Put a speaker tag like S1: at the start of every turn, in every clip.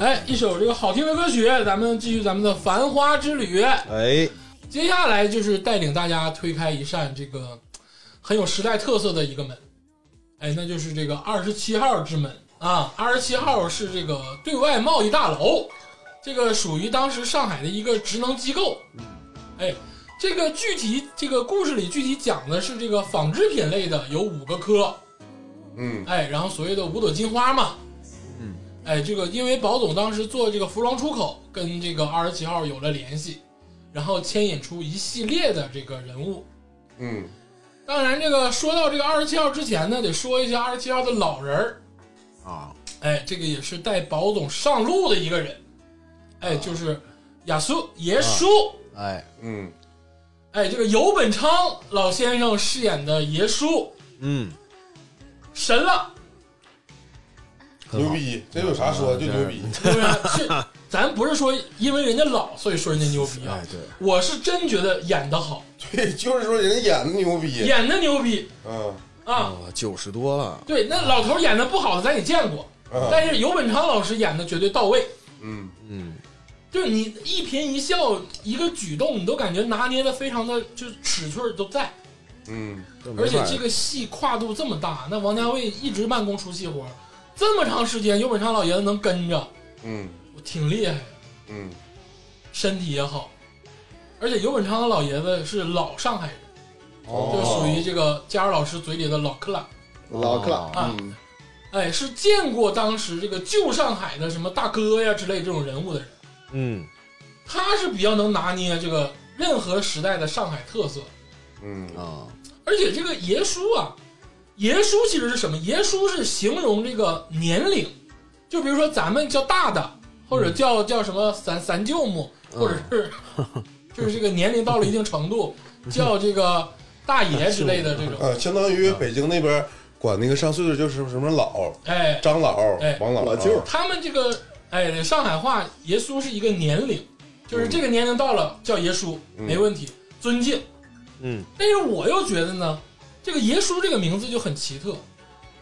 S1: 哎，一首这个好听的歌曲，咱们继续咱们的繁花之旅。
S2: 哎，
S1: 接下来就是带领大家推开一扇这个很有时代特色的一个门，哎，那就是这个二十七号之门啊。二十七号是这个对外贸易大楼，这个属于当时上海的一个职能机构。哎，这个具体这个故事里具体讲的是这个纺织品类的有五个科，
S3: 嗯，
S1: 哎，然后所谓的五朵金花嘛，
S2: 嗯，
S1: 哎，这个因为宝总当时做这个服装出口，跟这个二十七号有了联系，然后牵引出一系列的这个人物。
S3: 嗯，
S1: 当然，这个说到这个二十七号之前呢，得说一下二十七号的老人儿，
S2: 啊，
S1: 哎，这个也是带宝总上路的一个人，哎，就是亚苏耶稣，
S2: 哎，
S3: 嗯，
S1: 哎，这个尤本昌老先生饰演的耶稣
S2: 嗯，
S1: 神了。
S2: 很
S3: 牛
S2: 好，
S3: 逼，这有啥说就
S1: 嗯
S3: 牛逼，
S1: 对不是，是咱不是说因为人家老所以说人家牛逼啊
S2: 哎，，对，
S1: 我是真觉得演的好，
S3: 对，就是说人家演的牛逼，
S1: 演的牛逼
S3: 嗯
S1: 啊。
S2: 啊，九十多了，
S1: 对，那老头演的不好的咱也见过，
S3: 嗯
S1: 但是尤本昌老师演的绝对到位，
S3: 嗯，
S2: 嗯，
S1: 就是你一颦一笑、一个举动，你都感觉拿捏的非常的就是尺寸儿都在，
S3: 嗯，
S2: 都没
S1: 而且
S2: 法
S1: 这个戏跨度这么大，那王家卫一直慢工出细活，这么长时间尤本昌老爷子能跟着，
S3: 嗯，
S1: 我挺厉害的。
S3: 嗯，
S1: 身体也好，而且尤本昌老爷子是老上海人，
S3: 哦
S1: 就属于这个佳儿老师嘴里的老克拉。
S4: 老克
S2: 哦
S4: 了，
S1: 啊
S4: 嗯，
S1: 哎，是见过当时这个旧上海的什么大哥呀之类这种人物的人，
S2: 嗯，
S1: 他是比较能拿捏这个任何时代的上海特色。
S3: 嗯，
S2: 啊，
S1: 而且这个爷叔啊，爷叔其实是什么？爷叔是形容这个年龄，就比如说咱们叫大的，或者叫、叫什么三三舅母，或者是、 就是这个年龄到了一定程度，叫这个大爷之类的这种。
S3: 啊，相当于北京那边管那个上岁数就是什么老
S1: 哎，
S3: 张老
S1: 哎、
S3: 王老
S4: 老舅，
S1: 他们这个哎上海话，爷叔是一个年龄，就是这个年龄到了叫爷叔
S3: 嗯
S1: 没问题，尊敬。
S2: 嗯，
S1: 但是我又觉得呢，这个耶稣这个名字就很奇特，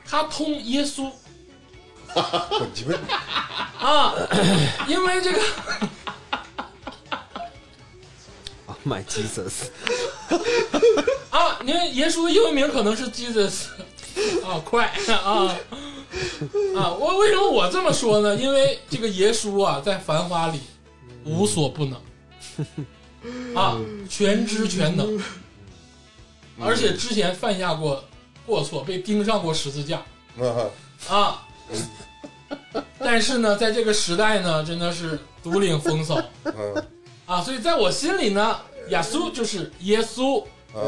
S1: 他通耶稣
S3: 你们
S1: 啊，因为这个
S2: 啊，My Jesus，
S1: 啊，因为耶稣的英文名可能是 Jesus 啊，快啊啊！我为什么我这么说呢？因为这个耶稣啊，在《繁花》里无所不能啊，全知全能，而且之前犯下过过错，被钉上过十字架。
S3: 啊，
S1: 啊。但是呢，在这个时代呢，真的是独领风骚
S3: 嗯
S1: 啊，所以在我心里呢，亚苏就是耶稣
S2: 哎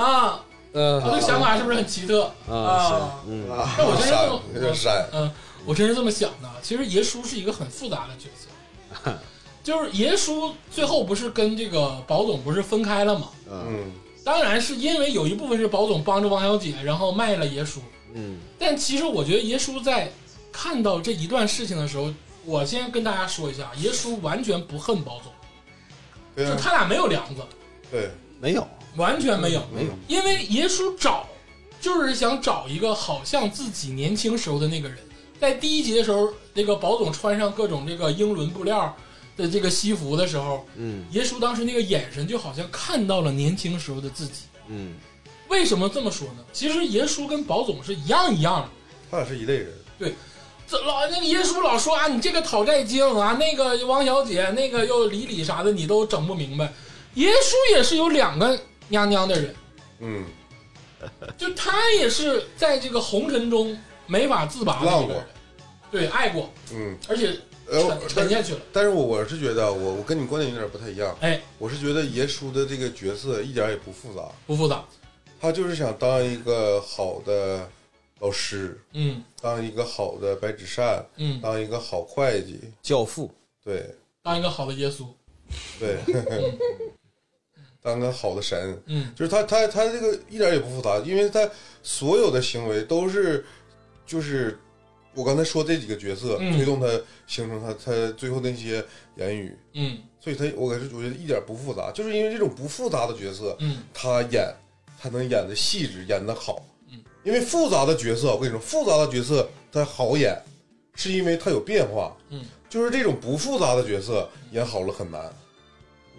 S3: 啊，
S2: 呃，
S1: 啊，我的
S2: 呃
S1: 想法是不是很奇特
S2: 啊，是，嗯，
S1: 但我真是
S3: 山
S1: 这么，
S3: 有点山，
S1: 嗯，我真是这么想的。其实耶稣是一个很复杂的角色， 就是耶稣最后不是跟这个保总不是分开了吗？
S3: 嗯
S1: 当然是因为有一部分是保总帮着王小姐，然后卖了耶稣，
S2: 嗯，
S1: 但其实我觉得耶稣在看到这一段事情的时候，我先跟大家说一下，耶稣完全不恨保总，
S3: 对
S1: 就
S3: 啊
S1: 他俩没有梁子，
S3: 对，
S2: 没有，
S1: 完全没有，
S2: 没有，
S1: 因为耶稣找就是想找一个好像自己年轻时候的那个人。在第一集的时候，那个保总穿上各种这个英伦布料的这个西服的时候，
S2: 嗯
S1: 耶稣当时那个眼神就好像看到了年轻时候的自己。
S2: 嗯，
S1: 为什么这么说呢？其实耶稣跟保总是一样一样的。
S3: 他俩是一类人，
S1: 这老那个耶稣老说啊，你这个讨债精啊，那个王小姐，那个又李李啥的，你都整不明白。耶稣也是有两个娘娘的人，
S3: 嗯，
S1: 就他也是在这个红尘中没法自拔的一个
S3: 浪
S1: 人
S3: 过，
S1: 对，爱过，
S3: 嗯，
S1: 而且
S3: 呃，我
S1: 沉沉下去了。
S3: 但是我我是觉得，啊我我跟你观点有点不太一样。
S1: 哎，
S3: 我是觉得爷叔的这个角色一点也不复杂，
S1: 不复杂，
S3: 他就是想当一个好的老师，
S1: 嗯
S3: 当一个好的白纸扇，
S1: 嗯，
S3: 当一个好会计。
S2: 教父，
S3: 对
S1: 当一个好的耶稣，
S3: 对， 当个好的神，
S1: 嗯
S3: 就是他他他这个一点也不复杂，因为他所有的行为都是就是。我刚才说这几个角色、
S1: 嗯
S3: 推动他形成他他最后那些言语，
S1: 嗯
S3: 所以他我感觉我觉得一点不复杂，就是因为这种不复杂的角色，
S1: 嗯，
S3: 他演他能演的细致，演的好。
S1: 嗯，
S3: 因为复杂的角色，我跟你说，复杂的角色他好演，是因为它有变化。
S1: 嗯，
S3: 就是这种不复杂的角色演好了很难。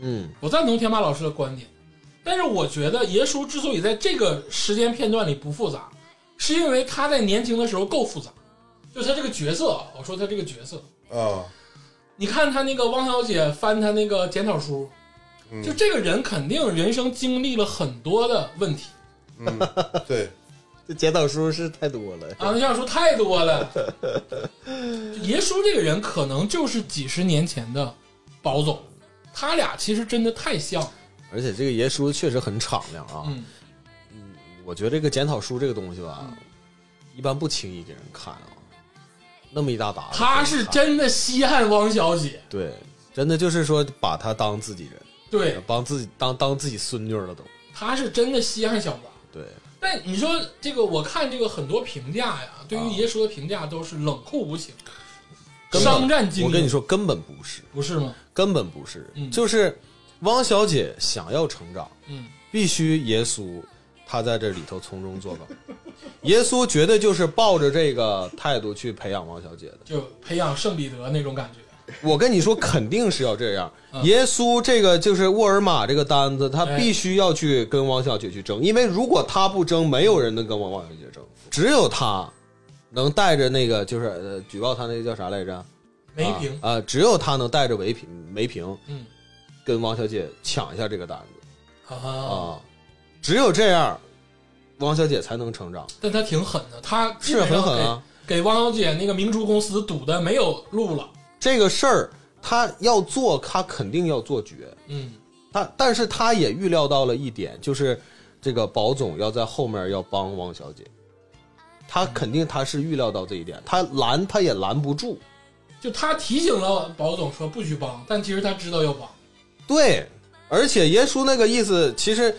S2: 嗯
S1: 我赞同天马老师的观点，但是我觉得爷叔之所以在这个时间片段里不复杂，是因为他在年轻的时候够复杂，就他这个角色啊，我说他这个角色，
S3: 啊，
S1: 你看他那个汪小姐翻他那个检讨书，
S3: 嗯
S1: 就这个人肯定人生经历了很多的问题
S3: 嗯，对，
S2: 这检讨书是太多了。
S1: 啊，那样说太多了。 就爷叔这个人可能就是几十年前的宝总，他俩其实真的太像了，
S2: 而且这个爷叔确实很敞亮啊。
S1: 嗯
S2: 我觉得这个检讨书这个东西吧，一般不轻易给人看啊。那么一大沓子给人看，
S1: 他是真的稀罕汪小姐，
S2: 对，真的就是说把他当自己人，
S1: 对。
S2: 帮自己当当自己孙女了都。
S1: 他是真的稀罕小王。
S2: 对，
S1: 但你说这个，我看这个很多评价呀，对于爷叔的评价都是冷酷无情、
S2: 啊根本
S1: 商战精英。
S2: 我跟你，说，根本不是，
S1: 不是吗？
S2: 根本不是，
S1: 嗯
S2: 就是汪小姐想要成长，
S1: 嗯，
S2: 必须耶稣他在这里头从中作梗。耶稣绝对就是抱着这个态度去培养汪小姐的。
S1: 就培养圣彼得那种感觉。
S2: 我跟你说，肯定是要这样
S1: 嗯。
S2: 耶稣这个就是沃尔玛这个单子，他
S1: 哎
S2: 必须要去跟汪小姐去争，因为如果他不争，没有人能跟汪汪小姐争，只有他能带着那个就是呃举报他那个叫啥来着？
S1: 梅平，
S2: 啊、啊只有他能带着梅平梅平
S1: 嗯
S2: 跟汪小姐抢一下这个单子
S1: 啊，
S2: 啊，只有这样，汪小姐才能成长，
S1: 但他挺狠的，他基
S2: 是
S1: 本
S2: 很
S1: 上哎
S2: 狠
S1: 给
S2: 啊。
S1: 给汪小姐那个明珠公司堵的没有路了。
S2: 这个事儿他要做，他肯定要做绝。
S1: 嗯，
S2: 他但是他也预料到了一点，就是这个保总要在后面要帮王小姐，他肯定他是预料到这一点，他拦他也拦不住。
S1: 就他提醒了保总说不许帮，但其实他知道要帮。
S2: 对，而且耶稣那个意思，其实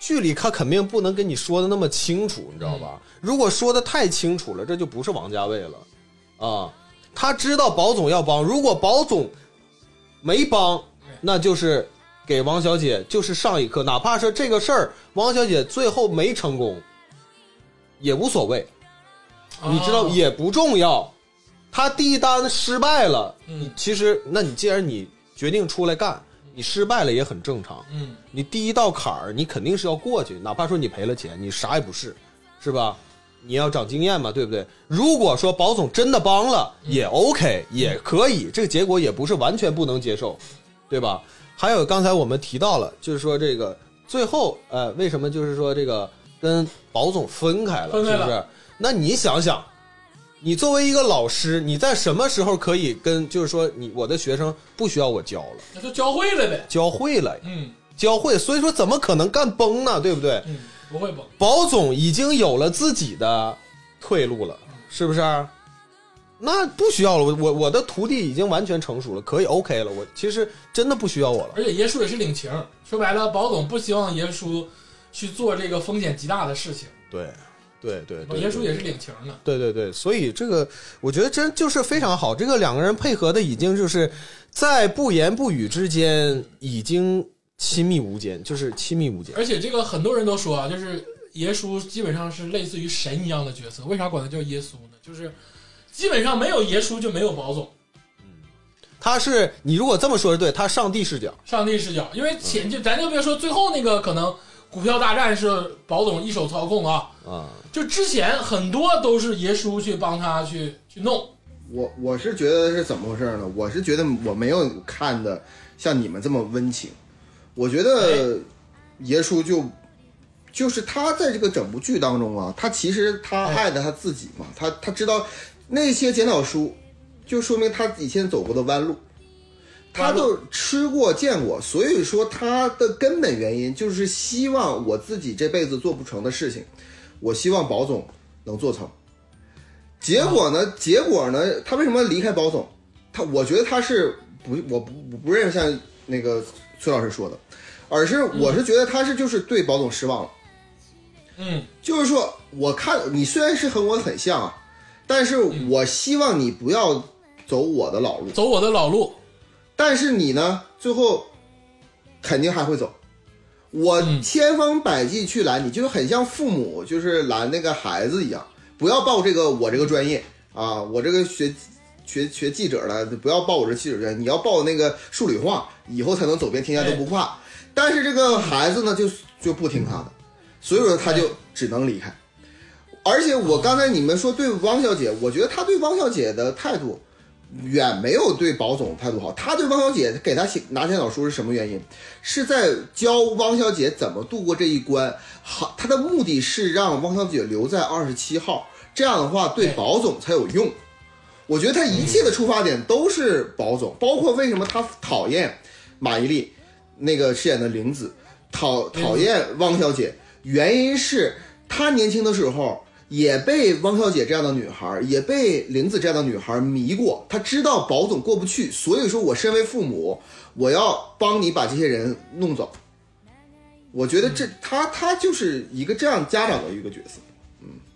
S2: 剧里他肯定不能跟你说的那么清楚，你知道吧？如果说的太清楚了，这就不是王家卫了啊。他知道保总要帮，如果保总没帮，那就是给王小姐就是上一课，哪怕是这个事儿，王小姐最后没成功，也无所谓，你知道
S1: 啊
S2: 也不重要。他第一单失败了，
S1: 嗯
S2: 其实，那你既然你决定出来干，你失败了也很正常。
S1: 嗯，
S2: 你第一道坎儿，你肯定是要过去，哪怕说你赔了钱，你啥也不是，是吧？你要长经验嘛，对不对？如果说保总真的帮了，也 OK，也可以，这个结果也不是完全不能接受，对吧？还有刚才我们提到了，就是说这个最后，呃，为什么就是说这个跟保总分开了，
S1: 分开了
S2: 是不是？那你想想，你作为一个老师，你在什么时候可以跟就是说你我的学生不需要我教了，
S1: 那就教会了呗。
S2: 教会了呀，
S1: 嗯
S2: 教会，所以说怎么可能干崩呢？对不对？
S1: 嗯，不会崩。
S2: 保总已经有了自己的退路了，是不是？那不需要了，我我我的徒弟已经完全成熟了，可以 OK 了。我其实真的不需要我了。
S1: 而且耶稣也是领情儿，说白了，保总不希望耶稣去做这个风险极大的事情，
S2: 对，对对对，
S1: 耶稣
S2: 对
S1: 也是领情儿的。
S2: 对对对，所以这个我觉得真就是非常好，这个两个人配合的已经就是在不言不语之间已经亲密无间，就是亲密无间。
S1: 而且这个很多人都说啊，就是耶稣基本上是类似于神一样的角色，为啥管他叫耶稣呢？就是基本上没有耶稣就没有保总，
S2: 他是你如果这么说是对，他上帝视 角，
S1: 上帝视角。因为前就咱就别说最后那个可能股票大战是保总一手操控啊，
S2: 啊，
S1: 就之前很多都是耶稣去帮他去去弄。
S4: 我我是觉得是怎么回事呢？我是觉得我没有看的像你们这么温情。我觉得爷叔就就是他在这个整部剧当中啊，他其实他
S1: 哎
S4: 爱的他自己嘛，他他知道那些检讨书，就说明他以前走过的弯路，他
S1: 弯路
S4: 都吃过见过，所以说他的根本原因就是希望我自己这辈子做不成的事情，我希望保总能做成。结果呢？结果呢？他为什么离开保总？他我觉得他是不，我不我不认识像那个崔老师说的，而是我是觉得他是就是对保总失望了。
S1: 嗯，
S4: 就是说，我看你虽然是和我很像啊，但是我希望你不要走我的老路。
S1: 走我的老路。
S4: 但是你呢，最后肯定还会走。我
S1: 嗯
S4: 千方百计去拦你，就是很像父母就是拦那个孩子一样，不要报这个我这个专业啊，我这个学学学记者了，不要报我这记者专业，你要报那个数理化，以后才能走遍天下都不怕。但是这个孩子呢，就就不听他的，所以说他就只能离开。而且我刚才你们说对汪小姐，我觉得她对汪小姐的态度远没有对保总态度好。她对汪小姐给她写拿检讨书是什么原因？是在教汪小姐怎么度过这一关。好，她的目的是让汪小姐留在二十七号，这样的话对
S1: 对
S4: 保总才有用。我觉得他一切的出发点都是保总，包括为什么他讨厌马伊琍那个饰演的玲子，讨讨厌汪小姐，原因是他年轻的时候也被汪小姐这样的女孩，也被玲子这样的女孩迷过，他知道保总过不去，所以说我身为父母，我要帮你把这些人弄走。我觉得这他他就是一个这样家长的一个角色，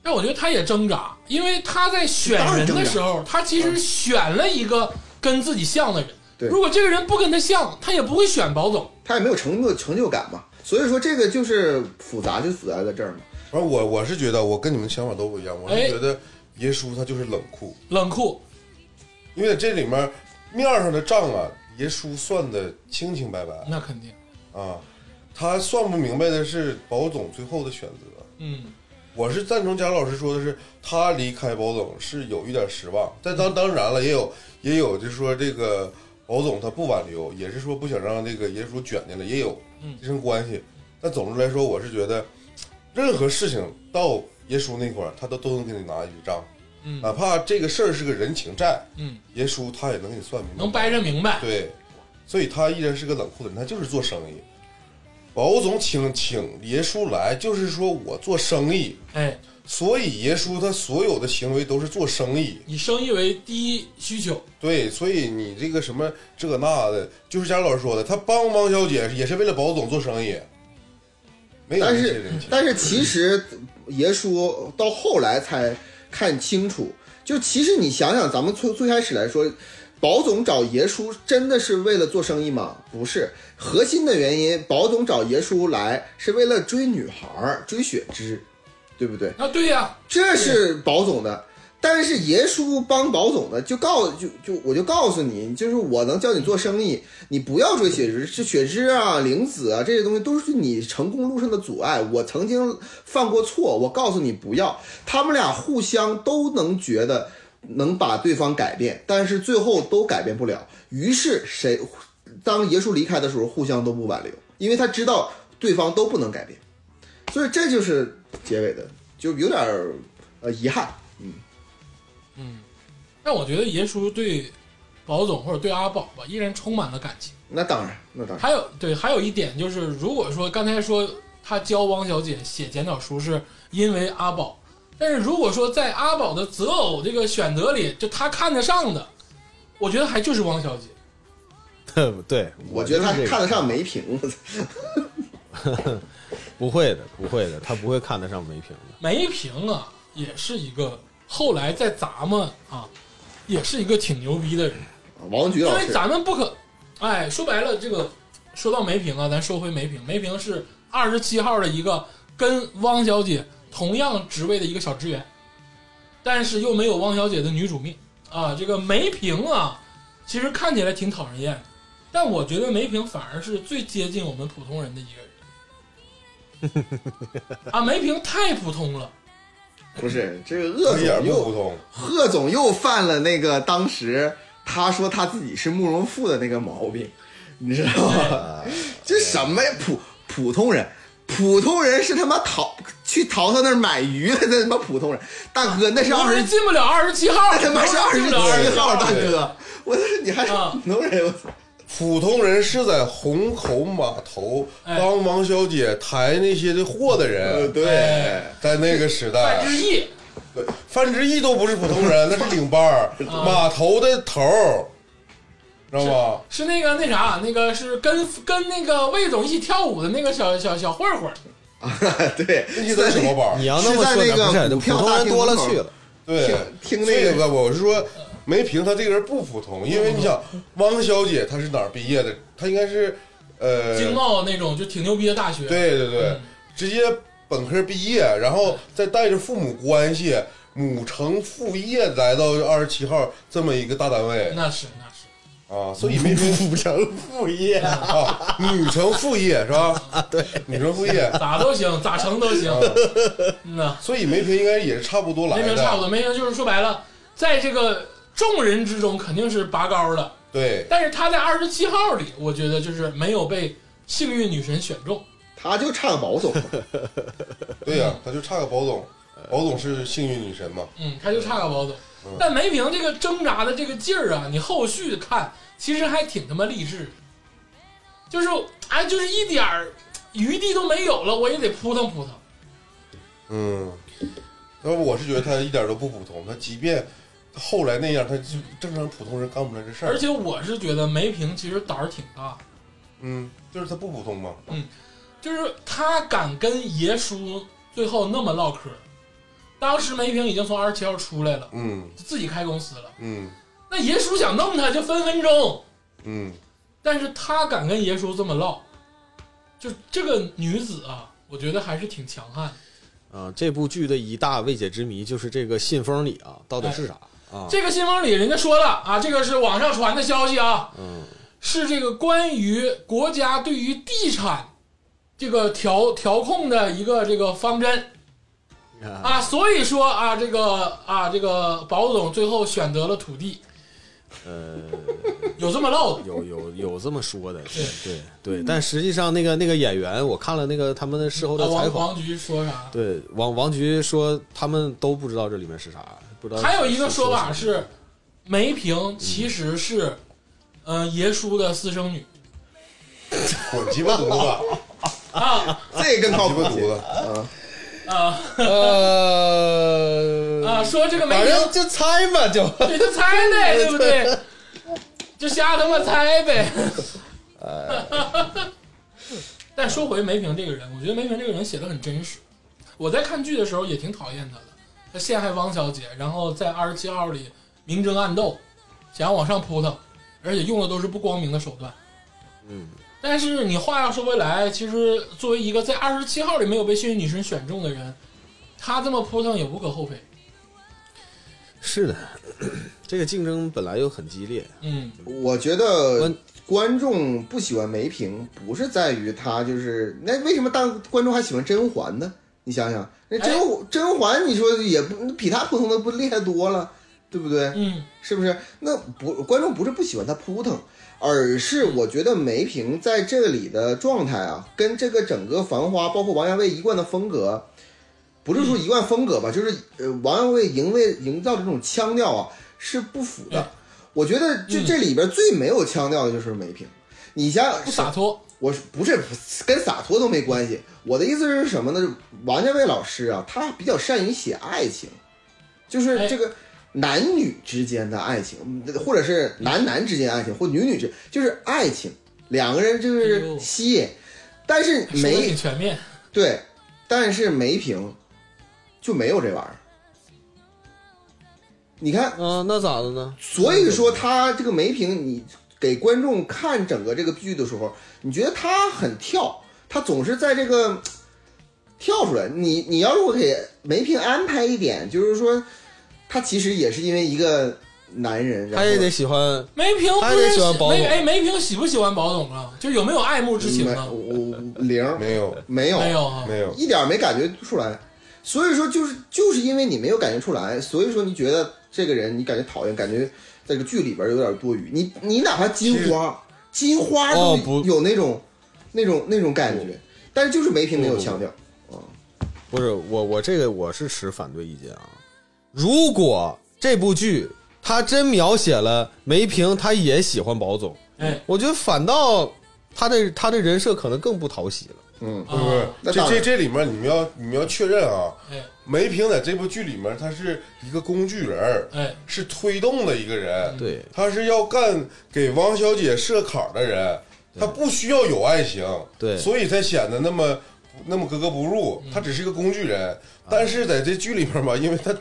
S1: 但我觉得他也挣扎，因为他在选人的时候，他其实选了一个跟自己像的人。
S4: 对
S1: 如果这个人不跟他像，他也不会选保总。
S4: 他也没有成就成就感嘛，所以说这个就是复杂，就复杂在这儿嘛。
S3: 反正我我是觉得，我跟你们想法都不一样。我
S1: 哎
S3: 是觉得耶稣他就是冷酷，
S1: 冷酷，
S3: 因为这里面面儿上的账啊，耶稣算的清清白白
S1: 那肯定，
S3: 啊。他算不明白的是保总最后的选择。
S1: 嗯，
S3: 我是赞同贾老师说的是，他离开保总是有一点失望，但当当然了，也有也有就是说这个保总他不挽留，也是说不想让这个耶稣卷进来，也有
S1: 嗯
S3: 这层关系。但总之来说，我是觉得任何事情到耶稣那块儿，他都都能给你拿一笔账，
S1: 嗯
S3: 哪怕这个事儿是个人情债，
S1: 嗯，
S3: 耶稣他也能给你算明白，
S1: 能掰扯明白。
S3: 对，所以他依然是个冷酷的人，他就是做生意。保总请请耶稣来，就是说我做生意，
S1: 哎，
S3: 所以耶稣他所有的行为都是做生意，
S1: 以生意为第一需求，
S3: 对，所以你这个什么这个那的，就是贾老师说的，他帮汪小姐也是为了保总做生意，没有
S4: 但
S3: 这
S4: 是
S3: 些人情。
S4: 但是其实爷叔到后来才看清楚，就其实你想想，咱们最最开始来说，保总找爷叔真的是为了做生意吗？不是，核心的原因，保总找爷叔来是为了追女孩儿，追雪芝，对不对？
S1: 啊，对呀、
S4: 这是保总的。但是爷叔帮保总的，就告就就我就告诉你，就是我能教你做生意，你不要追雪芝，这雪芝啊、玲子啊这些东西都是你成功路上的阻碍。我曾经犯过错，我告诉你不要。他们俩互相都能觉得能把对方改变，但是最后都改变不了。于是谁当爷叔离开的时候，互相都不挽留，因为他知道对方都不能改变。所以这就是结尾的，就有点儿呃遗憾。
S1: 但我觉得爷叔对保总或者对阿宝吧，依然充满了感情。
S4: 那当然，那当然，
S1: 还有对，还有一点就是，如果说刚才说他教汪小姐写检讨书是因为阿宝，但是如果说在阿宝的择偶这个选择里，就他看得上的，我觉得还就是汪小姐。
S2: 对，
S4: 我觉得他
S2: 就是这个
S4: 看得上梅瓶，我操
S2: 不会的，不会的，他不会看得上梅瓶的。
S1: 梅平啊，也是一个后来在咱们啊，也是一个挺牛逼的人，
S4: 王菊
S1: 因
S4: 老
S1: 为
S4: 师，
S1: 咱们不可，哎，说白了，这个说到梅平啊，咱说回梅平，梅平是二十七号的一个跟汪小姐同样职位的一个小职员，但是又没有汪小姐的女主命啊。这个梅平啊，其实看起来挺讨人厌的，但我觉得梅平反而是最接近我们普通人的一个人。 啊，梅平太普通了。
S4: 不是这个
S3: 他
S4: 鄂
S3: 一点不
S4: 总
S3: 普
S4: 又
S3: 通，
S4: 贺总又犯了那个当时他说他自己是慕容复的那个毛病，你知道
S2: 哎
S4: 吗？这什么呀？普普通人。普通人是他妈淘去淘他那儿买鱼的，那他妈普通人，大哥那是
S1: 当
S4: 二
S1: 时
S4: 十，
S1: 进不了二十七号，
S4: 那他妈是
S1: 当
S4: 二
S1: 时
S4: 十
S1: 进不了啊二十
S4: 七
S1: 七
S4: 号，
S1: 号。
S4: 大
S3: 对
S4: 哥，我说你还是
S1: 啊
S4: 普通人，我操！
S3: 普通人是在虹口码头
S1: 哎
S3: 帮王小姐抬那些的货的
S4: 呃，
S3: 人，
S4: 对，
S1: 哎
S3: 在那个时代
S1: 范，志毅，
S3: 对范志毅都不是普通人，那 是领班儿，码头的头儿，知道吗？
S1: 是那个那啥，那个是跟跟那个魏总一起跳舞的那个小小小混混儿，
S4: 对，
S3: 那些都是什么班
S2: 你
S3: 儿？
S2: 要那么说，
S4: 是在那个
S2: 不
S4: 股
S2: 是
S4: 票
S2: 普通
S4: 大
S2: 人
S4: 厅
S2: 多了
S4: 门口
S2: 去了。
S3: 对，
S4: 听听那个
S3: 这我是说，梅萍她这个人不普通，因为你 想，汪小姐她是哪儿毕业的？她应该是，呃，
S1: 经贸那种就挺牛逼的大学。
S3: 对对对，直接本科毕业，然后再带着父母关系，母承父业来到二十七号这么一个大单位
S1: 那是那是，
S3: 啊，所以没说
S2: 不成副业，
S3: 啊，女承父业是吧？对，女承父业，
S1: 咋都行，咋成都行。嗯呐，
S3: 所以梅萍应该也是差不多来
S1: 梅
S3: 的，
S1: 平差不多，梅平就是说白了，在这个众人之中肯定是拔高的，
S3: 对，
S1: 但是他在二十七号里，我觉得就是没有被幸运女神选中。
S4: 他就差个保总嘛，
S3: 对呀、他就差个保总，保总是幸运女神嘛，
S1: 嗯，他就差个保总。但梅平这个挣扎的这个劲儿啊，你后续看其实还挺他妈励志的，就是哎，就是一点儿余地都没有了，我也得扑腾扑腾。
S3: 嗯，要不我是觉得他一点都不普通，他即便后来那样，他就正常普通人干不出来这事儿，
S1: 而且我是觉得梅平其实胆儿挺大，
S3: 嗯，就是他不普通嘛，
S1: 就是他敢跟爷叔最后那么唠嗑。当时梅平已经从二十七号出来了，
S3: 嗯
S1: 自己开公司了，
S3: 嗯
S1: 那爷叔想弄他就分分钟。
S3: 嗯，
S1: 但是他敢跟爷叔这么唠，就这个女子啊，我觉得还是挺强悍的。
S2: 啊，这部剧的一大未解之谜就是这个信封里啊，到底是啥啊？
S1: 这个新闻里人家说了啊，这个是网上传的消息啊，
S2: 嗯，
S1: 是这个关于国家对于地产这个调调控的一个这个方针啊，所以说啊，这个啊这个保总最后选择了土地，
S2: 呃，
S1: 有这么唠的，
S2: 有有有这么说的，
S1: 对
S2: 对对，但实际上那个那个演员，我看了那个他们的事后的
S1: 啊
S2: 采
S1: 王
S2: 访，
S1: 王局说啥？
S2: 对王王局说他们都不知道这里面是啥，不知道。
S1: 呃还有一个说法，
S2: 呃
S1: 是，梅萍其实是，呃，爷叔的私生女
S3: 滚鸡巴犊 子，
S1: 啊
S4: 这更靠
S3: 滚鸡
S4: 谱
S3: 巴犊子，
S4: 啊！
S1: 啊
S2: 呃
S1: 啊！说这个梅
S2: 反
S1: 萍
S2: 正就猜嘛，就
S1: 对， 就猜呗，对不对？就瞎他妈猜呗。 但说回梅萍这个人，我觉得梅萍这个人写的很真实。我在看剧的时候也挺讨厌他的，他陷害汪小姐，然后在二十七号里明争暗斗，想要往上扑腾，而且用的都是不光明的手段。
S2: 嗯，
S1: 但是你话要说回来，其实作为一个在二十七号里没有被幸运女神选中的人，他这么扑腾也无可厚非。
S2: 是的， 这个竞争本来就很激烈，
S1: 嗯，
S4: 我觉得
S2: 关
S4: 观众不喜欢梅萍，不是在于她就是那为什么当观众还喜欢甄嬛呢？你想想，那甄、甄嬛，你说也不比她普通的不厉害多了，对不对？
S1: 嗯，
S4: 是不是？那不观众不是不喜欢他扑腾，而是我觉得梅萍在这里的状态啊，跟这个整个《繁花》包括王家卫一贯的风格，不是说一贯风格吧，就是呃王家卫营为营造的这种腔调啊是不符的。我觉得这
S1: 嗯
S4: 这里边最没有腔调的就是梅萍。你想
S1: 不洒脱。
S4: 我是不是跟洒脱都没关系。我的意思是什么呢？王家卫老师啊，他比较善于写爱情，就是
S1: 哎
S4: 这个男女之间的爱情，或者是男男之间爱情，或女女之，就是爱情，两个人就
S1: 哎呦
S4: 是吸引。但是
S1: 说的挺
S4: 梅
S1: 全面，
S4: 对，但是梅萍就没有这玩意儿。你看，
S2: 嗯、那咋的呢？
S4: 所以说他这个梅萍，你给观众看整个这个剧的时候，你觉得他很跳，他总是在这个跳出来。你你要如果给梅萍安排一点，就是说，他其实也是因为一个男人，然
S2: 他
S4: 后
S2: 也得喜欢，
S1: 梅萍不
S2: 他也
S1: 是
S2: 喜欢保总
S1: 梅哎，梅萍喜不喜欢保总啊？就有没有爱慕之情
S4: 没
S1: 啊？
S4: 我我零
S3: 没有
S4: 没有
S1: 没有啊，
S3: 没有，
S4: 一点儿没感觉出来。所以说，就是就是因为你没有感觉出来，所以说你觉得这个人你感觉讨厌，感觉在这个剧里边有点多余。你你哪怕金花，金花
S2: 哦
S4: 都
S2: 不
S4: 有那种、那种那种感觉，但是就是梅萍没有腔调。
S2: 不是我我这个我是持反对意见啊。如果这部剧他真描写了梅萍，他也喜欢保总，
S1: 哎，
S2: 我觉得反倒他的他的人设可能更不讨喜了。
S4: 嗯，
S3: 不是
S1: 啊
S4: 那
S3: 这
S4: 当然
S3: 这这里面你们要你们要确认啊，
S1: 哎
S3: 梅萍在这部剧里面她是一个工具人儿，
S1: 哎，
S3: 是推动的一个
S1: 嗯
S3: 人，
S2: 对，
S3: 他是要干给汪小姐设坎儿的人，他不需要有爱情，
S2: 对嗯
S3: 所以才显得那么那么格格不入。他只是一个工具人，
S2: 啊
S3: 但是在这剧里面 吧，因为他他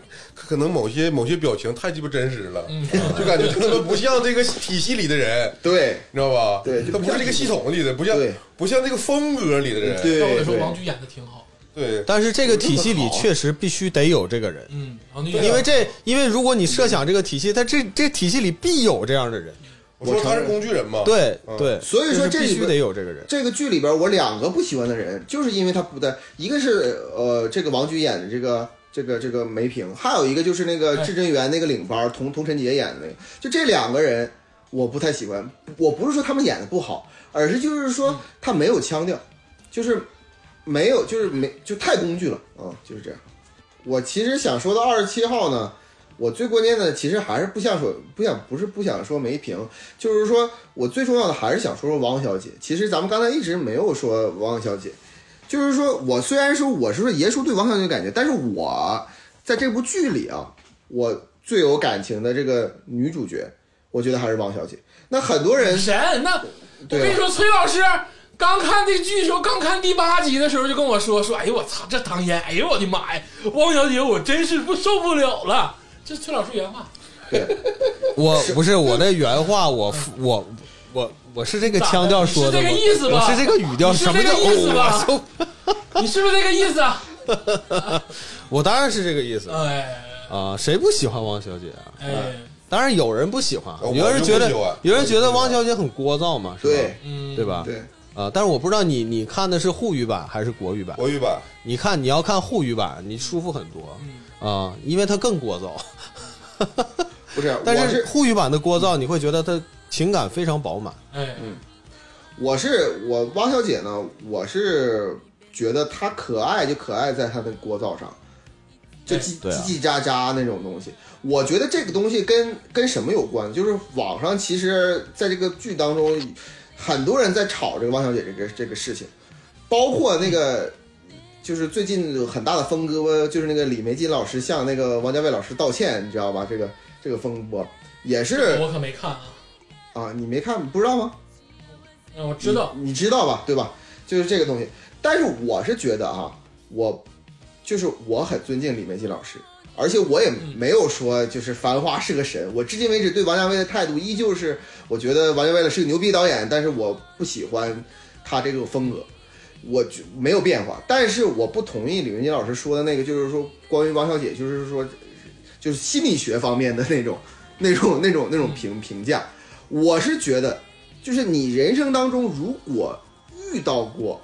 S3: 可能某些某些表情太鸡巴真实了，
S1: 嗯
S3: 就感觉他他妈不像这个体系里的人，
S4: 对
S3: 你知道吧？
S4: 对就
S3: 他
S4: 不
S3: 不
S4: 像
S3: 是这个系统里的，不像
S4: 对
S3: 不像这个风格里的人。
S1: 要
S4: 对
S1: 我得说
S4: 对
S1: 王菊演的挺好，
S3: 对，
S2: 但是这个体系里
S4: 啊
S2: 确实必须得有这个人，
S1: 嗯，然后那
S2: 因为这，因为如果你设想这个体系，它这这体系里必有这样的人，
S3: 我说他是工具人嘛，
S2: 对
S3: 嗯
S2: 对，
S4: 所以说
S2: 就是
S4: 这
S2: 必
S4: 里
S2: 须
S4: 边
S2: 得有这个人，
S4: 这个剧里边，我两个不喜欢的人，就是因为他不在，一个是呃，这个王菊演的这个这个这个梅萍，还有一个就是那个
S1: 哎
S4: 至臻园那个领班童童晨杰演的那个，就这两个人我不太喜欢。我不是说他们演的不好，而是就是说他没有腔调，就是没有，就是没就太工具了啊、就是这样。我其实想说到二十七号呢，我最关键的其实还是不想说，不想不是不想说梅萍，就是说我最重要的还是想说说王小姐。其实咱们刚才一直没有说王小姐，就是说我虽然说我是说爷叔对王小姐有感觉，但是我在这部剧里啊，我最有感情的这个女主角，我觉得还是王小姐。那很多人
S1: 神，那我
S2: 啊
S4: 对
S1: 跟你
S4: 吧
S1: 说，崔老师刚看这剧的时候，刚看第八集的时候就跟我说说，哎呦我操，这唐嫣，哎呦我的妈呀，汪小姐，我真是不受不了了。这崔老师原话，
S4: 对
S2: 我不是我那原话，我我我我是这个腔调说的
S1: 你是这
S2: 吗，
S1: 个意思吧
S2: 我是这个语调，
S1: 你是
S2: 什
S1: 这个
S2: 么叫
S1: 意思吧
S2: 哦我受
S1: 你是不是这个意思啊？
S2: 我当然是这个意思
S1: 哎
S2: 啊，谁不喜欢王小姐啊？
S1: 哎，
S2: 当然有人不喜欢啊
S3: 呃，我
S2: 有人
S3: 就
S2: 觉得
S3: 不喜欢
S2: 有人觉得汪小姐很聒噪嘛，是吧
S4: 对
S1: 嗯，
S2: 对？吧？
S4: 对，
S2: 啊，但是我不知道你你看的是沪语版还是国语版？
S3: 国语版
S2: 你看你要看沪语版，你舒服很多
S1: 嗯
S2: 啊，因为它更聒噪。
S4: 不是，我
S2: 但
S4: 是
S2: 是沪语版的聒噪，你会觉得它情感非常饱满。
S1: 哎，
S4: 我是我汪小姐呢，我是觉得她可爱就可爱在她的聒噪上，就
S1: 哎
S4: 叽
S2: 对
S4: 叽
S2: 啊
S4: 叽喳喳那种东西。我觉得这个东西跟跟什么有关？就是网上其实在这个剧当中，很多人在吵这个汪小姐这个这个事情，包括那个。就是最近有很大的风波，就是那个李玫瑾老师向那个王家卫老师道歉，你知道吧？这个这个风波也是
S1: 我可没看啊，
S4: 啊，你没看不知道吗？
S1: 那嗯我知道，
S4: 你，你知道吧？对吧？就是这个东西。但是我是觉得啊，我就是我很尊敬李梅瑾老师，而且我也没有说就是繁花是个
S1: 嗯
S4: 神。我至今为止对王家卫的态度依旧是，我觉得王家卫是个牛逼导演，但是我不喜欢他这个风格，我就没有变化。但是我不同意李梅瑾老师说的那个，就是说关于王小姐，就是说就是心理学方面的那种、那种、那种、那种评评价。我是觉得，就是你人生当中如果遇到过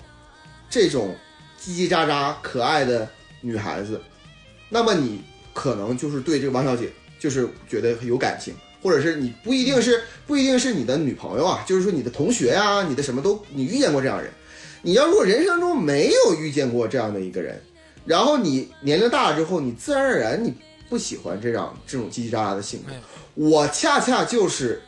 S4: 这种叽叽喳喳、可爱的女孩子，那么你可能就是对这个王小姐就是觉得有感情，或者是你不一定是不一定是你的女朋友啊，就是说你的同学啊，你的什么都你遇见过这样的人。你要如果人生中没有遇见过这样的一个人，然后你年龄大了之后，你自然而然你不喜欢这样这种叽叽喳喳的性格
S1: 哎。
S4: 我恰恰就是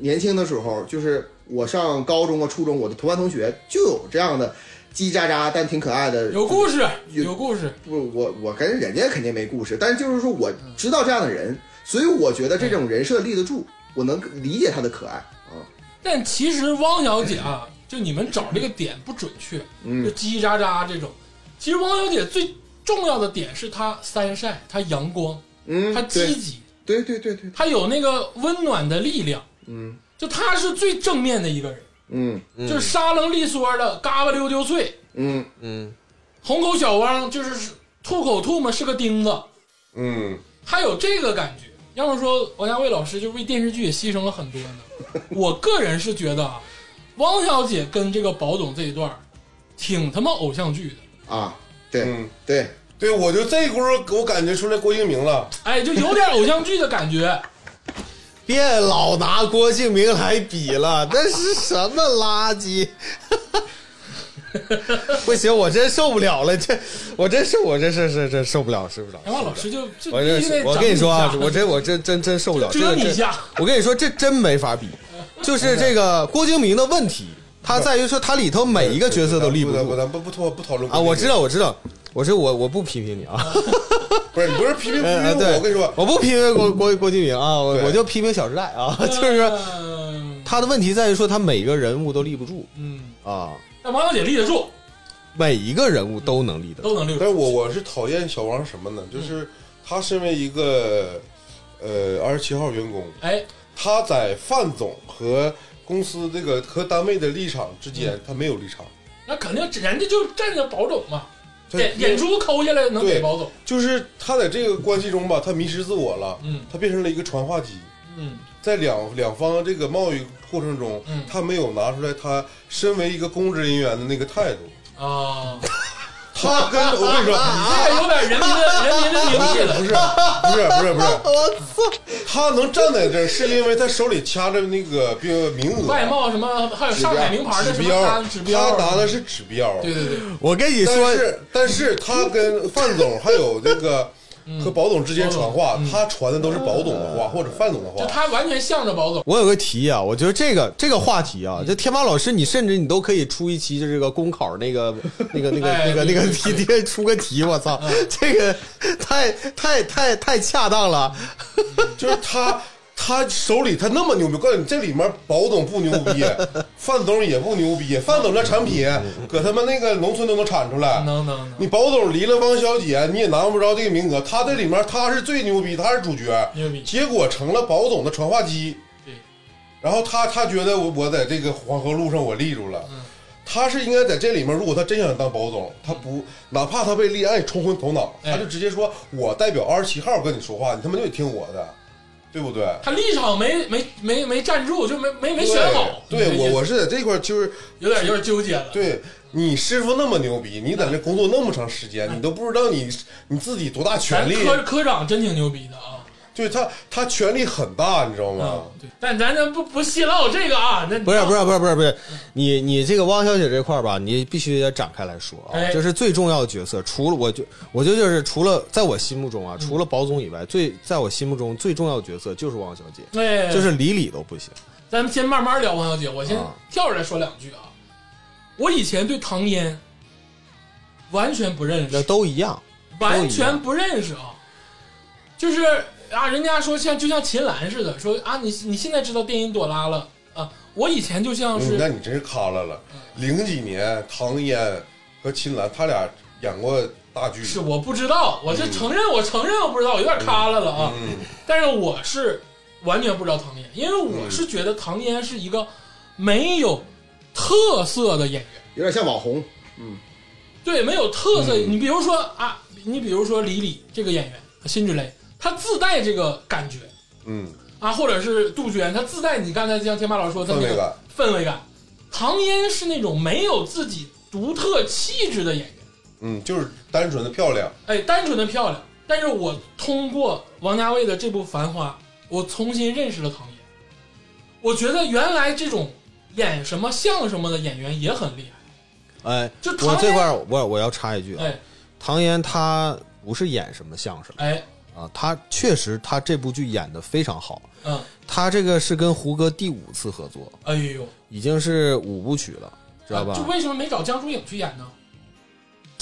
S4: 年轻的时候，就是我上高中啊、初中，我的同班同学就有这样的叽叽喳喳但挺可爱的，
S1: 有故事，
S4: 有
S1: 有故事，
S4: 不，我我跟人家肯定没故事，但是就是说我知道这样的人，所以我觉得这种人设立得住，我能理解他的可爱啊。
S1: 但其实汪小姐啊，就你们找这个点不准确，就
S4: 嗯，
S1: 叽叽喳喳这种。其实汪小姐最重要的点是她三晒，她阳光，
S4: 嗯，
S1: 她积
S4: 对
S1: 极，
S4: 对对对对，
S1: 她有那个温暖的力量。
S4: 嗯
S1: 就她是最正面的一个人，
S4: 嗯
S2: 嗯
S1: 就是沙楞利索的，嘎巴溜丢脆，
S4: 嗯，
S2: 嗯，
S1: 红口小汪就是吐口吐沫是个钉子，
S3: 嗯，
S1: 她有这个感觉。要么说王家卫老师就为电视剧也牺牲了很多 呢。我个人是觉得啊，汪小姐跟这个宝总这一段儿挺他妈偶像剧的。
S4: 啊，对、
S3: 嗯
S4: 对，
S3: 对，我就这功夫我感觉出来郭敬明了，
S1: 哎，就有点偶像剧的感 觉。
S2: 别老拿郭敬明来比了，那是什么垃圾？ 不行，我真受不了了，这我真受，我真是是真受不了，受不了。
S1: 杨哎万老师就就
S2: 我
S1: 必
S2: 这
S1: 须得
S2: 我
S1: 整
S2: 跟你说啊，
S1: 一下
S2: 我真我真真真受不了，这
S1: 遮
S2: 个
S1: 你一
S2: 这
S1: 下，
S2: 我跟你说，这真没法比，就是这个郭敬明的问题，他在于说他里头每一个角色都立
S3: 不
S2: 不
S3: 咱不
S2: 住
S3: 咱不不讨不讨论
S2: 啊。
S3: 郭
S2: 我知
S3: 敬明
S2: 道，我知道，我是我我不批评你啊，
S3: 不是你不是批评批
S2: 呃
S3: 评我，
S2: 对，
S3: 我跟你说，
S2: 我不批评郭郭郭敬明啊，我
S3: 对
S2: 我就批评《小时代》啊， 就是说
S1: 嗯
S2: 他的问题在于说他每个人物都立不住
S1: 嗯，
S2: 啊，
S1: 但王小姐立得住，
S2: 每一个人物都能立得住。
S1: 都能立
S3: 但
S1: 住。
S3: 是我我是讨厌小王什么呢？就是他身为一个呃二十七号员工，
S1: 哎，
S3: 他在范总和公司这个和单位的立场之间，他没有立场。
S1: 那肯定人家就站着保种嘛，
S3: 他
S1: 眼眼珠抠下来能给
S3: 对
S1: 保总，
S3: 就是他在这个关系中吧，他迷失自我了，
S1: 嗯
S3: 他变成了一个传话机，
S1: 嗯
S3: 在两两方这个贸易过程中，
S1: 嗯
S3: 他没有拿出来他身为一个公职人员的那个态度，
S1: 啊，
S3: 他跟我跟你说，
S2: 啊
S1: 这个有点人民的人民的名气 了，
S3: 不是不是不是不是，他能站在这儿，是因为他手里掐着那个名名额、
S1: 外贸什么还有上海名牌的什
S3: 指
S1: 么
S3: 标
S1: 单，指
S3: 他
S1: 标，
S3: 拿的是指标，
S1: 对对对，
S2: 我跟你说
S3: 但，是但是他跟范总还有这 个
S1: 嗯
S3: 和保总之间传话，他传的都是保总的话或者范总的
S1: 就
S3: 话，
S1: 他完全向着保总，
S2: 我有个提议啊，我觉得这个这个话题啊，就天霸老师，你甚至你都可以出一期，就是这个公考那个 那个那个
S1: 哎
S2: 那个那
S1: 对
S2: 个题，题出个题，我操，这个太太太太恰当了。
S3: 就是他。他手里他那么牛逼，我告诉你，这里面保总不牛 逼，范总也不牛逼，范总那产品
S1: 嗯
S3: 搁他们那个农村都能产出来，
S1: 能能能，
S3: 你保总离了汪小姐，你也拿不着这个名额。他这里面他是最牛逼，他是主角，
S1: 牛逼
S3: 结果成了保总的传话机。
S1: 对，
S3: 然后他他觉得我我在这个黄河路上我立住了，
S1: 嗯
S3: 他是应该在这里面，如果他真想当保总，他不哪怕他被恋爱冲昏头脑，
S1: 嗯哎
S3: 他就直接说我代表二十七号跟你说话，你他妈就得听我的，对不对？
S1: 他立场没没没没站住，就没没没选好，
S3: 对对
S1: 你这意
S3: 我
S1: 思啊
S3: 我是在这块儿就是
S1: 有点有点纠结了，
S3: 对你师傅那么牛逼，你
S1: 啊
S3: 在这工作那么长时间，你都不知道你你自己多大
S1: 咱
S3: 权力。
S1: 科科长真挺牛逼的啊。
S3: 对他，他权力很大，你知道吗
S1: 嗯？，对，但咱咱不不细唠这个啊，那
S2: 不是不是不是不是不是，你你这个汪小姐这块儿吧，你必须得展开来说啊
S1: 哎，
S2: 就是最重要的角色，除了我就我觉得就是除了在我心目
S1: 嗯
S2: 中啊，除了保总以外，最在我心目中最重要的角色就是汪小姐，
S1: 对，
S2: 就是理理都不行。
S1: 哎咱们先慢慢聊，王小姐，我先
S2: 啊
S1: 跳着来说两句啊。我以前对唐嫣完全不认
S2: 那
S1: 识，
S2: 都一样，
S1: 完全不认识啊，就是啊，人家说像就像秦岚似的，说啊，你你现在知道电音朵拉了啊，我以前就像
S3: 嗯那
S1: 是
S3: 你真是卡了了。
S1: 嗯
S3: 零几年，唐嫣和秦岚他俩演过大剧，
S1: 是我不知道，我这承认，我承认我不知道，我有点卡了了啊，
S3: 嗯，
S1: 但是我是完全不知道唐嫣，因为我是觉得唐嫣是一个没有特色的演员。
S4: 有点像网红，
S1: 对，没有特色。
S3: 嗯
S1: 你比如说啊，你比如说李李这个演员，辛芷蕾，她自带这个感觉
S3: 嗯，
S1: 啊，或者是杜鹃，她自带你刚才像天霸老师说的
S3: 氛
S1: 那
S3: 围
S1: 个
S3: 感。
S1: 氛围感。唐嫣是那种没有自己独特气质的演员，
S3: 嗯，就是单纯的漂亮，
S1: 哎，单纯的漂亮。但是我通过王家卫的这部《繁花》，我重新认识了唐嫣。我觉得原来这种演什么像什么的演员也很厉害。
S2: 哎，
S1: 就唐
S2: 我
S1: 嫣
S2: 这块儿我我要插一句啊，
S1: 哎
S2: 唐嫣她不是演什么相声
S1: 哎，
S2: 啊，她确实她这部剧演的非常好，
S1: 嗯，
S2: 她这个是跟胡歌第五次合作，
S1: 哎呦，啊
S2: 已经是五部曲了，知道吧？
S1: 就为什么没找江疏影去演呢？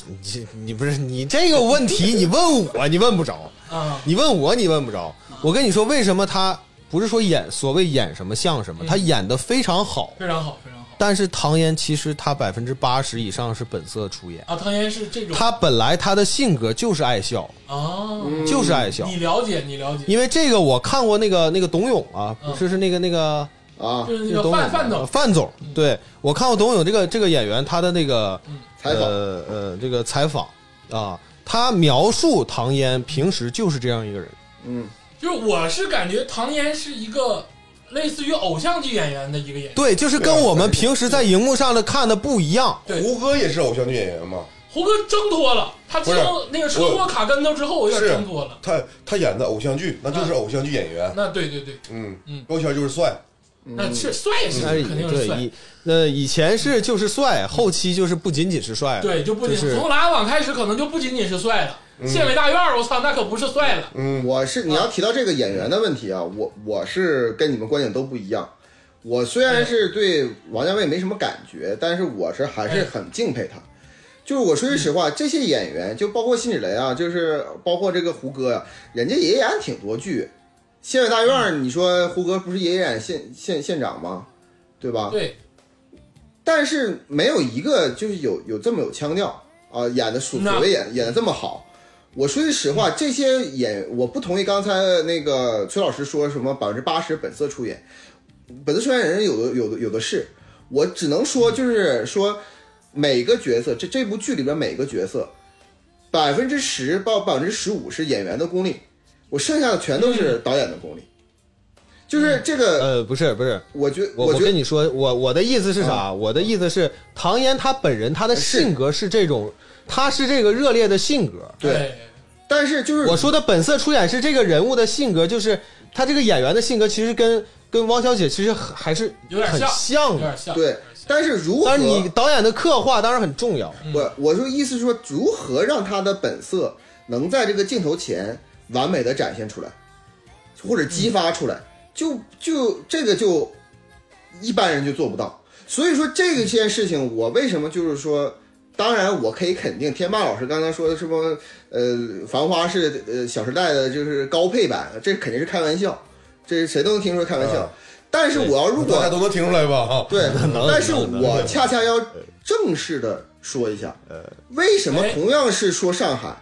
S2: 你这你不是你这个问题，你问我你问不着，
S1: 啊，
S2: 你问我你问不着。我跟你说，为什么她不是说演所谓演什么像什么，
S1: 嗯
S2: 她演的非常好。
S1: 非常好，非常好
S2: 但是唐嫣其实她百分之八十以上是本色出演，
S1: 啊！唐嫣是这种
S2: 她本来她的性格就是爱笑，
S1: 啊，
S2: 就是爱笑。
S1: 你了解，你了解，
S2: 嗯因为这个我看过那个那个董永啊，
S1: 嗯
S2: 不是是那个那个
S4: 啊
S1: 就，是那
S2: 那个
S1: 个
S2: 董
S1: 范
S2: 永
S1: 范总，
S2: 呃
S1: 嗯
S2: 范总，对我看过董永这个这个演员他的那个
S4: 采访
S2: 呃呃这个采访啊，他描述唐嫣平时就是这样一个人，
S4: 嗯，
S1: 就是我是感觉唐嫣是一个类似于偶像剧演员的一个演员。
S2: 对，就是跟我们平时在荧幕上的看的不一样。
S1: 对
S3: 胡歌也是偶像剧演员嘛，
S1: 胡歌挣脱了，他经
S3: 不
S1: 那个车祸卡跟头之后，我有点挣脱了。
S3: 他他演的偶像剧那就是偶像剧演员，
S1: 那对对对，
S3: 嗯
S1: 嗯
S3: 标签就是帅，
S1: 那是帅也是
S2: 但是
S1: 肯定是
S2: 哎对
S1: 帅，
S2: 以那以前是就是帅，后期就是不仅仅是帅了，
S1: 对就不仅
S2: 就是
S1: 从拉网开始，可能就不仅仅是帅了。县委大院儿，我操，那可不是帅了。
S3: 嗯，
S4: 我是你要提到这个演员的问题啊，我我是跟你们观点都不一样。我虽然是对王家卫没什么感觉，但是我是还是很敬佩他。就是我说句实话，这些演员就包括辛芷蕾啊，就是包括这个胡歌呀、啊人家也演挺多剧。县委大院儿，你说胡歌不是也演县县县长吗？对吧？
S1: 对，
S4: 但是没有一个就是有有这么有腔调啊、演的所
S1: 那
S4: 所谓演演的这么好。我说句实话，这些演我不同意刚才那个崔老师说什么百分之八十本色出演，本色出演人有的有的有的是，我只能说就是说每个角色这这部剧里边每个角色，百分之十到百分之十五是演员的功力，我剩下的全都是导演的功力。就是这个，
S2: 嗯呃，不是不是，
S4: 我觉
S2: 我我
S4: 觉得
S2: 跟你说，我我的意思是啥？
S4: 啊
S2: 我的意思是，唐嫣她本人她的
S4: 哎是
S2: 性格是这种，她是这个热烈的性格。
S4: 对
S1: 哎
S4: 但是就是
S2: 我说的本色出演是这个人物的性格，就是他这个演员的性格，其实跟跟汪小姐其实很还是
S1: 有点
S2: 很
S1: 像有
S2: 像的。
S1: 点像，有
S4: 对
S1: 点，像
S4: 但是如何
S2: 但是你导演的刻画当然很重要。
S4: 我我说意思是说，如何让他的本色能在这个镜头前完美的展现出来，或者激发出来，就就这个就一般人就做不到。所以说这个件事情，我为什么就是说，当然我可以肯定天霸老师刚才说的什么，呃，《繁花》是呃《小时代》的就是高配版，这肯定是开玩笑，这是谁都能听出开玩笑。
S3: 啊
S4: 但是我要如果
S3: 大家都能听出来吧？哈，
S4: 对
S2: 能，
S4: 但是
S2: 能呃能
S4: 我恰恰要正式的说一下，为什么
S1: 哎嗯
S4: 同样是说上海，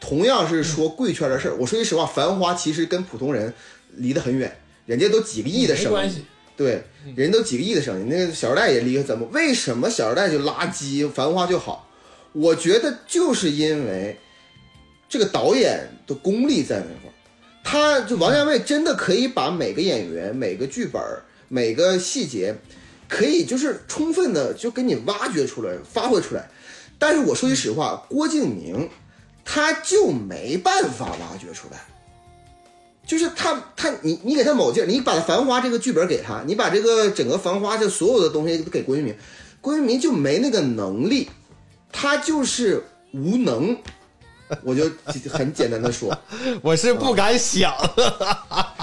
S4: 同样是说贵圈的事儿，我说句实话，《繁花》其实跟普通人离得很远，人家都几个亿的
S1: 没
S4: 生
S1: 关
S4: 意，
S1: 系，
S4: 对，人都几个亿的生意，那个《小时代》也离得怎么？为什么《小时代》就垃圾，《繁花》就好？我觉得就是因为这个导演的功力在那块儿，他就王家卫真的可以把每个演员、每个剧本、每个细节，可以就是充分的就给你挖掘出来、发挥出来。但是我说句实话，郭敬明他就没办法挖掘出来。就是他他你你给他某劲儿，你把《繁花》这个剧本给他，你把这个整个《繁花》这所有的东西都给郭敬明，郭敬明就没那个能力，他就是无能。我就很简单的说，
S2: 我是不敢想，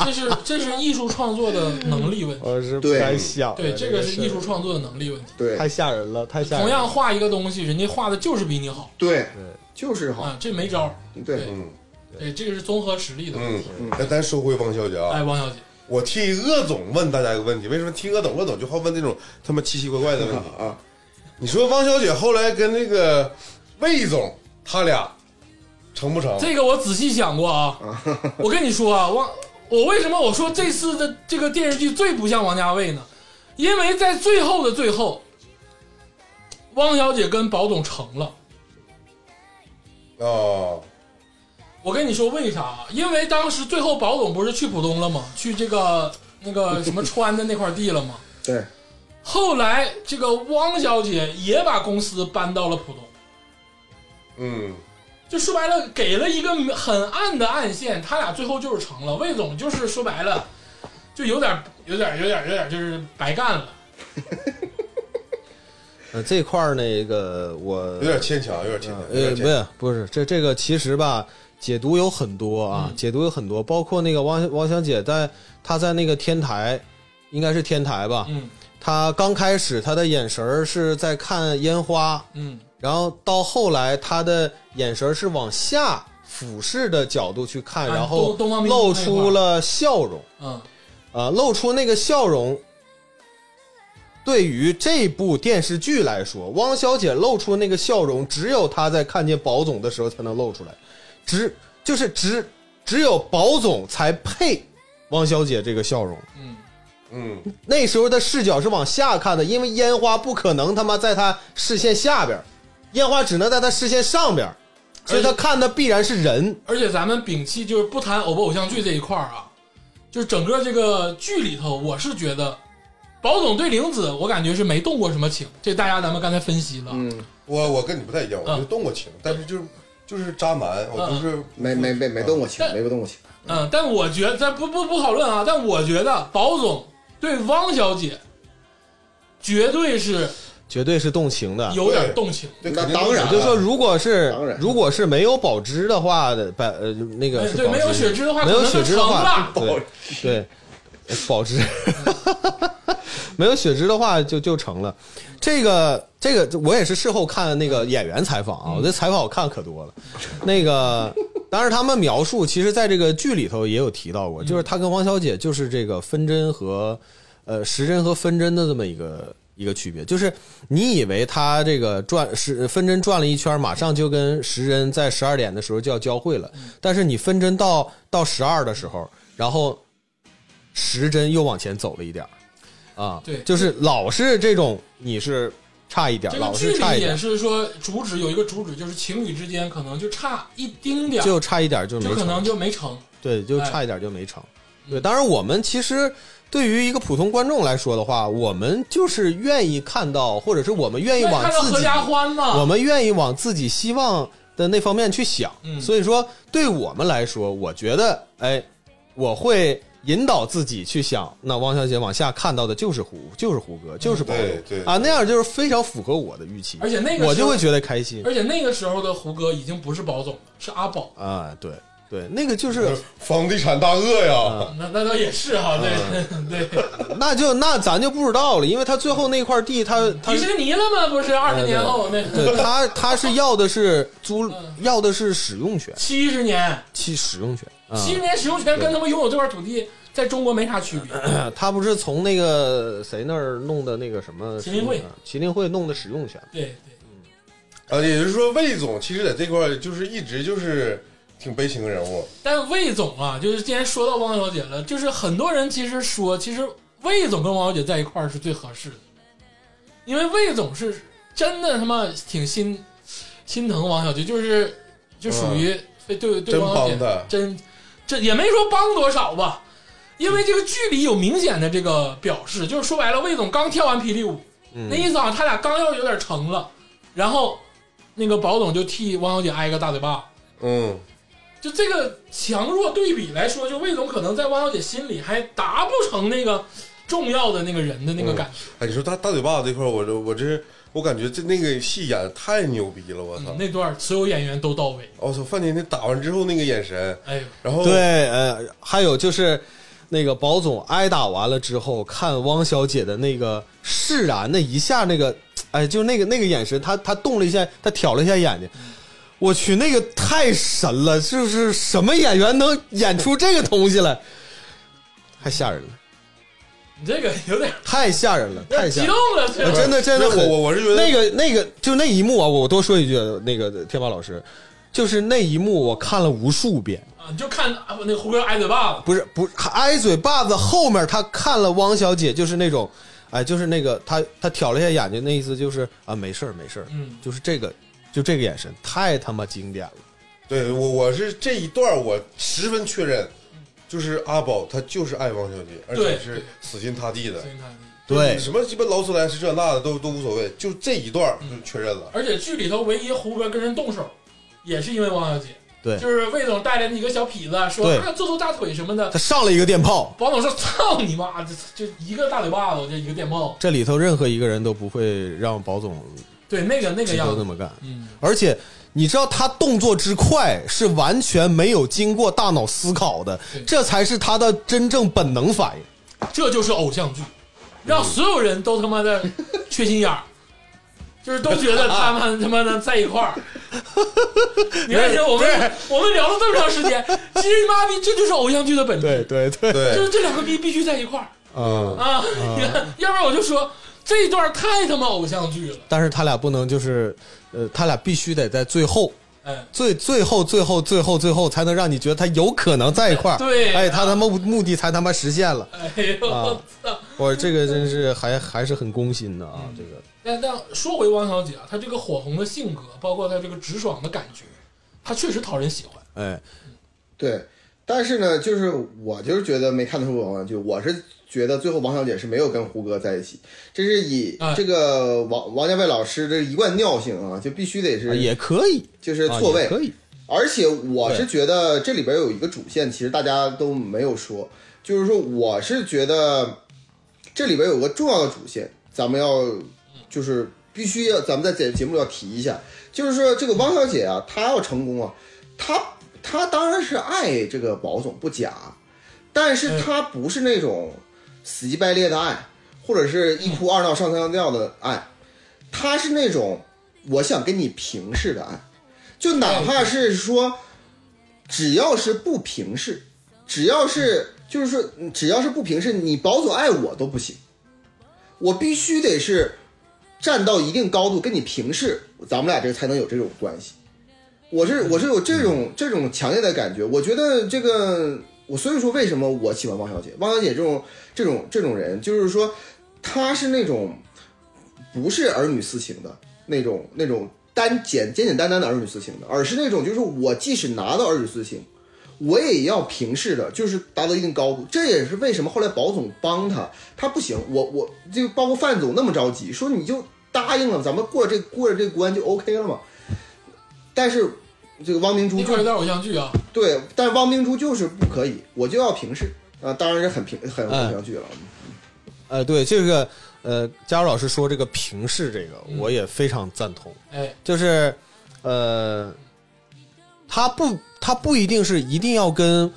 S1: 这是这是艺术创作的能力问题，
S2: 我是不敢想。
S1: 对，这个是
S2: 事儿
S1: 艺术创作的能力问题。
S4: 对
S2: 太吓人了，太吓人
S1: 同
S2: 了。
S1: 样画一个东西，人家画的就是比你好
S4: 对，就是好，
S1: 啊，这没招儿。
S4: 对
S3: 嗯
S1: 对，这个是综合实力的问
S3: 嗯
S1: 题。，
S3: 那咱说回汪小姐啊
S1: 哎，，王小姐，
S3: 我替鄂总问大家一个问题，为什么替鄂总？鄂总就好问那种他妈奇奇怪怪的问题。
S4: 啊，
S3: 你说汪小姐后来跟那个魏总，他俩成不成？
S1: 这个我仔细想过啊。我跟你说啊，王，我为什么我说这次的这个电视剧最不像王家卫呢？因为在最后的最后，汪小姐跟宝总成了。
S3: 哦，
S1: 我跟你说为啥啊？因为当时最后宝总不是去浦东了吗？去这个那个什么川的那块地了吗？
S4: 对，
S1: 后来这个汪小姐也把公司搬到了浦东，
S3: 嗯，
S1: 就说白了给了一个很暗的暗线，他俩最后就是成了。魏总就是说白了，就有点有点有点有点就是白干了。
S2: 呃，这块儿那个我
S3: 有点牵强，有点牵
S4: 啊
S3: 强，有
S2: 呃，
S3: 点牵
S2: 不
S3: 强。
S2: 是不是，这这个其实吧，解读有很多啊，解读有很多，包括那个汪汪小姐在她在那个天台，应该是天台吧，
S1: 嗯
S2: 她刚开始她的眼神儿是在看烟花，
S1: 嗯，
S2: 然后到后来她的眼神儿是往下俯视的角度去看，
S1: 啊
S2: 然后
S1: 东东方明珠
S2: 露
S1: 那块
S2: 出
S1: 儿
S2: 了笑容。
S1: 嗯，
S2: 啊，露出那个笑容。对于这部电视剧来说，汪小姐露出那个笑容，只有她在看见宝总的时候才能露出来，只就是只只有宝总才配汪小姐这个笑容。
S3: 嗯，
S2: 那时候的视角是往下看的，因为烟花不可能他妈在她视线下边儿，烟花只能在她视线上边儿，所以她看的必然是人。
S1: 而且咱们摒弃就是不谈偶不偶像剧这一块儿啊，就是整个这个剧里头，我是觉得宝总对玲子，我感觉是没动过什么情，这大家咱们刚才分析了。
S4: 嗯，
S3: 我我跟你不太一样，我就动过情，但是就是就是渣男，我就是啊
S4: 没没没没动过情，
S1: 但
S4: 没动过情，
S1: 嗯，但我觉得咱不不不讨论啊，但我觉得宝总对汪小姐绝对是
S2: 绝对是动情的，
S1: 有点动情，
S3: 对，
S4: 那
S3: 肯定
S4: 当然
S2: 我就
S4: 了
S2: 说，如果是
S4: 当然
S2: 如果是没有保值的话的，百呃那个
S1: 哎
S2: 是
S1: 对，
S2: 保
S1: 没有
S2: 值
S1: 血脂的话，
S2: 没有血脂的话，
S1: 可能就成了
S2: 对对，保值， 没有血脂的话就就成了。这个这个，我也是事后看那个演员采访啊，我这采访我看可多了。那个，当然他们描述，其实在这个剧里头也有
S1: 嗯
S2: 提到过，就是他跟王小姐就是这个分针和呃时针和分针的这么一个一个区别，就是你以为他这个转时分针转了一圈，马上就跟时针在十二点的时候就要交汇了，
S1: 嗯
S2: 但是你分针到到十二的时候，然后时针又往前走了一点儿。啊，
S1: 对
S2: 就是老是这种，你是差一点，
S1: 这个
S2: 老
S1: 距
S2: 是差
S1: 离
S2: 一
S1: 也
S2: 点，
S1: 是说主旨有一个主旨，就是情侣之间可能就差一丁点儿，
S2: 就差一点就没
S1: 就可能
S2: 成，
S1: 就没成。
S2: 对，就
S1: 哎
S2: 差一点就没成。
S1: 嗯
S2: 对，当然我们其实对于一个普通观众来说的话，我们就是愿意看到，或者是我们愿意
S1: 对
S2: 往
S1: 看到
S2: 自
S1: 合
S2: 己
S1: 家欢啊
S2: 我
S1: 嘛，
S2: 们愿意往自己希望的那方面去想。
S1: 嗯
S2: 所以说，对我们来说，我觉得，哎，我会引导自己去想，那汪小姐往下看到的就是胡，就是胡歌，就是包
S3: 嗯对
S2: 容，
S3: 对
S2: 啊，那样就是非常符合我的预期，
S1: 而且那个时候
S2: 我就会觉得开心
S1: 而且那个时候的胡歌已经不是保总了，是阿宝。
S2: 啊，对对，那个就是，
S3: 房地产大鳄呀，
S4: 啊
S1: 那那倒也是哈，
S2: 嗯
S1: 对对，
S2: 那就那咱就不知道了，因为他最后那块地，他他
S1: 迪士尼了吗？不是二十年后那
S2: 对他他是要的是租，要的是使用权，
S1: 七十年，
S2: 其使用权，啊
S1: 七十年使用权跟他们拥有这块土地在中国没啥区
S2: 嗯
S1: 别。
S2: 他不是从那个谁那儿弄的那个什么
S1: 麒麟会，
S2: 麒麟会弄的使用权。
S1: 对对，
S3: 啊，也就是说魏总其实在这块儿就是一直就是挺悲情的人物，
S1: 但魏总啊，就是既然说到汪小姐了，就是很多人其实说，其实魏总跟汪小姐在一块儿是最合适的，因为魏总是真的他妈挺心心疼汪小姐，就是就属于对对对
S3: 嗯真
S1: 汪小姐
S3: 帮她
S1: 真这也没说帮多少吧，因为这个距离有明显的这个表示，就是说白了，魏总刚跳完霹雳舞，
S3: 嗯
S1: 那意思好像他俩刚要有点成了，然后那个保总就替汪小姐挨个大嘴巴。
S3: 嗯，
S1: 就这个强弱对比来说，就魏总可能在汪小姐心里还达不成那个重要的那个人的那个感觉，
S3: 哎，你说大大嘴巴子这块儿，我这我这我感觉这那个戏演得太牛逼了，我操哦
S1: 嗯！那段所有演员都到位。
S3: 我操，范甜甜打完之后那个眼神，
S1: 哎呦，
S3: 然后
S2: 对，呃，还有就是那个保总挨打完了之后，看汪小姐的那个释然的一下，那个哎，就那个那个眼神，他他动了一下，他挑了一下眼睛。我去，那个太神了！就是什么演员能演出这个东西来，太吓人了，
S1: 你这个有点
S2: 太吓人了，太吓
S1: 激
S2: 人了
S1: 动！了，这
S2: 我
S1: 个
S2: 真的真的
S3: 那
S2: 很，
S3: 我我我是觉得
S2: 那个那个就那一幕啊，我多说一句，那个天霸老师，就是那一幕我看了无数遍，
S1: 啊，你就看啊那胡歌挨嘴巴子，
S2: 不是不是挨嘴巴子后面他看了汪小姐，就是那种，哎，就是那个他他挑了一下眼睛，那意思就是啊没事儿没事儿，
S1: 嗯
S2: 就是这个就这个眼神太他妈经典了，
S3: 对我我是这一段儿我十分确认，就是阿宝他就是爱汪小姐，而且
S1: 对
S3: 是死心塌地的
S1: 所。以你看
S2: 对
S3: 什么鸡巴劳斯莱斯这那的都都无所谓，就这一段儿就确认了。
S1: 而且剧里头唯一胡歌跟人动手，也是因为汪小姐，
S2: 对
S1: 就是魏总带着一个小痞子说
S2: 对
S1: 啊做做大腿什么的
S2: 他，上了一个电炮，
S1: 保总说操你妈，这就一个大嘴巴子，我就一个电炮，
S2: 这里头任何一个人都不会让保总
S1: 对，那个那个
S2: 值得
S1: 样
S2: 那
S1: 子，
S2: 么干，
S1: 嗯，
S2: 而且你知道他动作之快是完全没有经过大脑思考的
S1: 对，
S2: 这才是他的真正本能反应。
S1: 这就是偶像剧，让所有人都他妈的缺心眼儿，就是都觉得他们他妈的在一块儿。你看，我们我们聊了这么长时间，其实妈逼这就是偶像剧的本质，
S2: 对对，
S1: 就
S3: 对
S1: 是，这两个逼必须在一块儿
S2: 嗯。
S1: 啊！你看，要不然我就说这一段太他妈偶像剧了，
S2: 但是他俩不能就是，呃，他俩必须得在最后。
S1: 哎，
S2: 最最后最后最后最后才能让你觉得他有可能在一块儿，
S1: 对啊
S2: 哎，他他妈目的才他妈实现了，
S1: 哎呦我操！
S2: 我这个真是还还是很攻心的啊，
S1: 嗯
S2: 这个
S1: 但但说回汪小姐啊，她这个火红的性格，包括她这个直爽的感觉，她确实讨人喜欢。
S2: 哎，
S4: 对，但是呢，就是我就是觉得没看出王就我是觉得最后王小姐是没有跟胡歌在一起，这是以
S1: 哎
S4: 这个王王家卫老师这一贯尿性啊，就必须得是
S2: 也可以
S4: 就是错位，
S2: 啊也可以，
S4: 而且我是觉得这里边有一个主线，其实大家都没有说，就是说我是觉得这里边有个重要的主线，咱们要就是必须要咱们在节节目里要提一下，就是说这个汪小姐啊，她要成功啊，她她当然是爱这个保总不假，但是她不是那种死乞白咧的爱，或者是一哭二闹三上吊的爱，她是那种我想跟你平视的爱，就哪怕是说，只要是不平视，只要是就是说，只要是不平视，你保总爱我都不行，我必须得是站到一定高度跟你平视，咱们俩这才能有这种关系。我是我是有这种这种强烈的感觉，我觉得这个我所以说为什么我喜欢汪小姐，汪小姐这种这种这种人，就是说她是那种不是儿女私情的那种那种单简简简单单的儿女私情的，而是那种就是我即使拿到儿女私情，我也要平视的，就是达到一定高度。这也是为什么后来保总帮他，他不行，我我就包括范总那么着急，说你就答应了，咱们过这过了这关就 OK 了嘛。但是这个汪明珠
S1: 那
S4: 就
S1: 块有点偶像剧啊，
S4: 对，但是汪明珠就是不可以，我就要平视啊、当然是很平很
S2: 嗯
S4: 偶像剧了。
S2: 呃，对这个，呃，佳茹老师说这个平视这个，
S1: 嗯
S2: 我也非常赞同。
S1: 哎，
S2: 就是，呃，他不，他不一定是一定要跟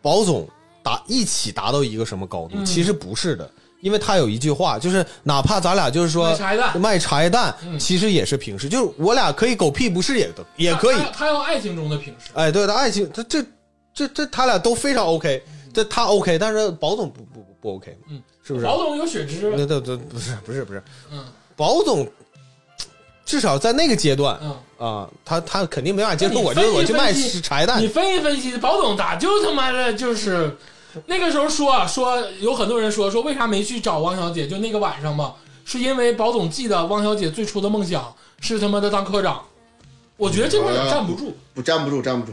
S2: 保总达一起达到一个什么高度，
S1: 嗯
S2: 其实不是的，因为他有一句话，就是哪怕咱俩就是说
S1: 卖茶叶蛋
S2: 卖茶叶蛋，
S1: 嗯
S2: 其实也是平视，就是我俩可以狗屁不是也的也 可以
S1: 他，他他要爱情中的平视，
S2: 哎，对他爱情，他这这这他俩都非常 OK，这他 OK，但是保总不不不不 OK，
S1: 嗯，
S2: 是嗯不是？
S1: 老总有血脂，
S2: 那对对，不是不是不是，
S1: 嗯
S2: 保总至少在那个阶段
S1: 嗯，
S2: 啊，他他肯定没法接受
S1: 那你
S2: 我，就
S1: 分
S2: 是
S1: 析
S2: 我去卖
S1: 分析
S2: 茶叶蛋
S1: 你，分析分析，保总咋就他妈的就是那个时候说啊说，有很多人说说为啥没去找汪小姐？就那个晚上嘛，是因为保总记得汪小姐最初的梦想是他妈的当科长，我觉得这块儿有点站不住，
S4: 不站不住，站不住。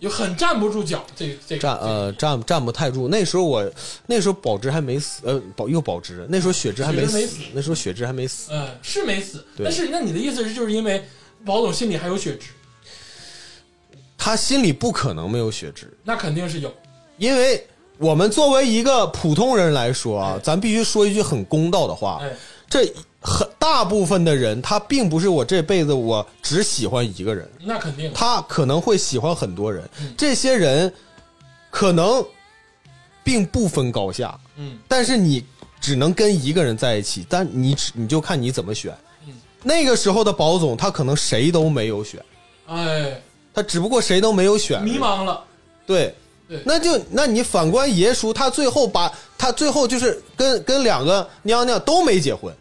S1: 有很站不住脚，这个这个
S2: 站
S1: 这个
S2: 呃站站不太住。那时候我那时候保值还没死，呃保又保值，那时候血脂还没
S1: 血脂没
S2: 死，那时候血脂还没死。
S1: 嗯，是没死，
S2: 对
S1: 但是那你的意思是，就是因为保总心里还有血脂，
S2: 他心里不可能没有血脂，
S1: 那肯定是有。
S2: 因为我们作为一个普通人来说啊
S1: 哎，
S2: 咱必须说一句很公道的话，
S1: 哎，
S2: 这很大部分的人他并不是我这辈子我只喜欢一个人，
S1: 那肯定。
S2: 他可能会喜欢很多人，
S1: 嗯
S2: 这些人可能并不分高下，
S1: 嗯，
S2: 但是你只能跟一个人在一起，但你只你就看你怎么选
S1: 嗯。
S2: 那个时候的保总，他可能谁都没有选，
S1: 哎，
S2: 他只不过谁都没有选而已，
S1: 迷茫了。
S2: 对，
S1: 对
S2: 那就那你反观爷叔，他最后把他最后就是跟跟两个娘娘都没结婚，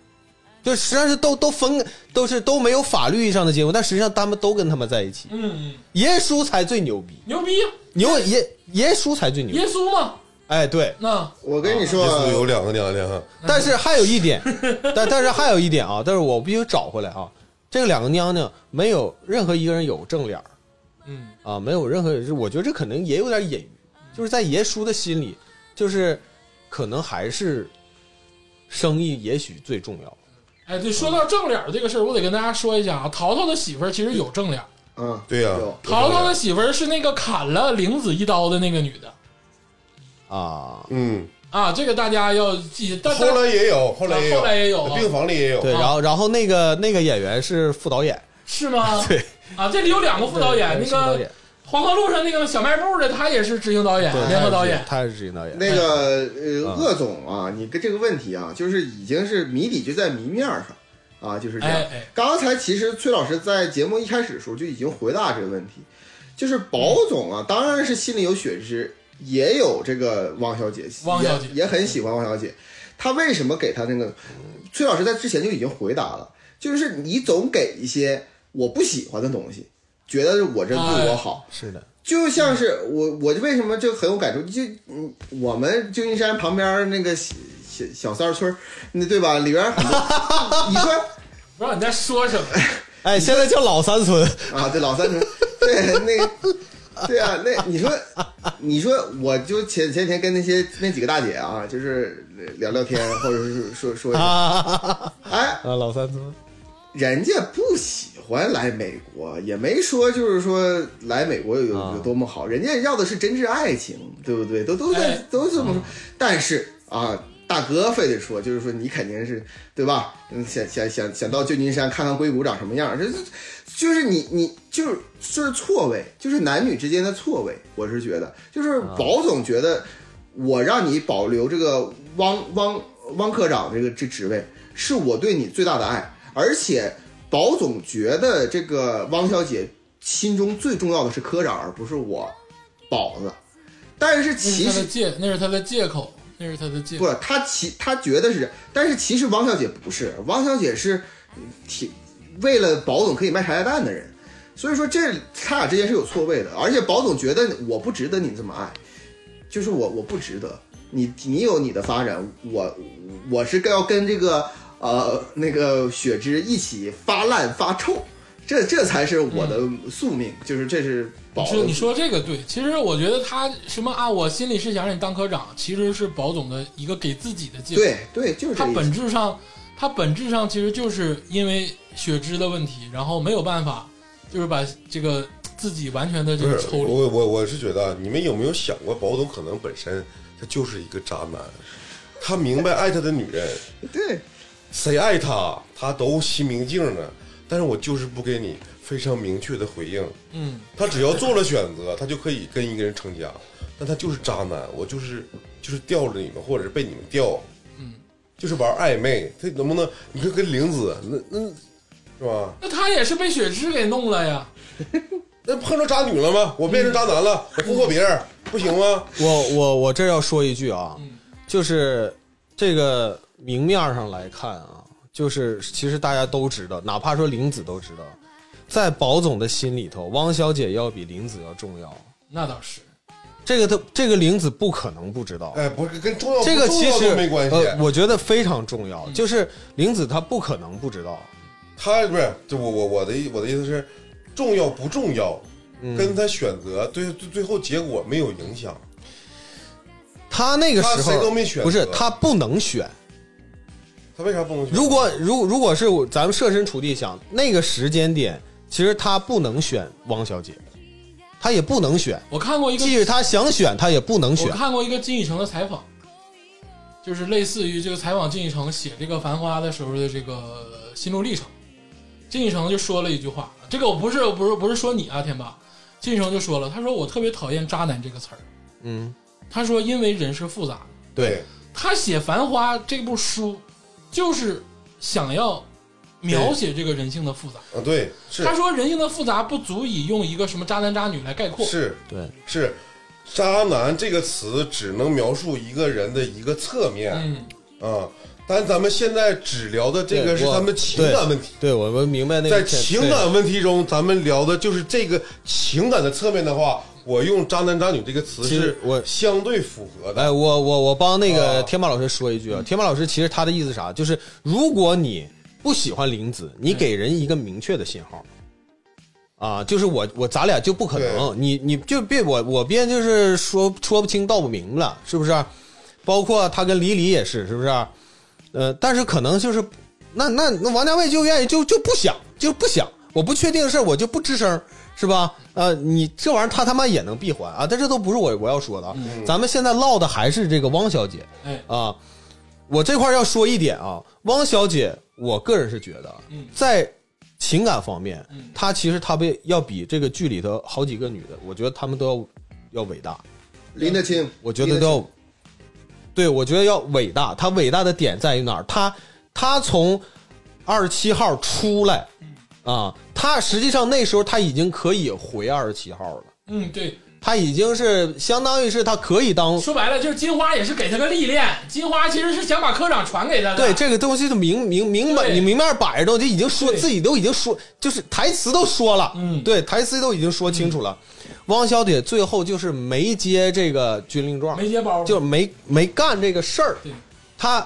S2: 就实际上是都都分都是都没有法律意义上的结婚，但实际上他们都跟他们在一起。
S1: 嗯，嗯，
S2: 爷叔才最牛逼，
S1: 牛逼啊呀，
S2: 牛爷爷叔才最牛逼。
S1: 耶稣嘛。
S2: 哎，对，
S1: 那
S4: 我跟你说
S3: 耶
S4: 啊，
S3: 稣有两个娘娘啊，
S2: 但是还有一点， 但但是还有一点啊，但是我必须找回来啊。这两个娘娘没有任何一个人有正脸儿
S1: 嗯，
S2: 啊，没有任何，我觉得这可能也有点隐喻，就是在爷叔的心里，就是可能还是生意也许最重要。
S1: 哎，对，说到正脸儿这个事儿，我得跟大家说一下啊，淘淘的媳妇儿其实有正脸儿，
S4: 啊，
S3: 对呀、
S4: 有
S1: 淘淘的媳妇儿是那个砍了玲子一刀的那个女的
S2: 啊，
S3: 嗯，
S1: 啊，这个大家要记，但
S3: 后来也有，后来也有，
S1: 后来也有啊
S3: 病房里也有，
S2: 对，然后然后那个那个演员是副导演，
S1: 是吗？
S2: 对，
S1: 啊，这里有两个副导演，
S2: 对
S1: 那
S2: 是导
S1: 个
S2: 演
S1: 黄河路上那个小卖部的，他也是执行导演，
S2: 对
S1: 联合
S2: 他
S1: 导
S2: 是
S1: 演。
S2: 他是执行导演，
S4: 那个呃，
S2: 啊
S4: 鄂总啊，你跟这个问题啊，就是已经是谜底就在谜面上啊，就是这样
S1: 哎哎。
S4: 刚才其实崔老师在节目一开始的时候就已经回答这个问题，就是保
S1: 嗯
S4: 总啊，当然是心里有血脂，也有这个汪小姐，
S1: 汪小姐
S4: 也也很喜欢汪小姐。他为什么给她那个？崔老师在之前就已经回答了，就是你总给一些我不喜欢的东西，觉得我这对我好。
S2: 是的，
S4: 就像是我，我就为什么就很有感触，就嗯，我们旧金山旁边那个小小小三儿村儿，那对吧？里边儿很多，你说
S1: 不知道你在说什么，
S2: 哎，现在叫老三村，
S4: 啊，对老三城，对那个，对啊，那你说，你说，我就前前几天跟那些那几个大姐啊，就是聊聊天，或者是说说一下，哎，
S2: 啊，老三村，
S4: 人家不喜欢来美国，也没说就是说来美国有
S2: 啊
S4: 有多么好，人家要的是真挚爱情，对不对？都都在、
S1: 哎
S4: 都这么说，但是啊，大哥非得说，就是说你肯定是对吧？嗯想想想想到旧金山看看硅谷长什么样，这这就是你你就是就是错位，就是男女之间的错位，我是觉得，就是保总觉得我让你保留这个汪汪汪科长这个这职位，是我对你最大的爱，而且保总觉得这个汪小姐心中最重要的是科长，而不是我宝子。但是
S1: 那是
S4: 其
S1: 他的
S4: 实
S1: 借，那是他的借口，那是他的借口。
S4: 不，他其他觉得是这样，但是其实王小姐不是，王小姐是嗯挺为了保总可以卖茶叶蛋的人，所以说这他俩之间是有错位的，而且保总觉得我不值得你这么爱，就是我我不值得你，你有你的发展，我我是要跟这个呃那个血脂一起发烂发臭，这这才是我的宿命，就是这是保
S1: 是嗯你说这个对，其实我觉得他什么啊，我心里是想让你当科长，其实是保总的一个给自己的借口。
S4: 对对，就是
S1: 他
S4: 这意思
S1: 本质上，他本质上其实就是因为血脂的问题，然后没有办法，就是把这个自己完全的这
S3: 不
S1: 个
S3: 是
S1: 抽离。
S3: 我我我是觉得啊，你们有没有想过，保总可能本身他就是一个渣男，他明白爱他的女人，
S4: 对。
S3: 谁爱他，他都心明镜的，但是我就是不给你非常明确的回应。
S1: 嗯，
S3: 他只要做了选择，他就可以跟一个人成家，但他就是渣男，我就是就是吊着你们，或者是被你们吊，
S1: 嗯，
S3: 就是玩暧昧，他能不能？你看跟玲子，那那是吧？
S1: 那他也是被血脂给弄了呀。
S3: 那碰着渣女了吗？我变成渣男了，我俘获别人，不行吗？
S2: 我我我这要说一句啊，
S1: 嗯
S2: 就是这个明面上来看啊，就是其实大家都知道，哪怕说玲子都知道，在保总的心里头，汪小姐要比玲子要重要。
S1: 那倒是，
S2: 这个她这个玲子不可能不知道，
S3: 哎，不是跟重要
S2: 这个
S3: 不重
S2: 其
S3: 要
S2: 实
S3: 都没关系。
S2: 呃，我觉得非常重要，就是玲子她不可能不知道。
S3: 他不是，就我我我的意我的意思是，重要不重要，
S2: 嗯
S3: 跟他选择对最最后结果没有影响。
S2: 她那个时
S3: 她谁
S2: 候
S3: 都没选择
S2: 不是她不能选。
S3: 他为啥不能选？
S2: 如果如如果是我咱们设身处地想，那个时间点，其实她不能选汪小姐，她也不能选。
S1: 我看过一个
S2: 即使他想选，他也不能
S1: 我
S2: 选。
S1: 看过一个金宇澄的采访，就是类似于这个采访金宇澄写这个《繁花》的时候的这个心路历程。金宇澄就说了一句话，这个我不是不是不是说你啊，天霸，金宇澄就说了，他说我特别讨厌“渣男”这个词儿，
S2: 嗯，
S1: 他说因为人是复杂的。
S2: 对，
S1: 他写《繁花》这部书，就是想要描写这个人性的复杂。
S3: 啊，对，是
S1: 他说人性的复杂不足以用一个什么渣男渣女来概括。
S3: 是
S2: 对，
S3: 是，渣男这个词只能描述一个人的一个侧面啊、
S1: 嗯，
S3: 但咱们现在只聊的这个是
S2: 对我
S3: 咱们情感问题，
S2: 对我我明白那
S3: 在
S2: 个
S3: 情感问题中，咱们聊的就是这个情感的侧面的话，我用“渣男渣女”这个词
S2: 其实
S3: 是
S2: 我
S3: 相对符合
S2: 哎，
S3: 的。
S2: 我我我帮那个
S3: 啊
S2: 天霸老师说一句啊，天霸老师其实他的意思是啥？就是如果你不喜欢玲子，
S3: 嗯
S2: 你给人一个明确的信号。啊，就是我我咱俩就不可能，你你就别我我别就是说说不清道不明了，是不是？包括他跟李李也是，是不是？呃，但是可能就是那那那王家卫就愿意就就不想就不想，我不确定的事儿我就不吱声儿，是吧？呃，你这玩意儿他他妈也能闭环啊，但这都不是我我要说的啊，咱们现在唠的还是这个汪小姐
S1: 哎，
S2: 啊。我这块儿要说一点啊，汪小姐，我个人是觉得，啊在情感方面，她其实她被要比这个剧里头好几个女的，我觉得她们都要要伟大。
S4: 林德清，
S2: 我觉
S4: 林
S2: 得
S4: 德清
S2: 要，对我觉得要伟大。他伟大的点在于哪儿？他他从二十七号出来啊，他实际上那时候他已经可以回二十七号了，
S1: 嗯，对，
S2: 他已经是相当于是他可以当
S1: 说白了就是金花也是给他个历练，金花其实是想把科长传给他的。
S2: 对这个东西是明明明白，
S1: 对
S2: 你明面摆着都就已经说
S1: 对
S2: 自己都已经说，就是台词都说了，
S1: 嗯
S2: 对，台词都已经说清楚了。汪小姐最后就是没接这个军令状，
S1: 没接包，
S2: 就是没没干这个事儿
S1: 对。
S2: 他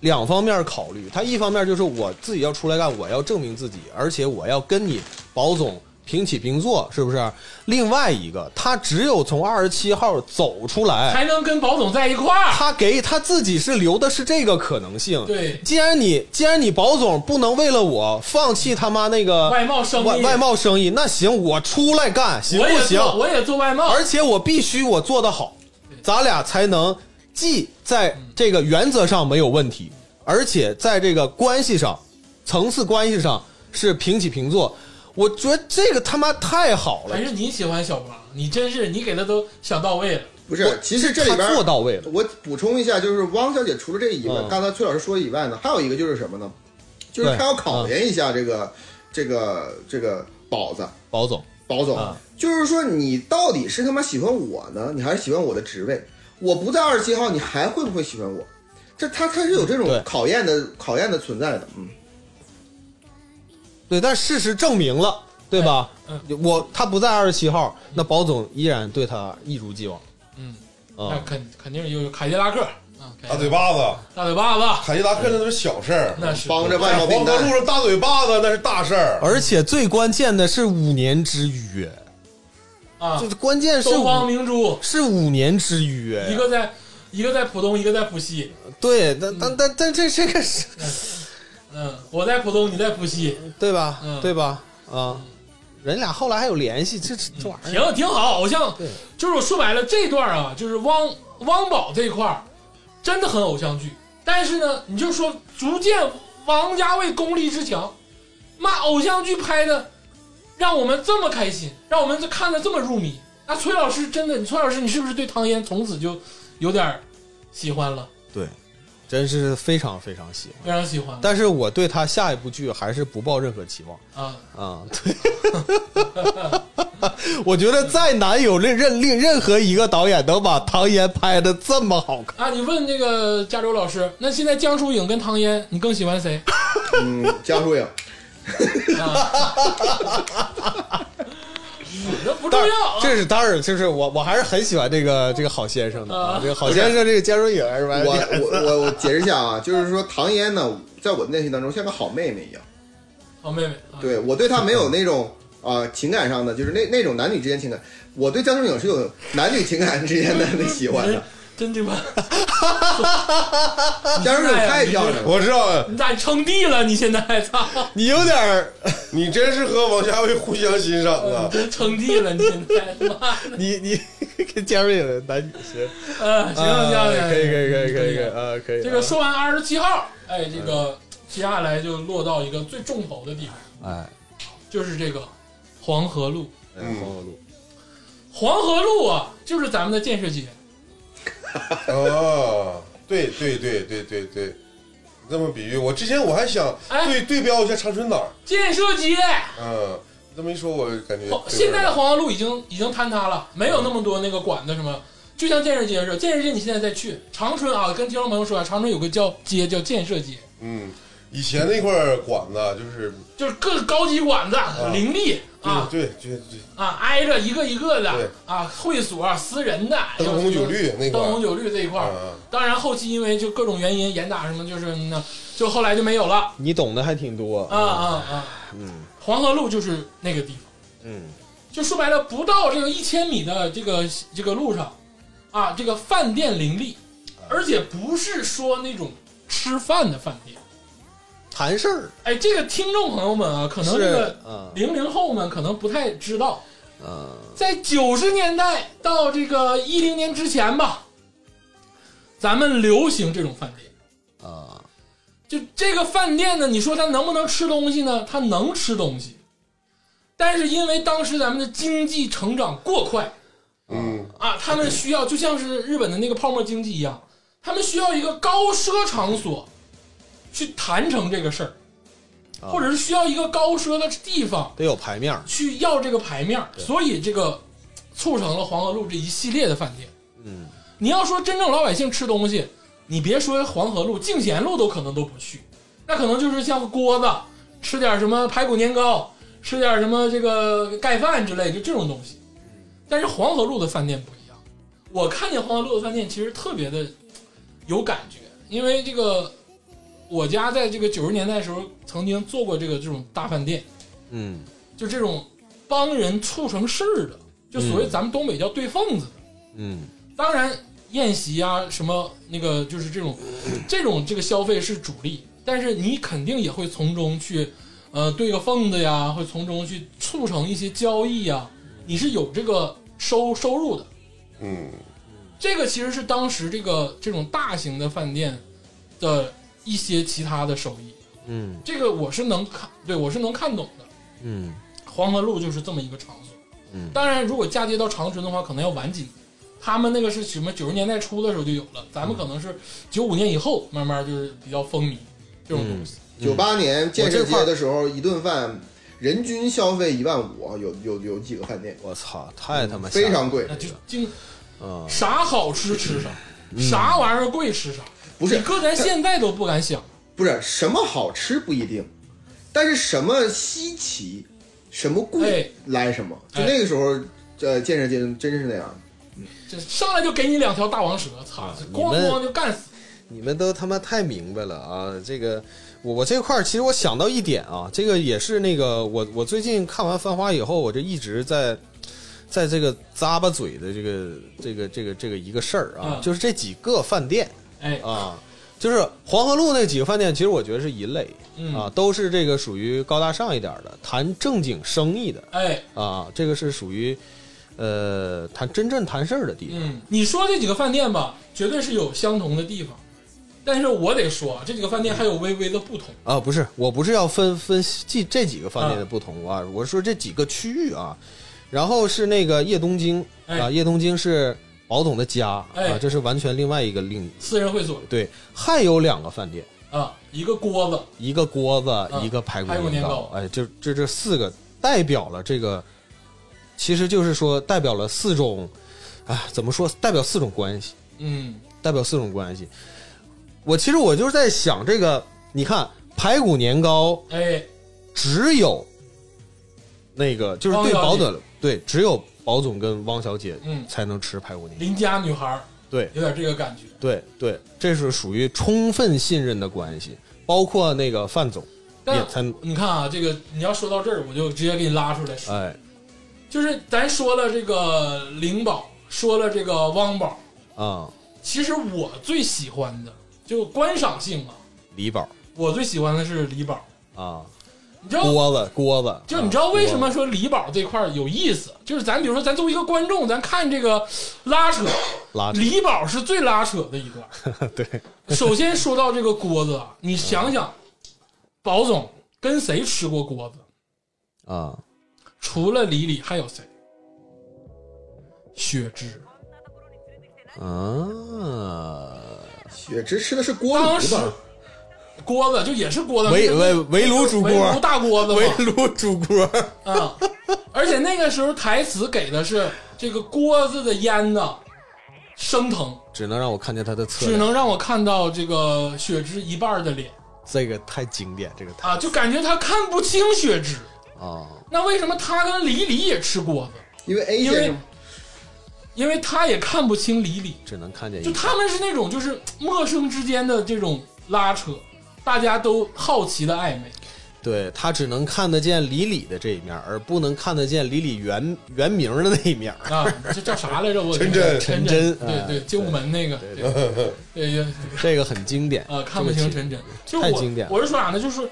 S2: 两方面考虑，他一方面就是我自己要出来干，我要证明自己，而且我要跟你保总平起平坐，是不是？另外一个，他只有从二十七号走出来，
S1: 才能跟保总在一块儿。
S2: 他给他自己是留的是这个可能性。
S1: 对
S2: 既然你既然你保总不能为了我放弃他妈那个
S1: 外贸生意
S2: 外外贸生意，那行我出来干行
S1: 我
S2: 不
S1: 也
S2: 行？
S1: 做，我也做外贸。
S2: 而且我必须我做得好，咱俩才能既在这个原则上没有问题，而且在这个关系上、层次关系上是平起平坐。我觉得这个他妈太好了
S1: 还，是你喜欢小王，你真是你给他都想到位了。
S4: 不是，其实这里
S2: 他
S4: 边儿
S2: 做到位了。
S4: 我补充一下，就是汪小姐除了这以外，
S2: 嗯
S4: 刚才崔老师说以外呢，还有一个就是什么呢？就是
S2: 对嗯
S4: 她要考验一下这个、这个这个宝子
S2: 保总，
S4: 宝总，
S2: 啊
S4: 就是说你到底是他妈喜欢我呢，你还是喜欢我的职位？我不在二十七号，你还会不会喜欢我？这他他是有这
S2: 嗯对
S4: 种考验的考验的存在的，嗯，
S2: 对，但事实证明了，对吧？
S1: 嗯
S2: 我他不在二十七号，那保总依然对他一如既往。
S1: 嗯，
S2: 啊、
S1: 那肯肯定有凯迪拉克啊，
S3: 大嘴巴子，
S1: 大嘴巴子，
S3: 凯迪拉克那都是小事儿，
S1: 那是
S4: 帮着外
S3: 在
S4: 贸订
S3: 黄河路
S4: 单，
S3: 上大嘴巴子那是大事儿。
S2: 而且最关键的是五年之约，
S1: 啊
S2: 就，是关键是
S1: 东方
S2: 五
S1: 明珠，
S2: 是五年之约
S1: 一
S2: 呀。
S1: 个在一个在浦东，一个在浦西，
S2: 对，但但但但这这个是
S1: 嗯，我在浦东，你在浦西，
S2: 对吧？
S1: 嗯
S2: 对吧？啊，人俩后来还有联系，这
S1: 嗯
S2: 这这玩意儿
S1: 挺挺好，偶像
S2: 对，
S1: 就是我说白了这段啊，就是汪汪宝这块儿真的很偶像剧，但是呢，你就说逐渐王家卫功力之强，妈偶像剧拍的让我们这么开心，让我们这看的这么入迷。那崔老师真的，你崔老师你是不是对唐嫣从此就有点儿喜欢了，
S2: 对，真是非常非常喜欢。
S1: 非常喜欢了
S2: 但是我对他下一部剧还是不抱任何期望
S1: 啊？
S2: 啊、对，我觉得再难有任任令任何一个导演能把唐嫣拍的这么好看。
S1: 啊，你问这个加州老师，那现在江疏影跟唐嫣，你更喜欢谁？
S4: 嗯，江疏影，
S1: 那不重
S2: 但是
S1: 要啊。
S2: 这是当然，就是我我还是很喜欢这个这个好先生的啊
S1: 啊，
S2: 这个好先生这个尖锐影是吧？
S4: 我我我我解释一下啊，就是说唐嫣呢，在我内心当中像个好妹妹一样，
S1: 好妹妹，啊，
S4: 对我对她没有那种啊、情感上的，就是那那种男女之间情感，我对江疏影是有男女情感之间的那喜欢
S1: 嗯
S4: 的，
S1: 真他妈，嗯
S4: 江疏影太漂
S2: 嗯
S4: 亮了，
S3: 我知道
S1: 你咋称帝了？你现在操，
S2: 你有点儿，
S3: 你真是和王家卫互相欣赏
S1: 你
S3: 啊！
S1: 真称帝了？你现在，妈的，
S2: 你你跟尖锐影的男女是
S1: 呃，行了行
S2: 啊
S1: 了，
S2: 可以可以可以可以可以
S1: 可
S2: 啊，可以
S1: 以。这个
S2: 啊
S1: 说完二十七号，哎，这个接下来就落到一个最重头的地方，
S2: 哎，
S1: 就是这个黄河路。
S2: 哎黄河路
S1: 黄河路啊，就是咱们的建设街，
S3: 啊，对对对对对对，你这么比喻，我之前我还想
S1: 哎
S3: 对对标一下长春哪儿，
S1: 建设街。
S3: 嗯，你这么一说，我感觉
S1: 黄哦
S3: 对
S1: 现在的
S3: 味儿
S1: 黄河路已经已经坍塌了，没有那么多那个管子什么，就像建设街似的。建设街你现在再去长春啊，跟听众朋友说啊，长春有个叫街叫建设街，
S3: 嗯，以前那块儿馆子就是
S1: 就是各个高级馆子林立
S4: 嗯
S1: 啊
S3: 啊对对对
S1: 啊，挨着一个一个
S3: 对
S1: 的啊，会所啊私人的，
S3: 对，灯红酒，绿那块
S1: 灯红
S3: 儿，
S1: 酒绿这一块儿。
S3: 嗯，
S1: 当然，后期因为就各种原因严打什么，就是嗯那就后来就没有了
S2: 你懂的还挺多
S1: 啊啊啊！
S2: 嗯
S1: 黄河路就是那个地方。
S2: 嗯，
S1: 就说白了，不到这个一千米的这个这个路上，啊，这个饭店林立，而且不是说那种吃饭的饭店。
S2: 谈事儿
S1: 哎，这个听众朋友们啊，可能这
S2: 是
S1: 个
S2: 嗯
S1: 零零后们可能不太知道，
S2: 嗯，
S1: 在九十年代到这个一零年之前吧，咱们流行这种饭店。
S2: 啊，
S1: 就这个饭店呢，你说它能不能吃东西呢？它能吃东西，但是因为当时咱们的经济成长过快，
S3: 嗯，
S1: 啊，他们需要就像是日本的那个泡沫经济一样，他们需要一个高奢场所去谈成这个事儿，
S2: 啊
S1: 或者是需要一个高奢的地方
S2: 得有牌面儿，
S1: 去要这个牌面儿，所以这个促成了黄河路这一系列的饭店。
S2: 嗯，
S1: 你要说真正老百姓吃东西，你别说黄河路、静贤路都可能都不去，那可能就是像个锅子，吃点什么排骨年糕，吃点什么这个盖饭之类，就这种东西。但是黄河路的饭店不一样，我看见黄河路的饭店其实特别的有感觉，因为这个我家在这个九十年代的时候曾经做过这个这种大饭店，
S2: 嗯
S1: 就这种帮人促成事儿的，就所谓
S2: 嗯
S1: 咱们东北叫对缝子的。
S2: 嗯
S1: 当然，宴席啊，什么那个就是这种，这种这个消费是主力，但是你肯定也会从中去，呃，对个缝子呀，会从中去促成一些交易呀，你是有这个收收入的。
S3: 嗯
S1: 这个其实是当时这个这种大型的饭店的一些其他的收益，
S2: 嗯
S1: 这个我是能看，对我是能看懂的。
S2: 嗯
S1: 黄河路就是这么一个场所。
S2: 嗯
S1: 当然，如果嫁接到长春的话，可能要晚几年。他们那个是什么？九十年代初的时候就有了，咱们可能是九五年以后慢慢就是比较风靡这
S2: 嗯
S1: 种东西。
S4: 九八年
S1: 嗯
S4: 建设
S2: 我这块
S4: 街
S2: 儿
S4: 的时候，一顿饭人均消费一万五，有有有几个饭店
S2: 我操，太他妈吓
S4: 非
S2: 人
S4: 常贵
S1: 那，就经
S2: 啊！嗯
S1: 啥好吃吃啥，啥玩意儿贵吃啥。
S4: 不是
S1: 你搁咱现在都不敢想。
S4: 不是什么好吃不一定，但是什么稀奇，什么
S1: 哎
S4: 贵来什么，就
S1: 哎
S4: 那个时候，呃，建设街真是那样。
S1: 这上来就给你两条大王蛇，操！这咣
S2: 啊你们
S1: 咣就干死。
S2: 你们都他妈太明白了啊！这个我我这块儿其实我想到一点啊，这个也是那个我我最近看完《繁花》以后，我这一直在在这个咂巴嘴的这个这个这个这个一个事儿啊，
S1: 嗯
S2: 就是这几个饭店
S1: 哎，
S2: 啊，就是黄河路那几个饭店，其实我觉得是一类
S1: 嗯，
S2: 啊，都是这个属于高大上一点儿的，谈正经生意的
S1: 哎，
S2: 啊，这个是属于呃谈真正谈事儿的地方。
S1: 嗯，你说这几个饭店吧，绝对是有相同的地方，但是我得说啊，这几个饭店还有微微的不同。
S2: 啊，不是，我不是要分分析这几个饭店的不同啊，我说这几个区域啊，然后是那个叶东京、
S1: 哎
S2: 啊，叶东京是宝总的家、
S1: 哎
S2: 啊，这是完全另外一个另
S1: 私人会所
S2: 对，还有两个饭店，
S1: 啊，一个锅子，
S2: 一个锅子，一个排
S1: 啊排骨
S2: 骨
S1: 年
S2: 年
S1: 糕
S2: 哎，就这这四个代表了这个，其实就是说代表了四种，啊，怎么说？代表四种关系，
S1: 嗯
S2: 代表四种关系。我其实我就是在想这个，你看排骨年糕。
S1: 哎，
S2: 只有那个就是对
S1: 汪小
S2: 保
S1: 姐
S2: 总对，只有保总跟汪小姐
S1: 嗯
S2: 才能吃排骨年糕。
S1: 邻家女孩儿
S2: 对
S1: 有点这个感觉。
S2: 对对，这是属于充分信任的关系，包括那个范总也
S1: 但
S2: 才
S1: 你看啊，这个你要说到这儿，我就直接给你拉出来说，
S2: 哎
S1: 就是咱说了这个灵宝，说了这个汪宝，
S2: 啊、
S1: 其实我最喜欢的就观赏性啊，
S2: 李宝
S1: 我最喜欢的是李宝。
S2: 啊，
S1: 你知道
S2: 锅子锅子，
S1: 就
S2: 啊
S1: 你知道为什么说李宝这块儿有意思？就是咱比如说，咱作为一个观众，咱看这个拉扯，
S2: 锅子
S1: 李宝是最拉扯的一段。
S2: 拉扯 对
S1: 首先说到这个锅子啊，你想想，
S2: 嗯
S1: 宝总跟谁吃过锅子？
S2: 啊
S1: 除了李李还有谁？雪芝。
S2: 啊，
S4: 雪芝吃的是锅
S1: 当
S4: 炉
S1: 时
S4: 吧？
S1: 锅子就也是锅子，
S2: 围围围炉煮锅
S1: 围炉大锅子嘛
S2: 围炉煮锅
S1: 啊、而且那个时候台词给的是这个锅子的烟呢升腾，
S2: 只能让我看见他的侧
S1: 只
S2: 脸，
S1: 能让我看到这个雪芝一半的脸
S2: 这个太经典，这个太
S1: 啊，就感觉他看不清雪芝。
S2: 啊
S1: 那为什么他跟李李也吃锅子？
S4: 因为 A
S1: 因
S4: 先
S1: 为
S4: 生，
S1: 因为他也看不清李李，
S2: 只能看见一
S1: 就
S2: 个
S1: 他们是那种就是陌生之间的这种拉扯，大家都好奇的暧昧。
S2: 对他只能看得见李李的这一面，而不能看得见李李原原名的那一面。
S1: 啊，这叫啥来着？我
S3: 陈真
S1: 陈
S2: 陈真
S1: 对对，
S2: 哎
S1: 精武门那个，
S2: 对
S1: 对对对，
S2: 这个很经典
S1: 呃，看不清
S2: 真
S1: 陈真，就
S2: 太
S1: 我
S2: 经典了
S1: 我是说啥呢？就是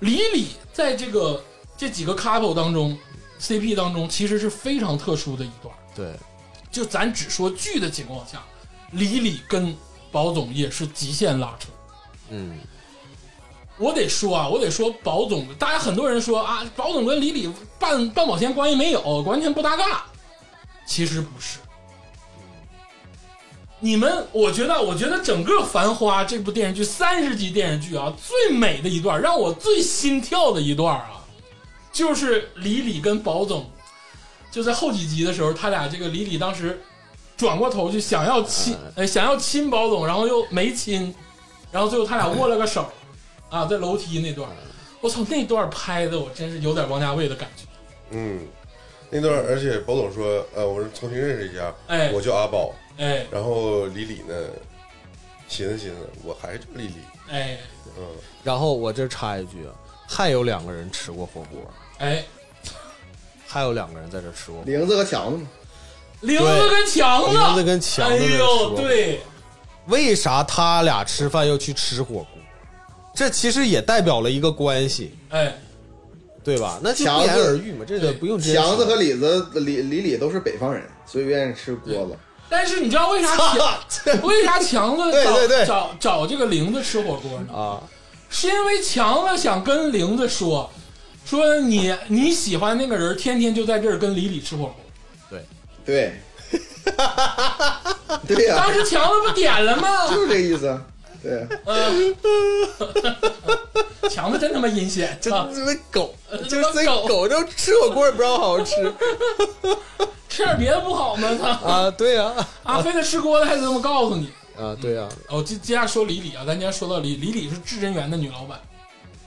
S1: 李李在这个这几个 couple 当中，CP 当中其实是非常特殊的一段。
S2: 对
S1: 就咱只说剧的情况下，李李跟宝总也是极限拉扯。
S2: 嗯
S1: 我得说啊，我得说宝总，大家很多人说啊，宝总跟李李半半毛钱关系没有，完全不搭嘎。其实不是，你们，我觉得，我觉得整个《繁花》这部电视剧三十集电视剧啊，最美的一段，让我最心跳的一段啊，就是李李跟宝总，就在后几集的时候，他俩这个李李当时转过头去想要亲，呃，想要亲宝总，然后又没亲，然后最后他俩握了个手，啊，在楼梯那段，我操，那段拍的我真是有点王家卫的感觉，
S3: 嗯，那段儿而且保总说，呃，我是重新认识一下，
S1: 哎
S3: 我叫阿宝，
S1: 哎
S3: 然后李李呢，寻思寻思，我还是李李，
S1: 哎
S3: 嗯，
S2: 然后我这插一句，还有两个人吃过火锅，
S1: 哎，
S2: 还有两个人在这吃过火锅，
S4: 玲子和强子嘛，
S1: 玲子跟强子，
S2: 玲子跟强子
S1: 哎
S2: 在吃
S1: 呦，
S2: 过
S1: 对，
S2: 为啥他俩吃饭要去吃火锅？这其实也代表了一个关系，
S1: 哎，
S2: 对吧？那就不
S4: 强子
S2: 言而喻嘛，这
S1: 对
S2: 个不用直接说
S4: 强子 和李子李李李都是北方人，所以愿意吃锅子。
S1: 但是你知道为啥 强为啥强子找
S2: 对对对
S1: 找找这个玲子吃火锅呢？
S2: 啊，
S1: 是因为强子想跟玲子说，说你你喜欢那个人，天天就在这儿跟李李吃火锅。
S2: 对，
S4: 对，对呀、
S1: 当时强子不点了吗？
S4: 就是这个意思。对，
S1: 嗯、强子真他妈阴险，
S2: 这
S1: 啊
S2: 这那狗，就是
S1: 这
S2: 这
S1: 狗
S2: 狗，就吃火锅也不让好好吃
S1: 吃点别的不好吗？他
S2: 啊，对呀、
S1: 啊，非得吃锅的还得这么告诉你。
S2: 啊，对呀、
S1: 哦，接接下来说李李啊，咱今天说到李李李是至真园的女老板，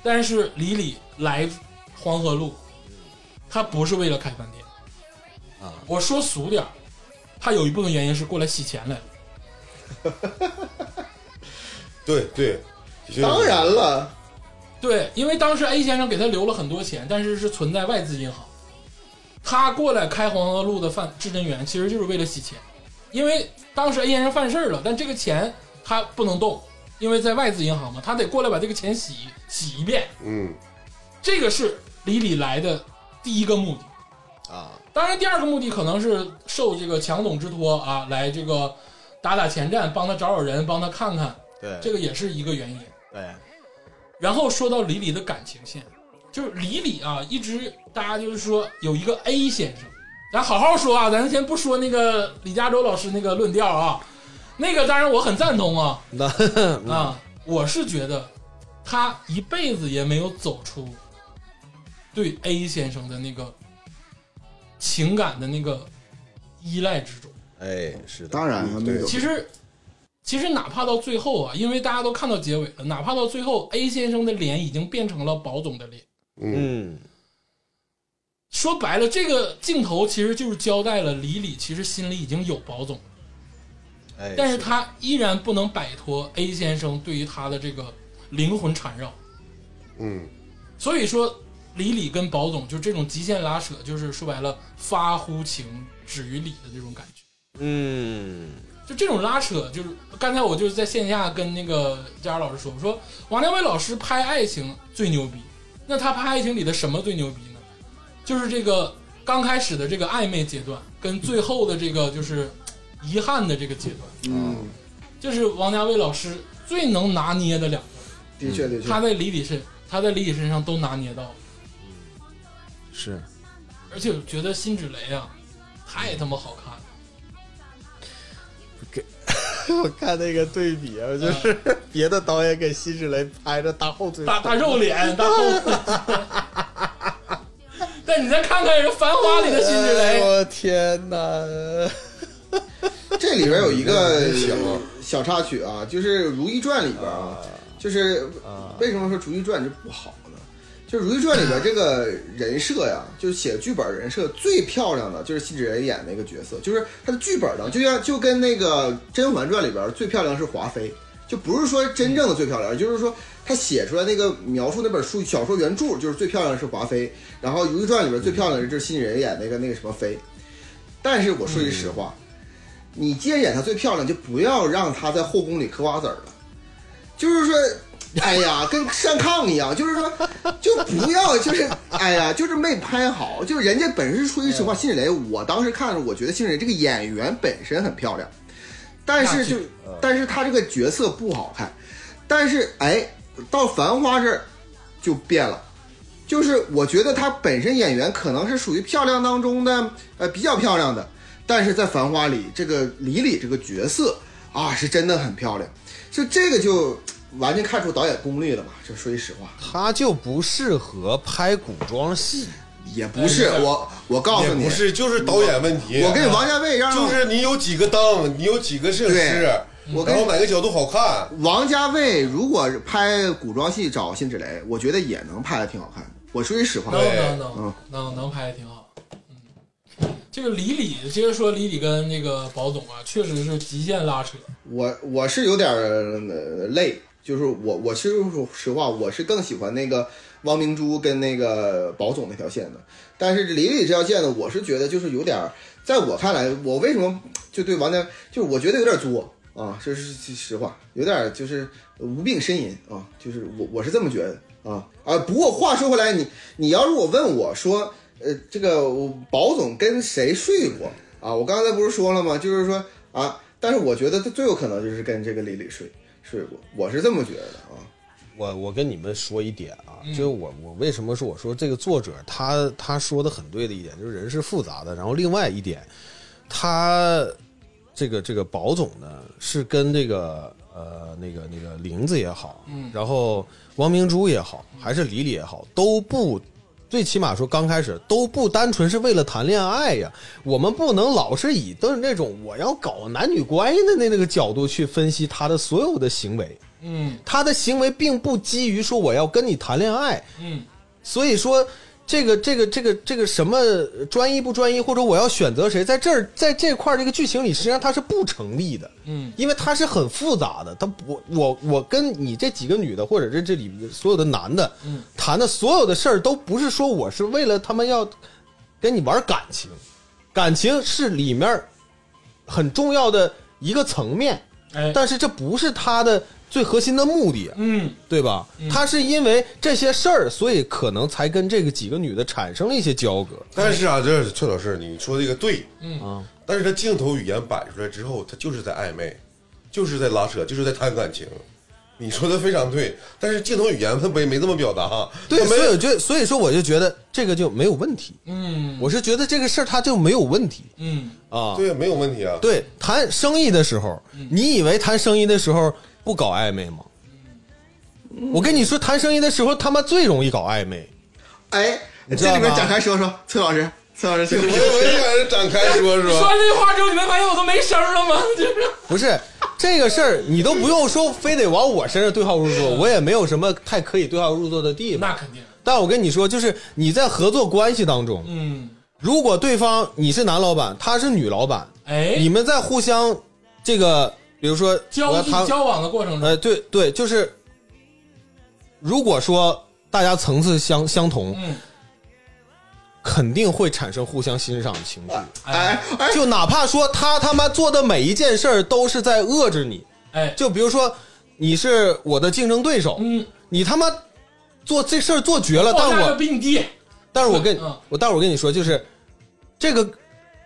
S1: 但是李李来黄河路，她不是为了开饭店
S2: 啊。
S1: 我说俗点儿，她有一部分原因是过来洗钱来了。
S3: 对对，的确是
S4: 当然了，
S1: 对，因为当时 A 先生给他留了很多钱，但是是存在外资银行。他过来开黄河路的犯至真园，其实就是为了洗钱，因为当时 A 先生犯事儿了，但这个钱他不能动，因为在外资银行嘛，他得过来把这个钱洗洗一遍。
S3: 嗯，
S1: 这个是李李来的第一个目的。
S2: 啊，
S1: 当然，第二个目的可能是受这个强总之托啊，来这个打打前站，帮他找找人，帮他看看，
S2: 对，
S1: 这个也是一个原因。
S2: 对，
S1: 然后说到李李的感情线，就是李李啊，一直大家就是说有一个 A 先生，咱好好说啊，咱先不说那个李嘉洲老师那个论调啊，那个当然我很赞同啊
S2: 那
S1: 啊，我是觉得他一辈子也没有走出对 A 先生的那个情感的那个依赖之中。
S2: 哎，是的，
S4: 当然了，没有。
S1: 其实，其实哪怕到最后啊，因为大家都看到结尾了，哪怕到最后，A 先生的脸已经变成了保总的脸。
S2: 嗯，
S1: 说白了，这个镜头其实就是交代了李李其实心里已经有保总，
S2: 哎，
S1: 但是
S2: 的
S1: 他依然不能摆脱 A 先生对于他的这个灵魂缠绕。
S3: 嗯，
S1: 所以说，李李跟保总就这种极限拉扯，就是说白了，发乎情，止于理的这种感觉。
S2: 嗯，
S1: 就这种拉扯，就是刚才我就是在线下跟那个佳儿老师说，我说王家卫老师拍爱情最牛逼，那他拍爱情里的什么最牛逼呢？就是这个刚开始的这个暧昧阶段，跟最后的这个就是遗憾的这个阶段，
S4: 嗯，
S1: 这是王家卫老师最能拿捏的两个，
S4: 的确的确
S1: 他，在李李身，他在李李身上都拿捏到了，
S2: 是，
S1: 而且我觉得辛芷蕾啊，太他妈好看了，
S2: 我看那个对比啊，就是 别的导演给辛芷蕾拍着大后腿，
S1: 大大肉 脸，大后腿。但你再看看人《繁花》里的辛芷
S2: 哎
S1: 蕾，
S2: 我天哪！
S4: 这里边有一个
S3: 行
S4: 小插曲啊，就是《如懿传》里边啊，就是为什么说《如懿传》就不好呢？就是《如懿传》里边这个人设呀，就是写剧本人设最漂亮的就是辛芷蕾演那个角色，就是她的剧本呢，就像就跟那个《甄嬛传》里边最漂亮是华妃，就不是说真正的最漂亮，而就是说她写出来那个描述那本书小说原著就是最漂亮的是华妃，然后《如懿传》里边最漂亮的就是辛芷蕾演那个那个什么妃。但是我说句实话，你既然演她最漂亮，就不要让她在后宫里嗑瓜子儿了。就是说，哎呀，跟上炕一样，就是说，哎就不要，就是哎呀，就是没拍好。就是人家本身说句实话，辛芷蕾，我当时看着，我觉得辛芷蕾这个演员本身很漂亮，但是就，但是她这个角色不好看。但是哎，到《繁花》这儿就变了。就是我觉得她本身演员可能是属于漂亮当中的呃比较漂亮的，但是在《繁花》里，这个李李这个角色啊是真的很漂亮，就这个就完全看出导演功力了吧？这说句实话，
S2: 他就不适合拍古装戏，
S4: 也不是
S1: 哎
S4: 我我告诉
S3: 也
S4: 你
S3: 不，是，就是导演问题。
S4: 我跟王家卫让
S3: 就是你有几个灯，你有几个摄影师
S4: 对，我跟
S3: 然后哪个角度好看，
S4: 王家卫如果拍古装戏找辛芷蕾，我觉得也能拍的挺好看的。我说句实话，
S1: 能
S3: 对
S1: 能能嗯能能拍的挺好。嗯，这个李李，接着说李李跟那个保总啊，确实是极限拉扯。
S4: 我我是有点儿呃累，就是我我其实说实话，我是更喜欢那个汪明珠跟那个保总那条线的。但是李李这条线呢，我是觉得就是有点儿，在我看来，我为什么就对王家，就是我觉得有点作啊，这是这是实话，有点儿就是无病呻吟啊，就是我我是这么觉得啊啊。不过话说回来，你你要是我问我说，呃，这个我保总跟谁睡过啊？我刚才不是说了吗？就是说啊，但是我觉得他最有可能就是跟这个李李睡睡过，我是这么觉得啊。
S2: 我我跟你们说一点啊，就是我我为什么说我说这个作者他他说的很对的一点，就是人是复杂的。然后另外一点，他这个这个保总呢是跟这个呃那个那个玲子也好，然后王明珠也好，还是李李也好，都不。最起码说刚开始都不单纯是为了谈恋爱呀，我们不能老是以都是那种我要搞男女关系的那那个角度去分析他的所有的行为。
S1: 嗯
S2: 他的行为并不基于说我要跟你谈恋爱，
S1: 嗯，
S2: 所以说这个这个这个这个什么专一不专一，或者我要选择谁，在这儿在这块儿这个剧情里，实际上它是不成立的，
S1: 嗯，
S2: 因为它是很复杂的。它我我我跟你这几个女的，或者是这里所有的男的，
S1: 嗯，
S2: 谈的所有的事儿，都不是说我是为了他们要跟你玩感情，感情是里面很重要的一个层面，
S1: 哎，
S2: 但是这不是他的最核心的目的。
S1: 嗯
S2: 对吧？他是因为这些事儿，所以可能才跟这个几个女的产生了一些交割。
S3: 但是啊，这是崔老师，你说这个对，
S2: 啊，
S3: 但是他镜头语言摆出来之后，他就是在暧昧，就是在拉扯，就是在谈感情。你说的非常对，但是镜头语言他没没这么表达，
S2: 对，
S3: 他
S2: 所
S3: 没
S2: 以我
S3: 有
S2: 就所以说我就觉得这个就没有问题。
S1: 嗯
S2: 我是觉得这个事儿它就没有问题
S1: 嗯，
S2: 啊。嗯
S3: 对没有问题啊。
S2: 对，谈生意的时候，你以为谈生意的时候不搞暧昧吗？我跟你说，谈生意的时候他妈最容易搞暧昧。
S4: 哎，
S2: 知道
S4: 这里面
S2: 吗
S4: 展开说说，崔老师，崔老师，崔
S3: 我
S4: 老
S3: 也
S4: 师，
S3: 我也想展开
S1: 说
S3: 说说
S1: 完，这句话之后，你们发现我都没声儿了 吗？就是
S2: 不是这个事儿，你都不用说非得往我身上对号入座，我也没有什么太可以对号入座的地方。
S1: 那肯定，
S2: 但我跟你说，就是你在合作关系当中，
S1: 嗯，
S2: 如果对方你是男老板，他是女老板，
S1: 哎，
S2: 你们在互相这个，比如说我
S1: 交
S2: 要
S1: 际
S2: 谈，
S1: 交往的过程中，
S2: 呃，对对，就是如果说大家层次相相同，
S1: 嗯，
S2: 肯定会产生互相欣赏的情绪。
S4: 哎哎，
S2: 就哪怕说他他妈做的每一件事儿都是在遏制你，
S1: 哎，
S2: 就比如说你是我的竞争对手，
S1: 嗯，
S2: 你他妈做这事儿做绝了，
S1: 报
S2: 呃但
S1: 价
S2: 我
S1: 要比你低，
S2: 但是我跟、
S1: 嗯
S2: 我，但是我跟你说，就是这个，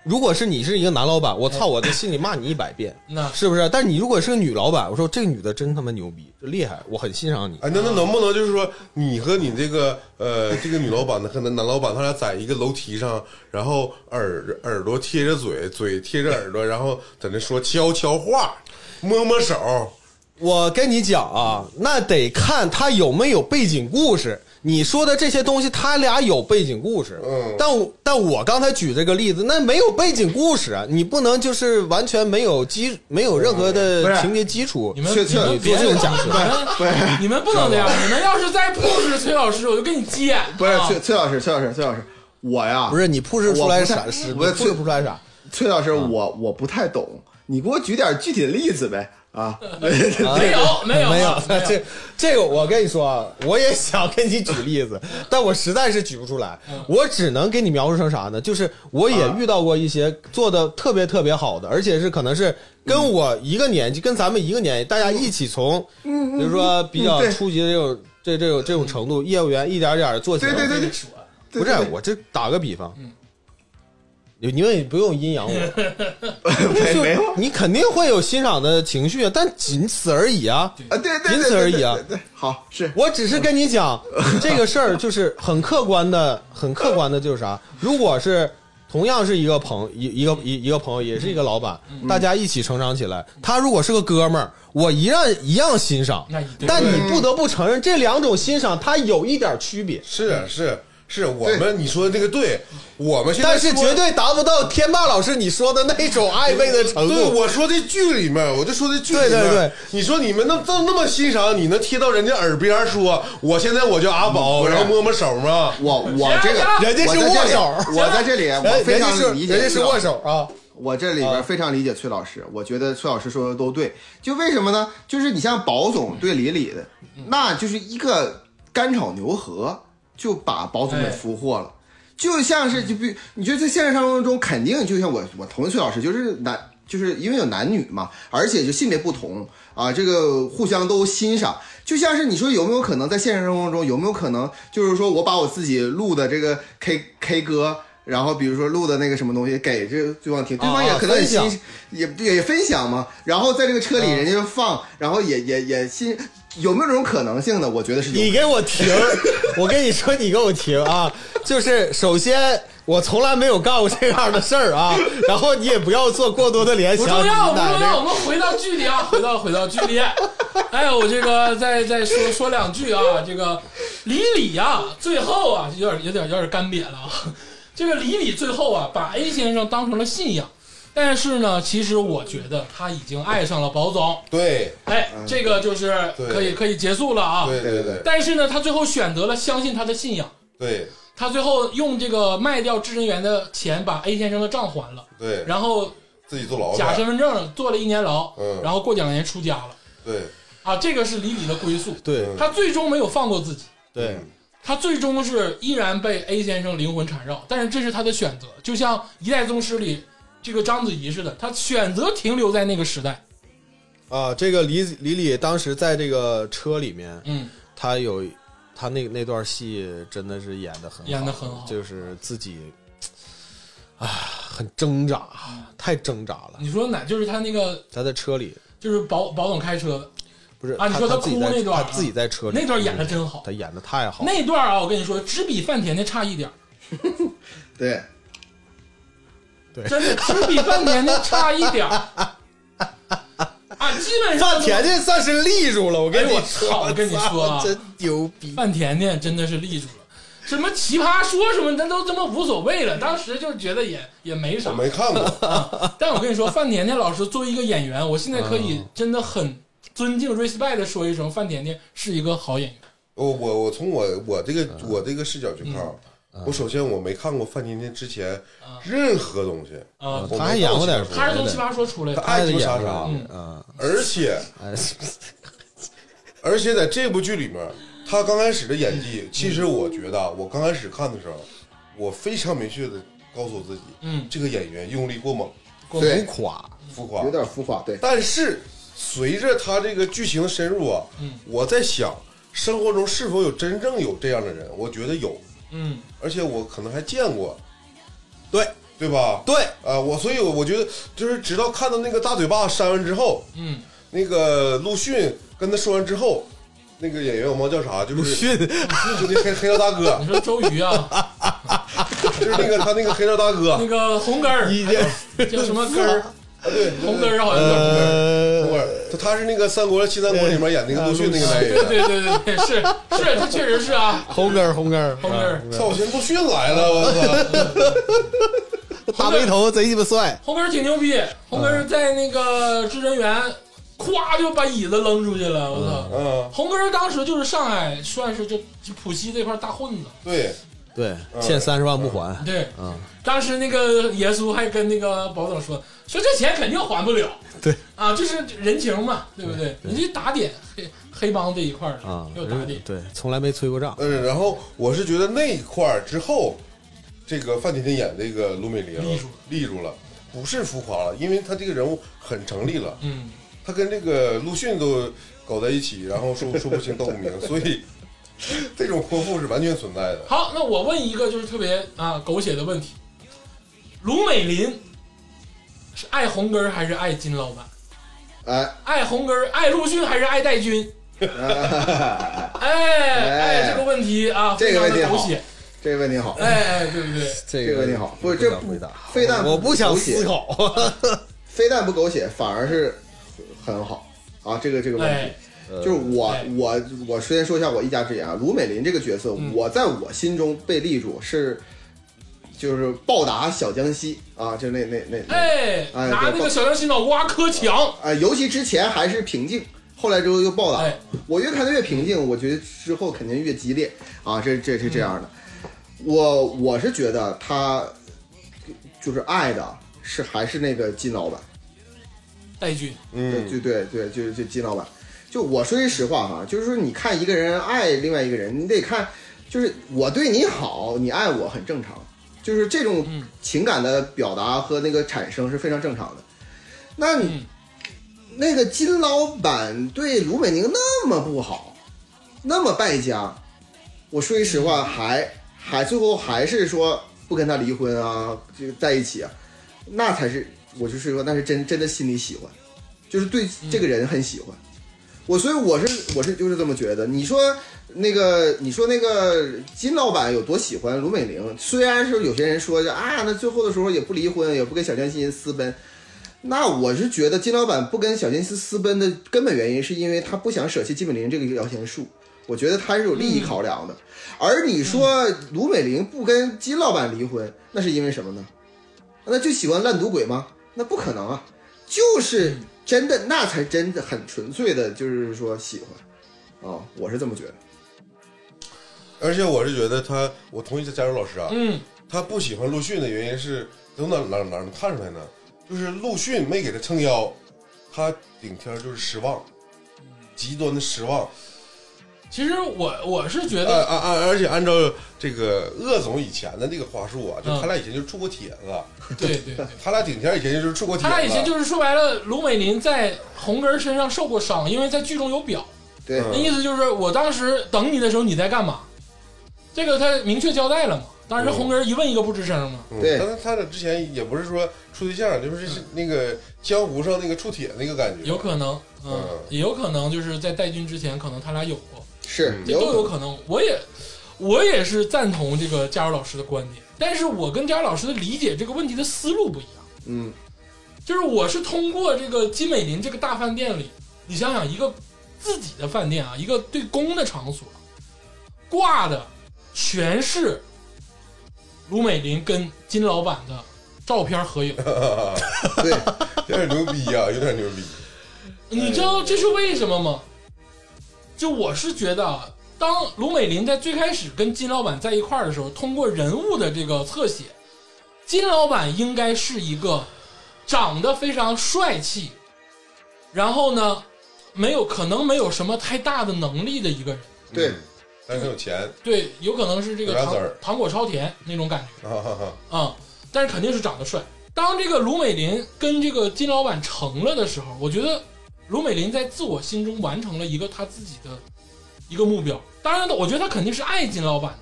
S2: 如果是你是一个男老板，我
S1: 哎
S2: 操，我在心里骂你一百遍，
S1: 那
S2: 是不是？但是你如果是个女老板，我说这个女的真他妈牛逼，这厉害，我很欣赏你。
S3: 哎，那那能不能就是说，你和你这个呃这个女老板呢和男男老板，他俩在一个楼梯上，然后耳耳朵贴着嘴，嘴贴着耳朵，然后在那说悄悄话，摸摸手，
S2: 我跟你讲啊，那得看他有没有背景故事。你说的这些东西，他俩有背景故事，
S3: 嗯
S2: 但我但我刚才举这个例子，那没有背景故事啊，你不能就是完全没有基，没有任何
S4: 不
S2: 的
S4: 是
S2: 情节基础。
S1: 你们
S4: 确
S1: 你
S4: 确
S1: 们别
S2: 做这种假设
S1: 你们 你们不能这样，你们要是再 push 崔老师，我就跟你急眼。
S4: 不是
S1: 啊
S4: 崔崔老师，崔老师，崔老师，我呀，
S2: 不是啊你 push 出来啥
S4: 我不太
S2: 是
S4: 我也
S2: ，push 不出来啥。
S4: 崔老师，我我不太懂，你给我举点具体的例子呗 啊！
S1: 没有没有
S2: 没有
S1: 啊，没有
S2: 这这个我跟你说啊，我也想给你举例子，
S4: 嗯
S2: 但我实在是举不出来，我只能给你描述成啥呢？就是我也
S4: 嗯
S2: 遇到过一些做的特别特别好的，而且是可能是
S4: 嗯
S2: 跟我一个年纪，跟咱们一个年纪，大家一起从，比如说比较
S4: 嗯对
S2: 初级的这种这这种这种程度，业务员一点点做起来。
S4: 对 对对
S1: 这个说
S4: 对
S2: 不是啊
S4: 对对嗯
S2: 我这打个比方，你你们也不用阴阳我，
S4: 没没有
S2: 你肯定会有欣赏的情绪，啊但仅此而已啊。
S4: 啊？对对对，
S2: 仅此
S4: 对
S2: 而已啊
S4: 对对，对 好是
S2: 我只是跟你讲这个事儿，就是很客观的，很客观的，就是啥？如果是同样是一个朋一一个一一个朋友，也是一个老板，大家一起成长起来，他如果是个哥们儿，我一样一样欣赏
S1: 那一定，
S2: 但你不得不承认，这两种欣赏它有一点区别，
S3: 是啊是啊是啊，我们你说的这个对，我们现在
S2: 但是
S3: 说
S2: 绝对达不到天霸老师你说的那种暧昧的程
S3: 对，
S2: 度。
S3: 我说这剧里面，我就说这剧里面，
S2: 对对对
S3: 你说你们那这那么欣赏，你能贴到人家耳边说，我现在我叫阿宝，
S2: 嗯
S4: 不是
S3: 然后摸摸手吗？
S4: 我我这个
S1: 行了
S2: 哎人家是
S4: 我在
S2: 握
S4: 这里
S2: 手，
S4: 我在 这里我
S2: 人
S4: 非
S2: 哎人家
S4: 常
S2: 是
S4: 理解
S2: 人家
S4: 崔
S2: 是
S4: 老师
S2: 握手啊。
S4: 我这里边非常理解崔老师，我觉得崔老师说的都对。就为什么呢？就是你像宝总对李李的，
S2: 嗯
S4: 那就是一个干炒牛河就把宝
S2: 哎
S4: 总给俘获了。就像是就比你觉得在现实生活中肯定就像我我同意崔老师，就是男就是因为有男女嘛，而且就性别不同啊，这个互相都欣赏。就像是你说有没有可能在现实生活中有没有可能，就是说我把我自己录的这个 K K 歌。然后比如说录的那个什么东西给这个对方听，对方也
S2: 啊
S4: 可能
S2: 分享
S4: 欣也也分享嘛。然后在这个车里人家就放，然后也也也欣，有没有这种可能性呢？我觉得是有
S2: 你给 我停！我跟你说，你给我停啊！就是首先，我从来没有干过这样的事儿 啊。然后你也不要做过多的联
S1: 不
S2: 想。
S1: 重要，不重要，我嗯
S2: 你
S1: 们回到剧里啊，回到回到剧里。哎，我这个再再说说两句啊，这个李李啊，最后啊，有点有点有点干瘪了啊。这个李李最后啊，把 A 先生当成了信仰，但是呢，其实我觉得他已经爱上了保总。
S3: 对
S1: 哎，这个就是
S3: 嗯对
S1: 可以可以结束了啊。
S3: 对对对
S1: 但是呢，他最后选择了相信他的信仰。
S3: 对，
S1: 他最后用这个卖掉智人园的钱把 A 先生的账还了，
S3: 对，
S1: 然后
S3: 自己坐牢
S1: 假
S3: 去，
S1: 身份证坐了一年牢，
S3: 嗯
S1: 然后过两年出家了
S3: 对，
S1: 啊，这个是李李的归宿。
S2: 对
S3: 嗯
S1: 他最终没有放过自己，
S2: 对
S1: 他最终是依然被 A 先生灵魂缠绕，但是这是他的选择，就像《一代宗师》里这个章子怡似的，他选择停留在那个时代。
S2: 啊，这个李李李当时在这个车里面，
S1: 嗯，
S2: 他有他那那段戏真的是演的很好
S1: 演得很好
S2: 就是自己啊很挣扎，太挣扎了。
S1: 你说哪？就是他那个，
S2: 他在车里
S1: 就是保保总开车
S2: 不是
S1: 啊你说
S2: 他
S1: 他
S2: 自己
S1: 哭
S2: 在
S1: 那段啊
S2: 他自己在车里
S1: 那段演的真好
S2: 他，演的太
S3: 哦
S2: 好了。
S1: 那段啊，我跟你说，只比范甜的差一点儿，
S4: 对，
S1: 真的只比范甜的差一点儿。 啊，基本上
S2: 范甜甜算是立住了，我跟
S1: 哎
S2: 你
S1: 我
S2: 说，
S1: 操我跟你说啊
S2: 操真牛逼。
S1: 范甜甜真的是立住了，什么奇葩说什么那都他妈无所谓了，当时就觉得也也没啥
S3: 我。没 看过，
S1: 但我跟你说，范甜甜老师作为一个演员，我现在可
S3: 嗯
S1: 以真的很尊敬、respect 的说一声，范甜甜是一个好演员。
S3: 我我我从我我这个
S2: 嗯
S3: 我这个视角去看，我首先我没看过范甜甜之前
S2: 嗯
S3: 任何东西，
S1: 啊
S3: 我没
S2: 她还演过点
S3: 看
S1: 他是
S2: 什么
S1: 从奇葩说出来
S3: 她
S1: 的，
S3: 爱
S2: 嗯演
S3: 情啥
S2: 啥
S3: 啥，
S1: 嗯
S2: 嗯，
S3: 而且
S2: 哎，
S3: 而且在这部剧里面，他刚开始的演技，其实我觉得啊，我刚开始看的时候，我非常明确的告诉我自己，
S1: 嗯，
S3: 这个演员用力过猛，
S2: 浮
S4: 对，
S2: 夸，
S3: 浮夸
S4: 有。点浮夸，对，
S3: 但是随着他这个剧情的深入啊，
S1: 嗯
S3: 我在想，生活中是否有真正有这样的人？我觉得有，
S1: 嗯，
S3: 而且我可能还见过，
S2: 对
S3: 对吧？
S2: 对，
S3: 啊，我所以我觉得就是直到看到那个大嘴巴扇完之后，
S1: 嗯，
S3: 那个陆逊跟他说完之后，那个演员我忘叫啥，就是
S2: 鲁迅
S3: 就那黑黑道大哥
S1: 你，说周瑜 啊，
S3: 就是那个他那个黑道大哥，
S1: 那个红根儿
S2: 一见
S1: 叫什么根儿？
S3: 啊对，
S1: 红根儿好像叫。
S2: 呃
S3: 不是他他是那个三国新三国里面演那个陆逊那个男演
S1: 对
S3: 员。
S1: 对对对对，是是，他确实是啊，
S2: 红根儿红根儿
S1: 红根儿
S2: 啊
S3: 操！我寻思陆逊来了，我 操！
S2: 大背头贼鸡巴帅，
S1: 红根儿挺牛逼，红根儿在那个智真园，咵就把椅子扔出去了，我操！
S3: 嗯，
S1: 红根儿当时就是上海算是就就浦西这块儿大混子，
S3: 对，
S2: 对，
S3: 嗯
S2: 欠三十万不还，
S1: 对，
S2: 嗯，
S1: 当时那个耶稣还跟那个保总说，说这钱肯定还不了。
S2: 对
S1: 啊，这是人情嘛，对不对？
S2: 对
S1: 你这打点黑黑帮这一块儿
S2: 啊，
S1: 要打点，
S2: 对，从来没催过账，
S3: 嗯，然后我是觉得那一块儿之后，这个范甜甜演这个卢美玲
S1: 立住了
S3: 立住了，不是浮夸了，因为她这个人物很成立了，
S1: 嗯，
S3: 她跟这个陆逊都搞在一起，然后说说不清道不 明，所以这种泼妇是完全存在的。
S1: 好，那我问一个就是特别啊狗血的问题，卢美林是爱红根儿还是爱金老板？
S4: 哎，
S1: 爱红根儿爱陆逊还是爱戴 军？
S4: 哎
S1: 哎
S4: 哎
S1: 这个问题啊，
S4: 这个
S1: 非常
S4: 问题
S1: 的狗
S4: 好
S1: 血，
S4: 这个问题好，
S1: 哎哎，对不对？
S2: 这
S4: 这个问题好，不是
S2: 不
S4: 这
S2: 想回答，
S4: 非但
S2: 我不想
S4: 狗血
S2: 思，考，
S4: 非但不狗血，反而是很好啊，这个这个问题
S1: 哎。，
S4: 就是我
S1: 哎
S4: 我我首先说一下我一家之言啊，卢美林这个角色，
S1: 嗯
S4: 我在我心中被立住是，就是暴打小江西啊，就那那那那，
S1: 哎，
S4: 哎
S1: 拿那
S4: 对
S1: 个小亮心脑瓜磕墙，
S4: 啊，尤其之前还是平静，后来之后又暴打，
S1: 哎，
S4: 我越看他越平静，我觉得之后肯定越激烈啊，这这这这样的，
S1: 嗯
S4: 我我是觉得他就是爱的是还是那个金老板，
S1: 戴军，
S4: 对
S3: 嗯，
S4: 就对对，就是就金老板。就我说句实话哈，就是说你看一个人爱另外一个人，你得看，就是我对你好，你爱我很正常，就是这种
S1: 嗯
S4: 情感的表达和那个产生是非常正常的。那你、
S1: 嗯
S4: 那个金老板对卢美宁那么不好，那么败家，我说句实话，还还最后还是说不跟他离婚啊，就在一起啊，那才是我就是说那是真真的心里喜欢，就是对这个人很喜欢。我所以我是我是就是这么觉得。你说那个你说那个金老板有多喜欢卢美玲？虽然是有些人说啊，那最后的时候也不离婚，也不跟小江心私奔。那我是觉得金老板不跟小金丝私奔的根本原因，是因为他不想舍弃金美玲这个摇钱树。我觉得他是有利益考量的。而你说卢美玲不跟金老板离婚，那是因为什么呢？那就喜欢烂赌鬼吗？那不可能啊！就是真的，那才真的哦很纯粹的，就是说喜欢啊、我是这么觉得。
S3: 而且我是觉得他，我同意这加州老师啊，
S1: 嗯，
S3: 他不喜欢陆逊的原因是从哪哪哪能看出来呢？就是陆逊没给他撑腰，他顶天就是失望，极端的失望。
S1: 其实我我是觉
S3: 呃，
S1: 得，
S3: 按按而且按照这个鄂总以前的这个话术啊，
S1: 嗯
S3: 就他俩以前就处过帖子，
S4: 呃
S1: 对 对
S4: 啊
S1: 对，
S3: 他俩顶天以前就是处过帖子，
S1: 他俩以前就是说白了，卢美林在红根身上受过伤，因为在剧中有表，
S4: 对
S1: 那
S3: 嗯
S1: 意思就是我当时等你的时候你在干嘛？这个他明确交代了嘛。当时
S3: 嗯
S1: 红根一问一个不吱声嘛。
S3: 嗯
S4: 对
S3: 但是他俩之前也不是说处对象，就是是那个江湖上那个处铁那个感觉，
S1: 嗯有可能，嗯
S3: 嗯，
S1: 也有可能就是在带军之前，可能他俩有过，
S4: 是
S1: 这都有
S4: 嗯可
S1: 可能。我也，我也是赞同这个佳茹老师的观点，但是我跟佳茹老师的理解这个问题的思路不一样。
S4: 嗯，
S1: 就是我是通过这个金美林这个大饭店里，你想想一个自己的饭店啊，一个对公的场所，挂的全是卢美林跟金老板的照片合影，
S4: 对，
S3: 有点牛逼啊，有点牛逼。
S1: 你知道这是为什么吗？就我是觉得啊，当卢美林在最开始跟金老板在一块儿的时候，通过人物的这个侧写，金老板应该是一个长得非常帅气，然后呢，没有可能没有什么太大的能力的一个人。
S4: 对
S3: 嗯，但是很有钱，
S1: 对，有可能是这个
S3: 有点
S1: 糖
S3: 籽儿
S1: 糖果超甜那种感觉。
S3: 哈哈哈。
S1: 啊、但是肯定是长得帅。当这个卢美林跟这个金老板成了的时候，我觉得卢美林在自我心中完成了一个他自己的一个目标。当然了，我觉得他肯定是爱金老板的，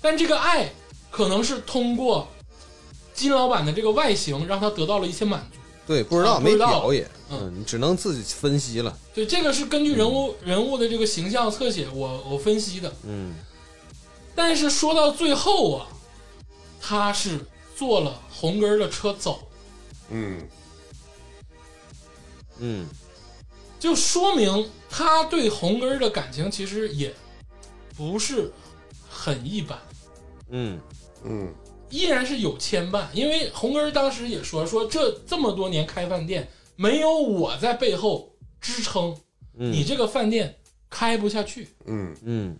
S1: 但这个爱可能是通过金老板的这个外形让他得到了一些满足。
S2: 对，不知道
S1: 啊不
S2: 没
S1: 知道
S2: 表演，
S1: 嗯
S2: 嗯，你只能自己分析了，
S1: 对，这个是根据人物、人物的这个形象侧写我我分析的。
S2: 嗯，
S1: 但是说到最后啊，他是坐了红根儿的车走了
S3: 嗯，
S2: 嗯，
S1: 就说明他对红根儿的感情其实也不是很一般，
S2: 嗯，
S3: 嗯，
S1: 依然是有牵绊。因为红根儿当时也说，说这这么多年开饭店，没有我在背后支撑，
S2: 嗯
S1: 你这个饭店开不下去。
S3: 嗯，
S2: 嗯，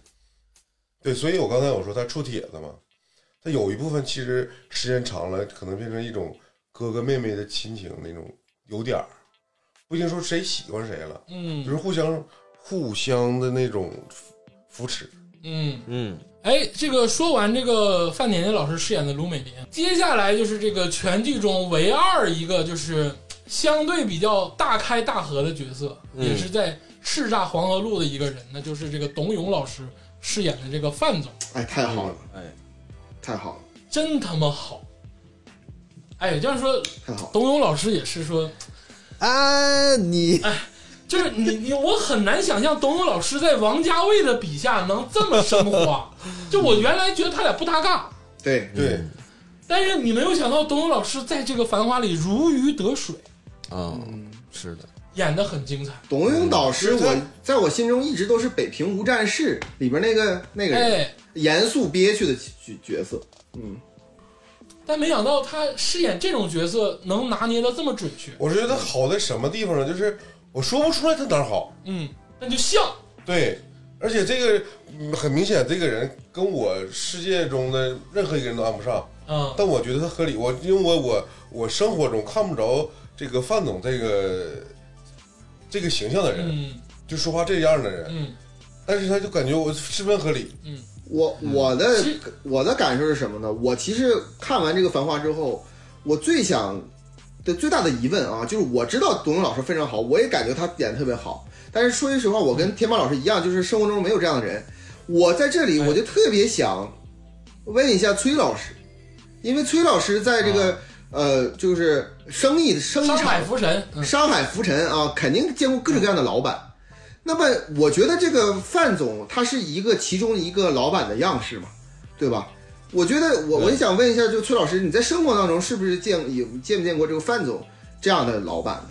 S3: 对，所以我刚才我说他出帖子嘛，他有一部分其实时间长了，可能变成一种哥哥妹妹的亲情那种，有点儿，不一定说谁喜欢谁了，就是
S1: 嗯
S3: 互相互相的那种扶扶持。
S1: 嗯，
S2: 嗯，
S1: 哎，这个说完这个范甜甜老师饰演的卢美玲，接下来就是这个全剧中唯二一个就是相对比较大开大合的角色，
S2: 嗯
S1: 也是在叱咤黄河路的一个人，那就是这个董永老师饰演的这个范总，
S4: 哎，太好了，
S1: 嗯
S2: 哎，
S4: 太好了，
S1: 真他妈好！哎，这样说，
S4: 太好了，
S1: 董永老师也是说，
S2: 哎，你
S1: 就是你你我很难想象董永老师在王家卫的笔下能这么升华，就我原来觉得他俩不搭嘎。
S4: 对
S3: 对，
S1: 但是你没有想到，董永老师在这个《繁花》里如鱼得水，
S2: 啊，是的，
S1: 演得很精彩。
S4: 董永导师，
S3: 就是他
S4: 我在我心中一直都是《北平无战事》里边那个那个人，
S1: 哎，
S4: 严肃憋屈的角角色，嗯，
S1: 但没想到他饰演这种角色能拿捏得这么准确。
S3: 我是觉得好在什么地方呢？就是我说不出来他哪儿好，
S1: 嗯，那就像
S3: 对，而且这个嗯很明显，这个人跟我世界中的任何一个人都按不上。
S1: 嗯
S3: 但我觉得他合理，我因为我我我生活中看不着这个范总这个这个形象的人，
S1: 嗯
S3: 就说话这样的人，
S1: 嗯
S3: 但是他就感觉我十分合理。
S1: 嗯
S4: 我我的
S1: 其实
S4: 我的感受是什么呢？我其实看完这个《繁花》之后，我最想的最大的疑问啊，就是我知道董永老师非常好，我也感觉他演得特别好，但是说句实话，我跟天霸老师一样，就是生活中没有这样的人。我在这里，
S1: 哎
S4: 我就特别想问一下崔老师，因为崔老师在这个、呃，就是生意生意
S1: 商
S4: 场
S1: 海浮沉，嗯
S4: 商海浮沉啊，肯定见过各种各样的老板。那么，我觉得这个范总他是一个其中一个老板的样式嘛，对吧？我觉得我我也想问一下，就崔老师，你在生活当中是不是见有见没见过这个范总这样的老板呢？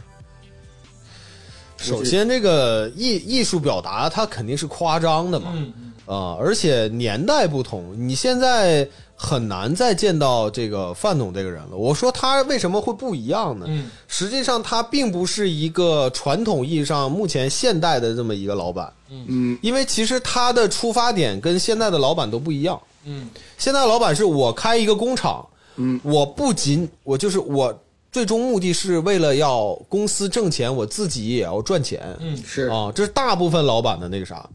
S2: 首先这个艺艺术表达它肯定是夸张的嘛，
S1: 嗯
S2: 啊，而且年代不同，你现在很难再见到这个范总这个人了。我说他为什么会不一样呢？
S1: 嗯
S2: 实际上他并不是一个传统意义上目前现代的这么一个老板，
S4: 嗯，
S2: 因为其实他的出发点跟现在的老板都不一样。
S1: 嗯
S2: 现在老板是我开一个工厂，
S4: 嗯，
S2: 我不仅我就是我最终目的是为了要公司挣钱，我自己也要赚钱，
S1: 嗯
S4: 是
S2: 啊，这是大部分老板的那个啥。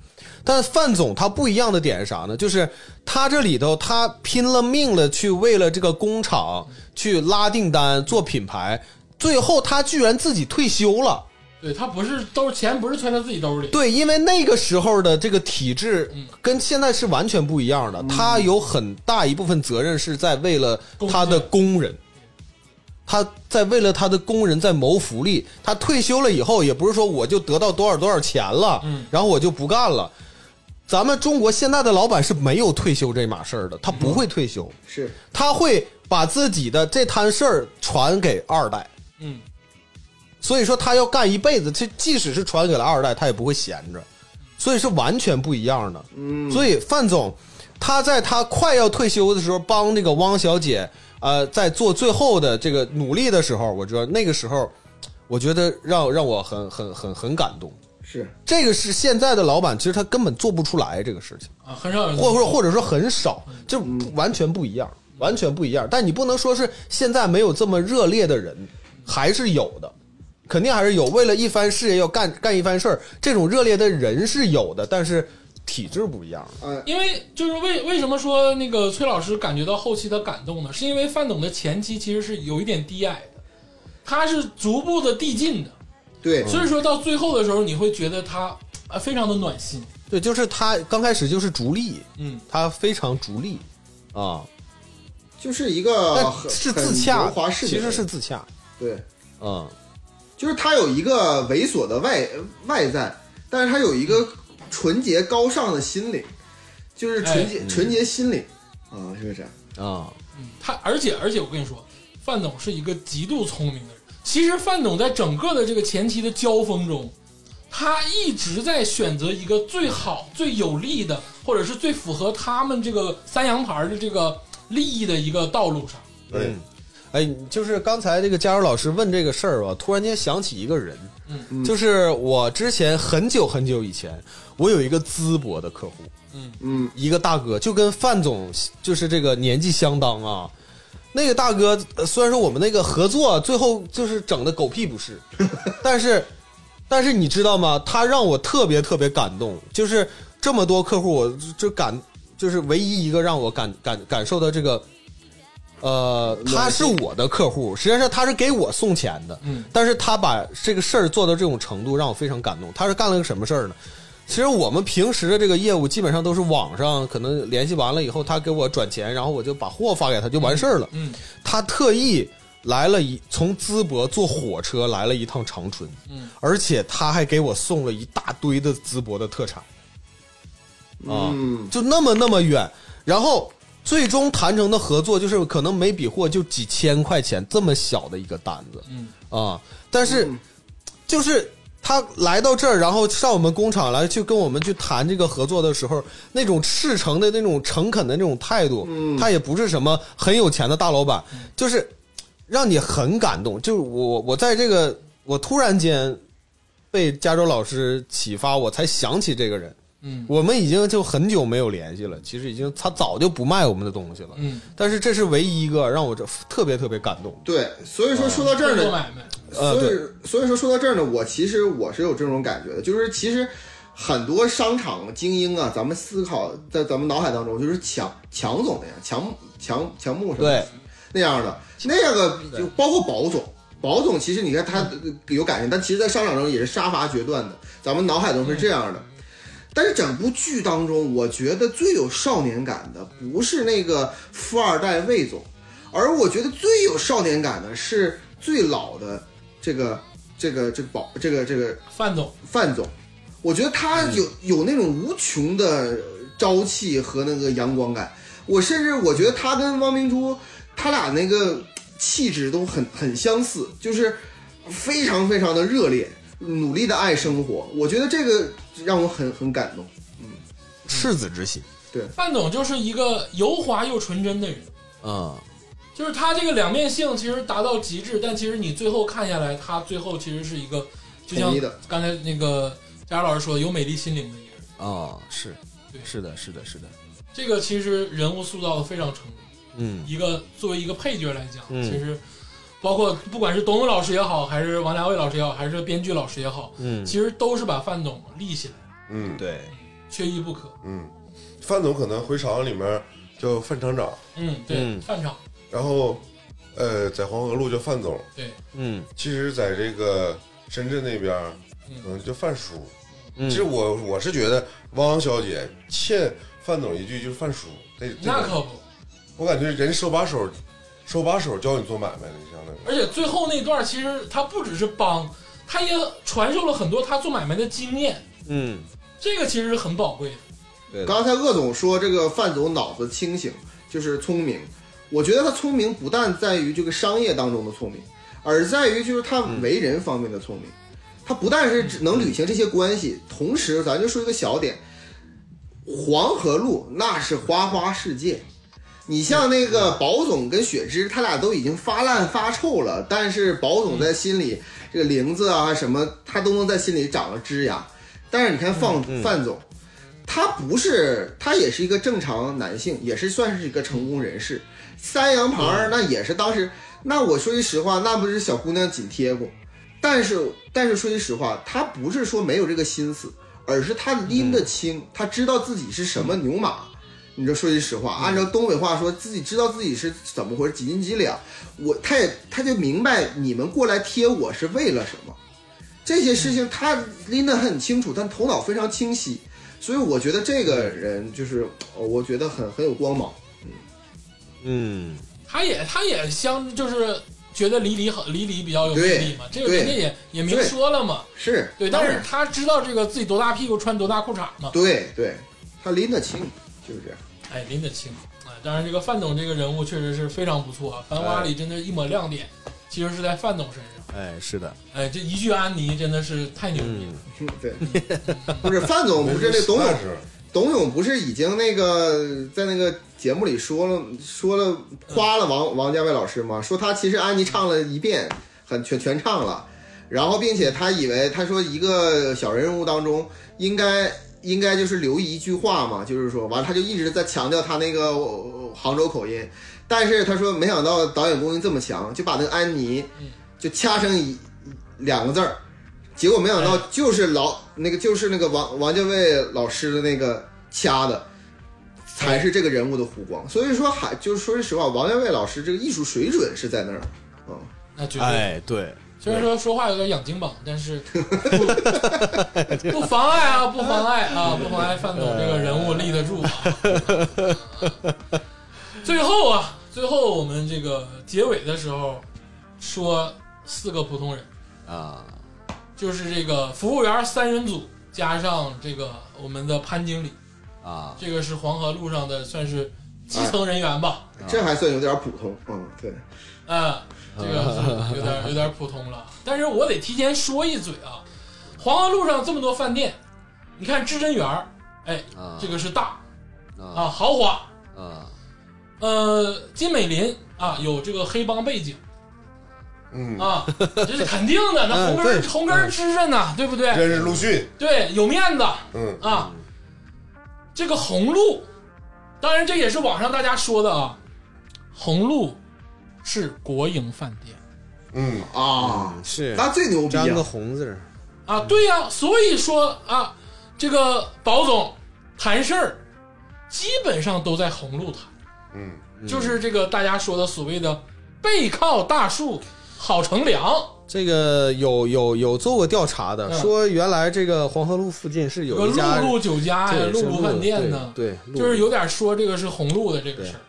S2: 但范总他不一样的点是啥呢？就是他这里头他拼了命了去为了这个工厂去拉订单、做品牌，最后他居然自己退休了。
S1: 对他不是兜钱不是揣他自己兜里，
S2: 对，因为那个时候的这个体制
S1: 嗯
S2: 跟现在是完全不一样的，他有很大一部分责任是在为了他的工人，他在为了他的工人在谋福利。他退休了以后，也不是说我就得到多少多少钱了，
S1: 嗯
S2: 然后我就不干了。咱们中国现在的老板是没有退休这码事儿的，他不会退休，
S4: 是，
S2: 他会把自己的这摊事儿传给二代。
S1: 嗯
S2: 所以说他要干一辈子，这即使是传给了二代，他也不会闲着，所以是完全不一样的。
S4: 嗯，
S2: 所以范总他在他快要退休的时候，帮那个汪小姐呃在做最后的这个努力的时候，我知道那个时候，我觉得让让我很很很很感动。
S4: 是
S2: 这个是现在的老板，其实他根本做不出来这个事情，
S1: 啊，很少有人
S2: 或者或者说很少，就不完全不一样，完全不一样。但你不能说是现在没有这么热烈的人，还是有的，肯定还是有。为了一番事业要干干一番事儿，这种热烈的人是有的，但是体制不一样了。
S4: 啊，
S1: 因为就是为为什么说那个崔老师感觉到后期的感动呢？是因为范总的前期其实是有一点低矮的，他是逐步的递进的，
S4: 对，
S1: 所以说到最后的时候，你会觉得他啊非常的暖心。
S2: 对，就是他刚开始就是逐利，
S1: 嗯，
S2: 他非常逐利啊，
S4: 就是一个
S2: 但
S4: 啊很
S2: 是
S4: 很
S2: 自洽
S4: 油滑，式的
S2: 其
S4: 人，
S2: 实是自洽，
S4: 对，
S2: 嗯，
S4: 就是他有一个猥琐的外外在，但是他有一个纯洁高尚的心理，就是纯
S2: 哎嗯
S4: 洁、纯洁心理啊，是不是？
S2: 啊，
S1: 嗯他而且而且我跟你说，范总是一个极度聪明的人。其实范总在整个的这个前期的交锋中，他一直在选择一个最好、最有利的，或者是最符合他们这个三羊牌的这个利益的一个道路上。
S3: 对，
S2: 哎，就是刚才这个佳茹老师问这个事儿吧，啊突然间想起一个人，
S4: 嗯
S2: 就是我之前很久很久以前，我有一个淄博的客户，
S4: 嗯，
S2: 一个大哥，就跟范总就是这个年纪相当啊。那个大哥呃虽然说我们那个合作最后就是整的狗屁不是，但是但是你知道吗？他让我特别特别感动，就是这么多客户，我就感就是唯一一个让我感感感受到这个。呃，他是我的客户，实际上他是给我送钱的，
S1: 嗯
S2: 但是他把这个事儿做到这种程度，让我非常感动。他是干了个什么事儿呢？其实我们平时的这个业务基本上都是网上可能联系完了以后，他给我转钱，然后我就把货发给他就完事儿了。
S1: 嗯
S2: 他特意来了一从淄博坐火车来了一趟长春，
S1: 嗯，
S2: 而且他还给我送了一大堆的淄博的特产，啊，
S4: 嗯
S2: 就那么那么远，然后最终谈成的合作就是可能每笔货就几千块钱这么小的一个单子，
S1: 嗯
S2: 啊，但是就是他来到这儿，然后上我们工厂来去跟我们去谈这个合作的时候，那种赤诚的那种诚恳的那种态度，他也不是什么很有钱的大老板，就是让你很感动。就是我我在这个我突然间被加州老师启发，我才想起这个人。
S1: 嗯
S2: 我们已经就很久没有联系了，其实已经他早就不卖我们的东西了，
S1: 嗯，
S2: 但是这是唯一一个让我这特别特别感动。
S4: 对，所以说说
S2: 啊
S4: 到这儿
S1: 做
S4: 呢，
S1: 买卖，
S2: 呃
S4: 所以所以说说到这儿呢，我其实我是有这种感觉的，就是其实很多商场精英啊，咱们思考在咱们脑海当中就是强强总那样，强强强木什么
S2: 对，
S4: 那样的，那个就包括保总，保总其实你看他有感情，但其实，在商场中也是杀伐决断的，咱们脑海中是这样的。但是整部剧当中，我觉得最有少年感的不是那个富二代魏总，而我觉得最有少年感的是最老的这个这个这个保这个这个
S1: 范总，
S4: 范总，我觉得他有有那种无穷的朝气和那个阳光感。我甚至我觉得他跟汪明珠，他俩那个气质都很很相似，就是非常非常的热烈，努力的爱生活。我觉得这个让我很很感动。
S2: 赤子之心，
S4: 对
S1: 范总就是一个油滑又纯真的人，
S2: 嗯，
S1: 就是他这个两面性其实达到极致，但其实你最后看下来，他最后其实是一个，就像
S4: 统一的
S1: 刚才那个佳佳老师说的，有美丽心灵的一个人。
S2: 哦，是
S1: 对，
S2: 是的，是的，是的，
S1: 这个其实人物塑造的非常成功。
S2: 嗯
S1: 一个作为一个配角来讲，
S2: 嗯
S1: 其实包括不管是董永老师也好，还是王家卫老师也好，还是编剧老师也好，
S2: 嗯，
S1: 其实都是把范总立起来，
S3: 嗯
S2: 对，
S1: 缺一不可。
S3: 嗯，范总可能回厂里面叫范厂长，
S1: 嗯，对，
S2: 嗯
S1: 范场，
S3: 然后呃，在黄河路叫范总，
S1: 对，
S2: 嗯
S3: 其实在这个深圳那边儿
S1: 嗯，
S3: 可能叫范叔。
S2: 嗯，
S3: 其实我我是觉得汪小姐欠范总一句就是范叔，这这
S1: 那
S3: 个
S1: 可不。
S3: 我感觉人手把手，手把手教你做买卖的，相当于。
S1: 而且最后那段，其实他不只是帮，他也传授了很多他做买卖的经验，
S2: 嗯，
S1: 这个其实是很宝贵的。
S2: 对的，
S4: 刚才鄂总说这个范总脑子清醒，就是聪明。我觉得他聪明不但在于这个商业当中的聪明，而在于就是他为人方面的聪明。他不但是只能捋清这些关系，同时咱就说一个小点，黄河路那是花花世界。你像那个宝总跟雪芝，他俩都已经发烂发臭了，但是宝总在心里，这个玲子啊什么，他都能在心里长了枝芽。但是你看
S2: 嗯
S4: 放范总，他不是，他也是一个正常男性，也是算是一个成功人士。三羊旁儿那也是当时，那我说句实话，那不是小姑娘紧贴过。但是但是说句实话，他不是说没有这个心思，而是他拎得清，他知道自己是什么牛马。你这说句实话，按照东北话说，自己知道自己是怎么回事，几斤几两。我他也他就明白你们过来贴我是为了什么，这些事情他拎得很清楚，但头脑非常清晰。所以我觉得这个人就是，呃我觉得很很有光芒。
S2: 嗯
S1: 他也他也相就是觉得李李好，李李比较有魅力嘛，这
S4: 对
S1: 个人家也也明
S4: 对
S1: 说了嘛，
S4: 是，
S1: 对，
S4: 当
S1: 但
S4: 然
S1: 是他知道这个自己多大屁股穿多大裤衩嘛，
S4: 对对，他拎得清，就是这样。
S1: 哎，拎得清。哎，当然这个范总这个人物确实是非常不错啊，《繁花》里真的一抹亮点，其实是在范总身上。
S2: 哎，是的，
S1: 哎，这一句安妮真的是太牛逼了。
S4: 嗯对， 不是范总，不是那董
S3: 那
S4: 永，
S3: 是
S4: 董永不是已经那个在那个节目里说了说了夸了王王家卫老师吗？说他其实安妮唱了一遍，很全全唱了，然后并且他以为他说一个小人物当中应该应该就是留意一句话嘛，就是说完了他就一直在强调他那个呃杭州口音，但是他说没想到导演功力这么强，就把那个安妮
S1: 嗯
S4: 就掐成一两个字儿，结果没想到就是老那个就是那个王王家卫老师的那个掐的，才是这个人物的弧光。所以说还就是说句实话，王家卫老师这个艺术水准是在那儿，嗯，
S1: 那绝对。
S2: 哎，对，
S1: 虽然说说话有点养金榜，但是不不妨碍啊，不妨碍啊，不妨碍范总这个人物立得住啊。最后啊，最后我们这个结尾的时候说四个普通人，
S2: 啊，
S1: 就是这个服务员三人组加上这个我们的潘经理，
S2: 啊，
S1: 这个是黄河路上的算是基层人员吧，
S4: 这还算有点普通，嗯，对，
S1: 啊，这个是有点有点普通了。但是我得提前说一嘴啊，黄河路上这么多饭店，你看至臻园儿，哎，
S2: 啊
S1: 这个是大
S2: 啊
S1: 啊，豪华。
S2: 啊，
S1: 呃，金美林啊，有这个黑帮背景
S3: 嗯，
S1: 啊，这是肯定的。那红根
S2: 对
S1: 红根吃着呢，对不哎对？
S3: 认识陆逊，
S1: 对，有面子
S3: 嗯，
S1: 啊。这个红路，当然这也是网上大家说的啊，红路是国营饭店。
S3: 嗯，
S4: 啊，
S2: 是
S4: 他最牛逼
S2: 粘个
S4: 啊，
S2: 红字儿，
S1: 啊，对呀、所以说啊，这个保总谈事儿，基本上都在红路谈，
S3: 嗯，
S1: 就是这个大家说的所谓的背靠大树好乘凉，
S2: 这个有有有做过调查的，
S1: 嗯
S2: 说原来这个黄河路附近是
S1: 有个
S2: 有一家
S1: 露露酒家呀、
S2: 对
S1: 露
S2: 是
S1: 露饭店呢，
S2: 对，对
S1: 就是
S2: 露
S1: 有点说这个是红路的这个事儿。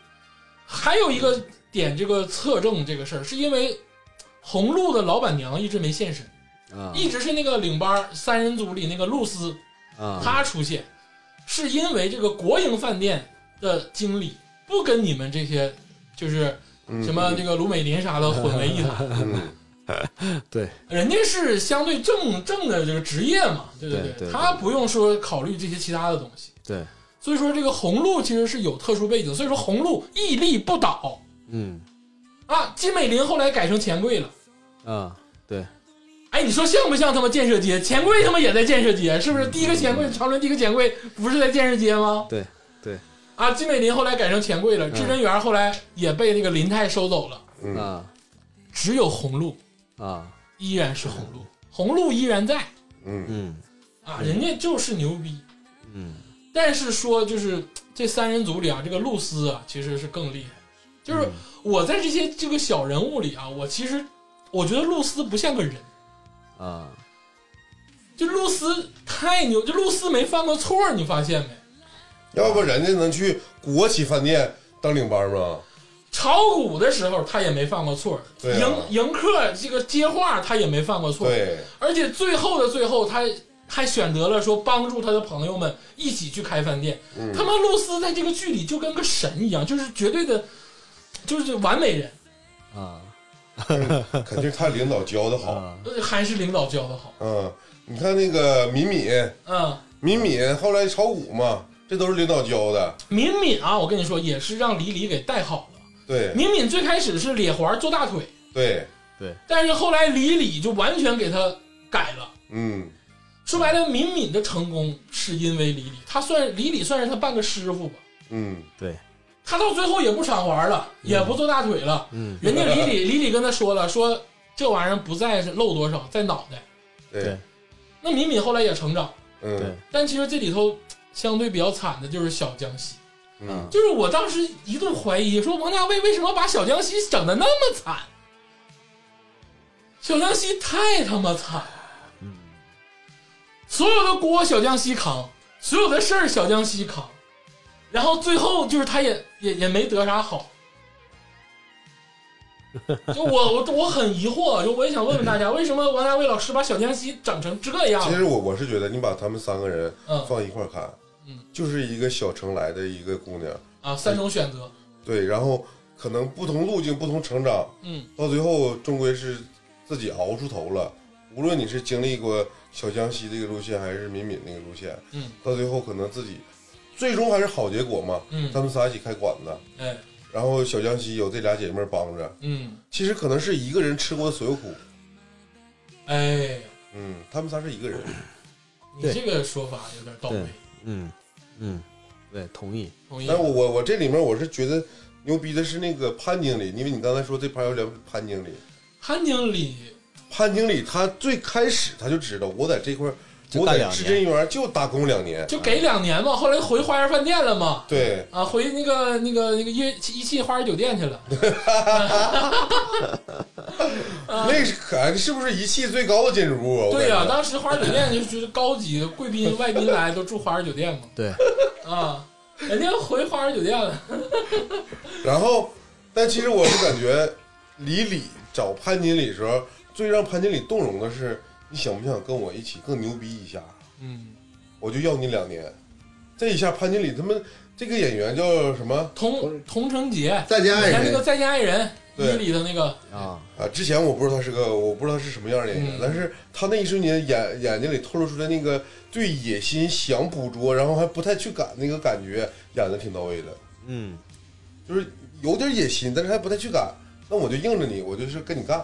S1: 还有一个点，这个侧证这个事儿，是因为红路的老板娘一直没现身，
S2: 露啊
S1: 一直是那个领班儿三人组里那个露丝，
S2: 啊，
S1: 他出现，是因为这个国营饭店的经理不跟你们这些就是
S3: 嗯
S1: 什么这个卢美林啥的混为一谈，
S3: 嗯
S2: 对，
S1: 人家是相对正正的这个职业嘛，对
S2: 对
S1: 对，
S2: 对
S1: 他不用说考虑这些其他的东西，
S2: 对，
S1: 所以说这个红鹿其实是有特殊背景，所以说红鹿屹立不倒
S2: 嗯
S1: 啊。金美林后来改成钱柜了，
S2: 啊，对，
S1: 哎，你说像不像他妈建设街？钱柜他妈也在建设街，是不是？第一个钱柜，长春第一个钱柜不是在建设街吗？
S2: 对对
S1: 啊，金美林后来改成钱柜了，至臻园后来也被那个林泰收走了，
S3: 嗯，
S2: 啊
S1: 只有红鹿
S2: 啊
S1: 依然是红鹿，红鹿依然在
S3: 嗯，
S2: 嗯
S1: 啊，人家就是牛逼。
S2: 嗯
S1: 但是说就是这三人组里啊，这个露丝啊其实是更厉害。就是
S3: 嗯
S1: 我在这些这个小人物里啊，我其实我觉得露丝不像个人，
S2: 啊
S1: 就露丝太牛，就露丝没犯过错，你发现没？
S3: 要不人家能去国企饭店当领班吗？
S1: 炒股的时候他也没犯过错，
S3: 对
S1: 迎
S3: 啊
S1: 迎客这个接话他也没犯过错，
S3: 对，
S1: 而且最后的最后他。还选择了说帮助他的朋友们一起去开饭店。
S3: 嗯
S1: 他妈露丝在这个剧里就跟个神一样，就是绝对的，就是完美人。
S2: 啊
S3: 肯定看领导教的好。
S2: 啊
S1: 呃还是领导教的好。
S3: 嗯，你看那个敏敏，
S1: 嗯，
S3: 敏敏后来炒股嘛，这都是领导教的。
S1: 敏敏啊，我跟你说，也是让李李给带好了。
S3: 对
S1: 敏敏最开始是咧环做大腿，
S3: 对，
S1: 但是后来李李就完全给他改了。
S3: 嗯
S1: 说白了，敏敏的成功是因为李李，他算李李算是他半个师傅吧。
S3: 嗯，
S2: 对，
S1: 他到最后也不敞环了，也不做大腿了。
S2: 嗯
S1: 人家李李李李跟他说了，说这玩意儿不在漏多少，在脑袋。
S3: 对
S2: 对，
S1: 那敏敏后来也成长，
S3: 嗯
S2: 对
S1: 但其实这里头相对比较惨的就是小江西。
S3: 嗯，
S1: 就是我当时一度怀疑，说王家卫为什么把小江西整的那么惨？小江西太他妈惨，
S2: 嗯
S1: 所有的锅小江西扛，所有的事儿小江西扛，然后最后就是他也也也没得啥 好。就我我我很疑惑，就我也想问问大家，为什么王家卫老师把小江西整成这样？
S3: 其实我我是觉得你把他们三个人
S1: 嗯
S3: 放一块儿看
S1: 嗯，
S3: 就是一个小城来的一个姑娘，
S1: 啊，三种选择，
S3: 对，然后可能不同路径、不同成长，
S1: 嗯
S3: 到最后终归是自己熬出头了。无论你是经历过小江西这个路线，还是敏敏那个路线，
S1: 嗯
S3: 到最后可能自己最终还是好结果嘛。他
S1: 嗯，
S3: 们仨一起开馆子，
S1: 哎
S3: 然后小江西有这俩姐妹帮着，
S1: 嗯
S3: 其实可能是一个人吃过所有苦。
S1: 哎，
S3: 嗯，他们仨是一个人。
S1: 你
S2: 对
S1: 这个说法有点到位
S2: 对。嗯嗯，对，同意。
S1: 同意
S3: 但哎我我我这里面我是觉得牛逼的是那个潘经理，因为你刚才说这盘要聊潘经理，
S1: 潘经理，
S3: 潘经理他最开始他就知道我在这块儿，
S2: 就
S3: 我
S2: 干
S3: 在
S2: 两
S3: 至
S2: 年
S3: 臻园就打工两年。
S1: 就给两年嘛，后来回花园饭店了嘛，
S3: 对，
S1: 啊，回那个那个那个一一汽花园酒店去了，
S3: 那是可是不是一汽最高的建筑物啊？我
S1: 啊对呀、
S3: 感觉
S1: 当时花园酒店就觉得高级，贵宾外宾来都住花园酒店嘛，
S2: 对，
S1: 啊，人家回花园酒店了，
S3: 然后，但其实我是感觉李李找潘经理的时候，最让潘经理动容的是，你想不想跟我一起更牛逼一下？
S1: 嗯，
S3: 我就要你两年。这一下潘经理他们这个演员叫什么
S1: 童童承杰，
S4: 再见
S1: 以前
S4: 爱
S1: 那个
S4: 人，
S1: 再见爱人一
S3: 对
S1: 里头那个，
S2: 啊，
S3: 啊？之前我不知道他是个，我不知道他是什么样的演员，
S1: 嗯
S3: 但是他那一瞬间眼眼睛里透露出来那个对野心想捕捉，然后还不太去赶那个感觉，演的挺到位的。
S2: 嗯
S3: 就是有点野心，但是还不太去干。那我就应着你，我就是跟你干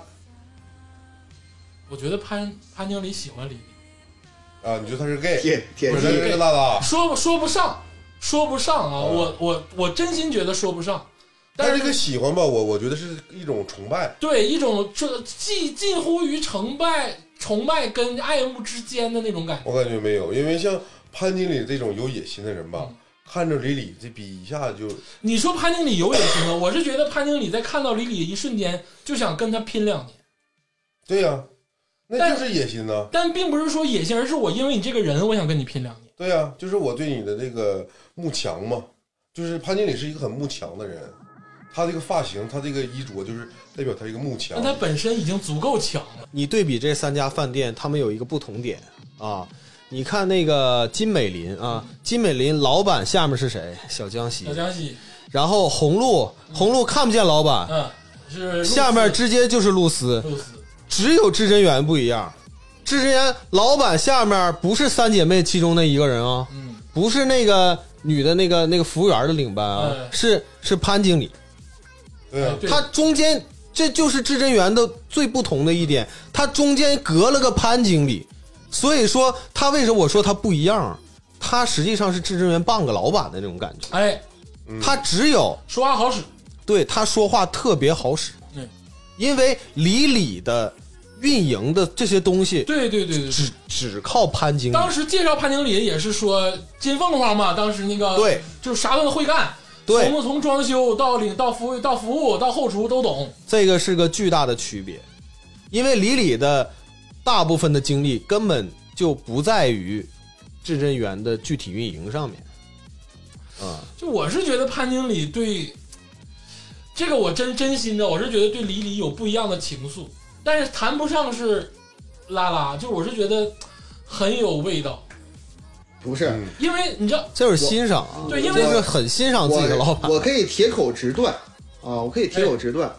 S1: 我觉得潘潘经理喜欢李李，
S3: 啊！你觉得他是 gay，
S4: 铁铁
S3: 不是他
S4: 心
S3: 是个大大，
S1: 说不说不上，说不上啊，我我我真心觉得说不上，但
S3: 但是
S1: 是
S3: 这个喜欢吧，我我觉得是一种崇拜。
S1: 对一种这既近乎于崇拜、崇拜跟爱慕之间的那种感觉。
S3: 我感觉没有，因为像潘经理这种有野心的人吧
S1: 嗯，
S3: 看着李李这逼一下就
S1: 你说潘经理有野心吗？我是觉得潘经理在看到李李一瞬间就想跟他拼两年，
S3: 对呀、那
S1: 但
S3: 就是野心呐、
S1: 但并不是说野心，而是我因为你这个人，我想跟你拼两年。
S3: 对呀、就是我对你的这个慕强嘛，就是潘经理是一个很慕强的人，他这个发型，他这个衣着，就是代表他一个慕强
S1: 但。他本身已经足够强了。
S2: 你对比这三家饭店，他们有一个不同点啊。你看那个金美林啊，金美林老板下面是谁？小江西
S1: 小。江西，
S2: 然后红鹿，红鹿看不见老板，
S1: 嗯，是露丝嗯
S2: 下面直接就是露丝。
S1: 露丝，
S2: 只有至臻园不一样，至臻园老板下面不是三姐妹其中的一个人啊，
S1: 嗯，
S2: 不是那个女的那个那个服务员的领班啊，
S1: 哎
S2: 是是潘经理。
S3: 对啊，
S1: 对
S2: 他中间这就是至臻园的最不同的一点，他中间隔了个潘经理，所以说他为什么我说他不一样，他实际上是至臻园半个老板的那种感觉，
S1: 哎，
S2: 他只有
S1: 说话好使，
S2: 对他说话特别好使，
S1: 嗯，
S2: 因为李李的运营的这些东西
S1: 对对对对对。
S2: 只只靠潘经理，
S1: 当时介绍潘经理也是说金凤凰嘛，当时那个
S2: 对，
S1: 就是啥都能会干，
S2: 对
S1: 从从装修到领到服务到服务到后厨都懂，
S2: 这个是个巨大的区别，因为李李的大部分的精力根本就不在于至臻园的具体运营上面，啊、
S1: 就我是觉得潘经理对这个我真真心的，我是觉得对李李有不一样的情愫，但是谈不上是拉拉，就我是觉得很有味道，
S4: 不是，
S3: 嗯
S1: 因为你知道，
S2: 这就是欣赏啊，
S1: 对因为
S2: 这是很欣赏自己的老
S4: 我
S2: 板，
S4: 我可以铁口直断啊，我可以铁口直断，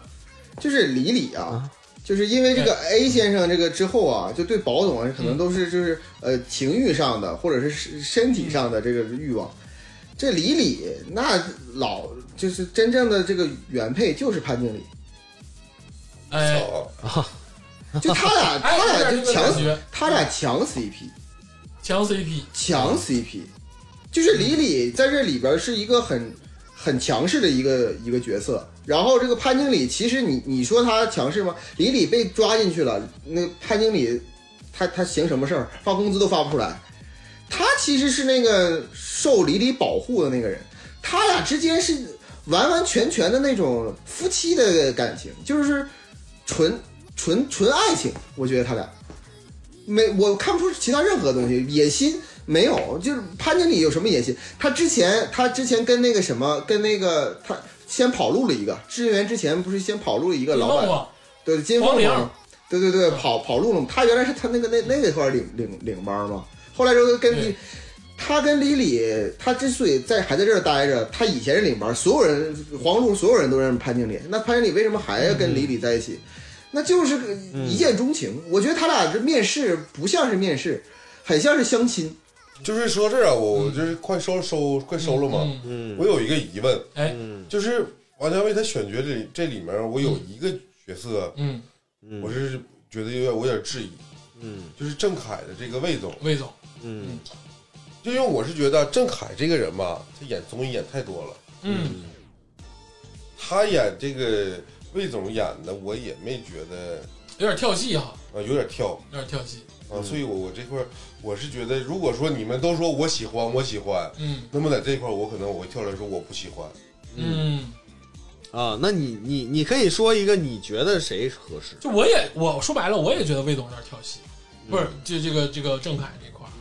S4: 就是李李啊
S2: 啊，
S4: 就是因为这个 A 先生这个之后啊，就对保总啊，可能都是就是呃情欲上的或者是身身体上的这个欲望。这李李那老就是真正的这个原配就是潘经理，
S1: 哎，
S3: 操
S4: 就他俩
S1: 哎，有
S4: 他俩
S1: 点
S4: 就
S1: 这个感
S4: 强
S1: 觉，
S4: 他俩强 CP。
S1: 强 CP，
S4: 强 CP，就是李李在这里边是一个很很强势的一个一个角色。然后这个潘经理，其实你你说他强势吗？李李被抓进去了，那潘经理他他行什么事儿？发工资都发不出来。他其实是那个受李李保护的那个人，他俩之间是完完全全的那种夫妻的感情，就是纯纯纯爱情。我觉得他俩没我看不出其他任何东西，野心没有，就是潘经理有什么野心？他之前他之前跟那个什么，跟那个他先跑路了一个，志愿员之前不是先跑路了一个
S1: 金
S4: 老
S1: 凤
S4: 板，
S1: 凰，
S4: 对金凤
S1: 黄玲
S4: 凰，对对对，跑跑路了嘛。他原来是他那个那那个块儿领领领班嘛，后来就跟
S1: 对
S4: 李，他跟李李，他之所以在还在这儿待着，他以前是领班，所有人黄璐所有人都认识潘经理，那潘经理为什么还要跟李李在一起？那就是个
S1: 嗯
S4: 一见钟情。我觉得他俩这面试不像是面试，很像是相亲。
S3: 就是说这儿啊，我我就是快收收快收了嘛。
S1: 嗯，
S2: 嗯
S3: 我有一个疑问，
S1: 哎，
S3: 就是王家卫他选角这这里面，我有一个角色，
S1: 嗯，
S3: 我是觉得有点我有点质疑，
S2: 嗯
S3: 就是郑恺的这个魏总，
S1: 魏总，
S2: 嗯
S3: 就因为我是觉得郑恺这个人吧，他演综艺演太多了，
S1: 嗯，
S3: 他演这个魏总演的，我也没觉得
S1: 有点跳戏哈，
S3: 啊、有点跳
S1: 有点跳戏，
S3: 啊，所以我我这块儿我是觉得，如果说你们都说我喜欢我喜欢，
S1: 嗯
S3: 那么在这块儿我可能我会跳出来说我不喜欢，
S1: 嗯，
S2: 啊，那你你你可以说一个你觉得谁合适？
S1: 就我也我说白了，我也觉得魏总有点跳戏，不是，就这个这个郑恺这块儿，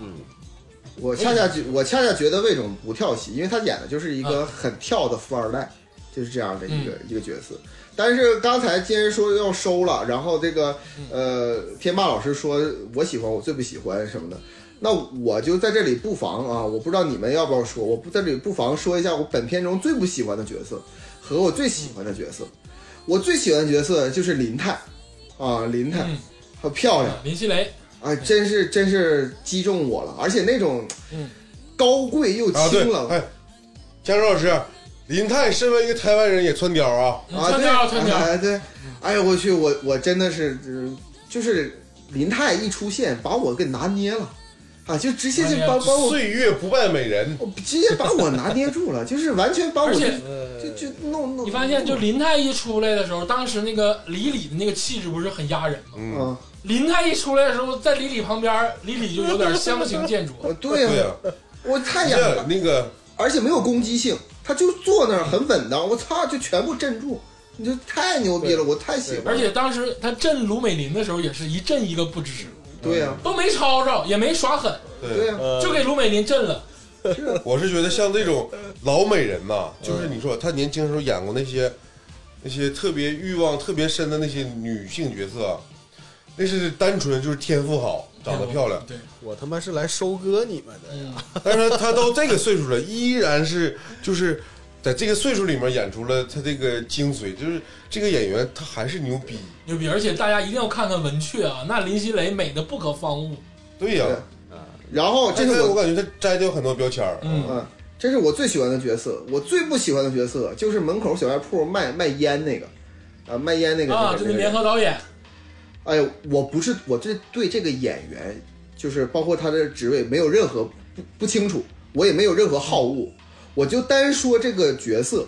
S4: 我恰恰觉我恰恰觉得魏总不跳戏，因为他演的就是一个很跳的富二代，就是这样的一个、一个角色。但是刚才既然说要收了，然后这个呃天霸老师说我喜欢我最不喜欢什么的，那我就在这里不妨啊，我不知道你们要不要说，我不在这里不妨说一下我本片中最不喜欢的角色和我最喜欢的角色。我最喜欢的角色就是林泰啊，林泰
S1: 嗯，
S4: 她漂亮。
S1: 林熙蕾，
S4: 啊，真是真是击中我了，而且那种
S1: 嗯
S4: 高贵又
S3: 啊，对
S4: 清冷，，
S3: 哎，江老师，林泰身为一个台湾人也穿貂啊，
S1: 嗯
S4: 啊，
S1: 穿
S4: 对，
S1: 貂穿貂，
S4: 哎对，哎呦我去，我我真的是呃就是林泰一出现，把我给拿捏了，啊，就直接
S1: 哎
S4: 就
S1: 呀
S4: 把把我
S3: 岁月不败美人，
S4: 我直接把我拿捏住了， 就是完全啊把我
S1: 而
S4: 就
S1: 且呃
S4: 就就弄弄，
S1: 你发现就林泰一出来的时候，当时那个李李的那个气质不是很压人吗？
S3: 嗯，
S4: 啊，
S1: 林泰一出来的时候，在李李旁边，李李就有点相形见
S4: 我
S1: 绌。
S4: 对
S3: 对
S4: 呀、
S3: 呀、
S4: 我太演
S3: 这
S4: 了，
S3: 那个
S4: 而且没有攻击性，他就坐那儿很稳当，我操，就全部镇住，你就太牛逼了，我太喜欢了，
S1: 而且当时他震卢美林的时候，也是一震一个不吱，
S4: 对呀、
S1: 都没吵吵，也没耍狠，
S4: 对呀、
S3: 呃
S1: 就给卢美林震了。
S3: 我是觉得像这种老美人呐、就是你说她年轻时候演过那些那些特别欲望特别深的那些女性角色，那是单纯就是天赋好，长得 漂亮。
S1: 对，
S2: 我他妈是来收割你们的呀！
S3: 但是她到这个岁数了，依然是就是在这个岁数里面演出了她这个精髓，就是这个演员她还是牛逼。
S1: 牛逼！而且大家一定要看看文雀啊，那林熙蕾美的不可方物。
S3: 对呀、
S4: 对然后这
S3: 这
S4: 是
S3: 个
S4: 我
S3: 我感觉他摘掉很多标签儿，
S1: 嗯
S4: 嗯，这是我最喜欢的角色。我最不喜欢的角色就是门口小卖铺卖卖烟那个，啊，卖烟那个
S1: 啊，
S4: 那
S1: 这
S4: 个
S1: 个
S4: 那
S1: 联
S4: 个人。
S1: 合导演，
S4: 哎呦，我不是，我这对这个演员，就是包括他的职位没有任何不不清楚，我也没有任何好恶，我就单说这个角色，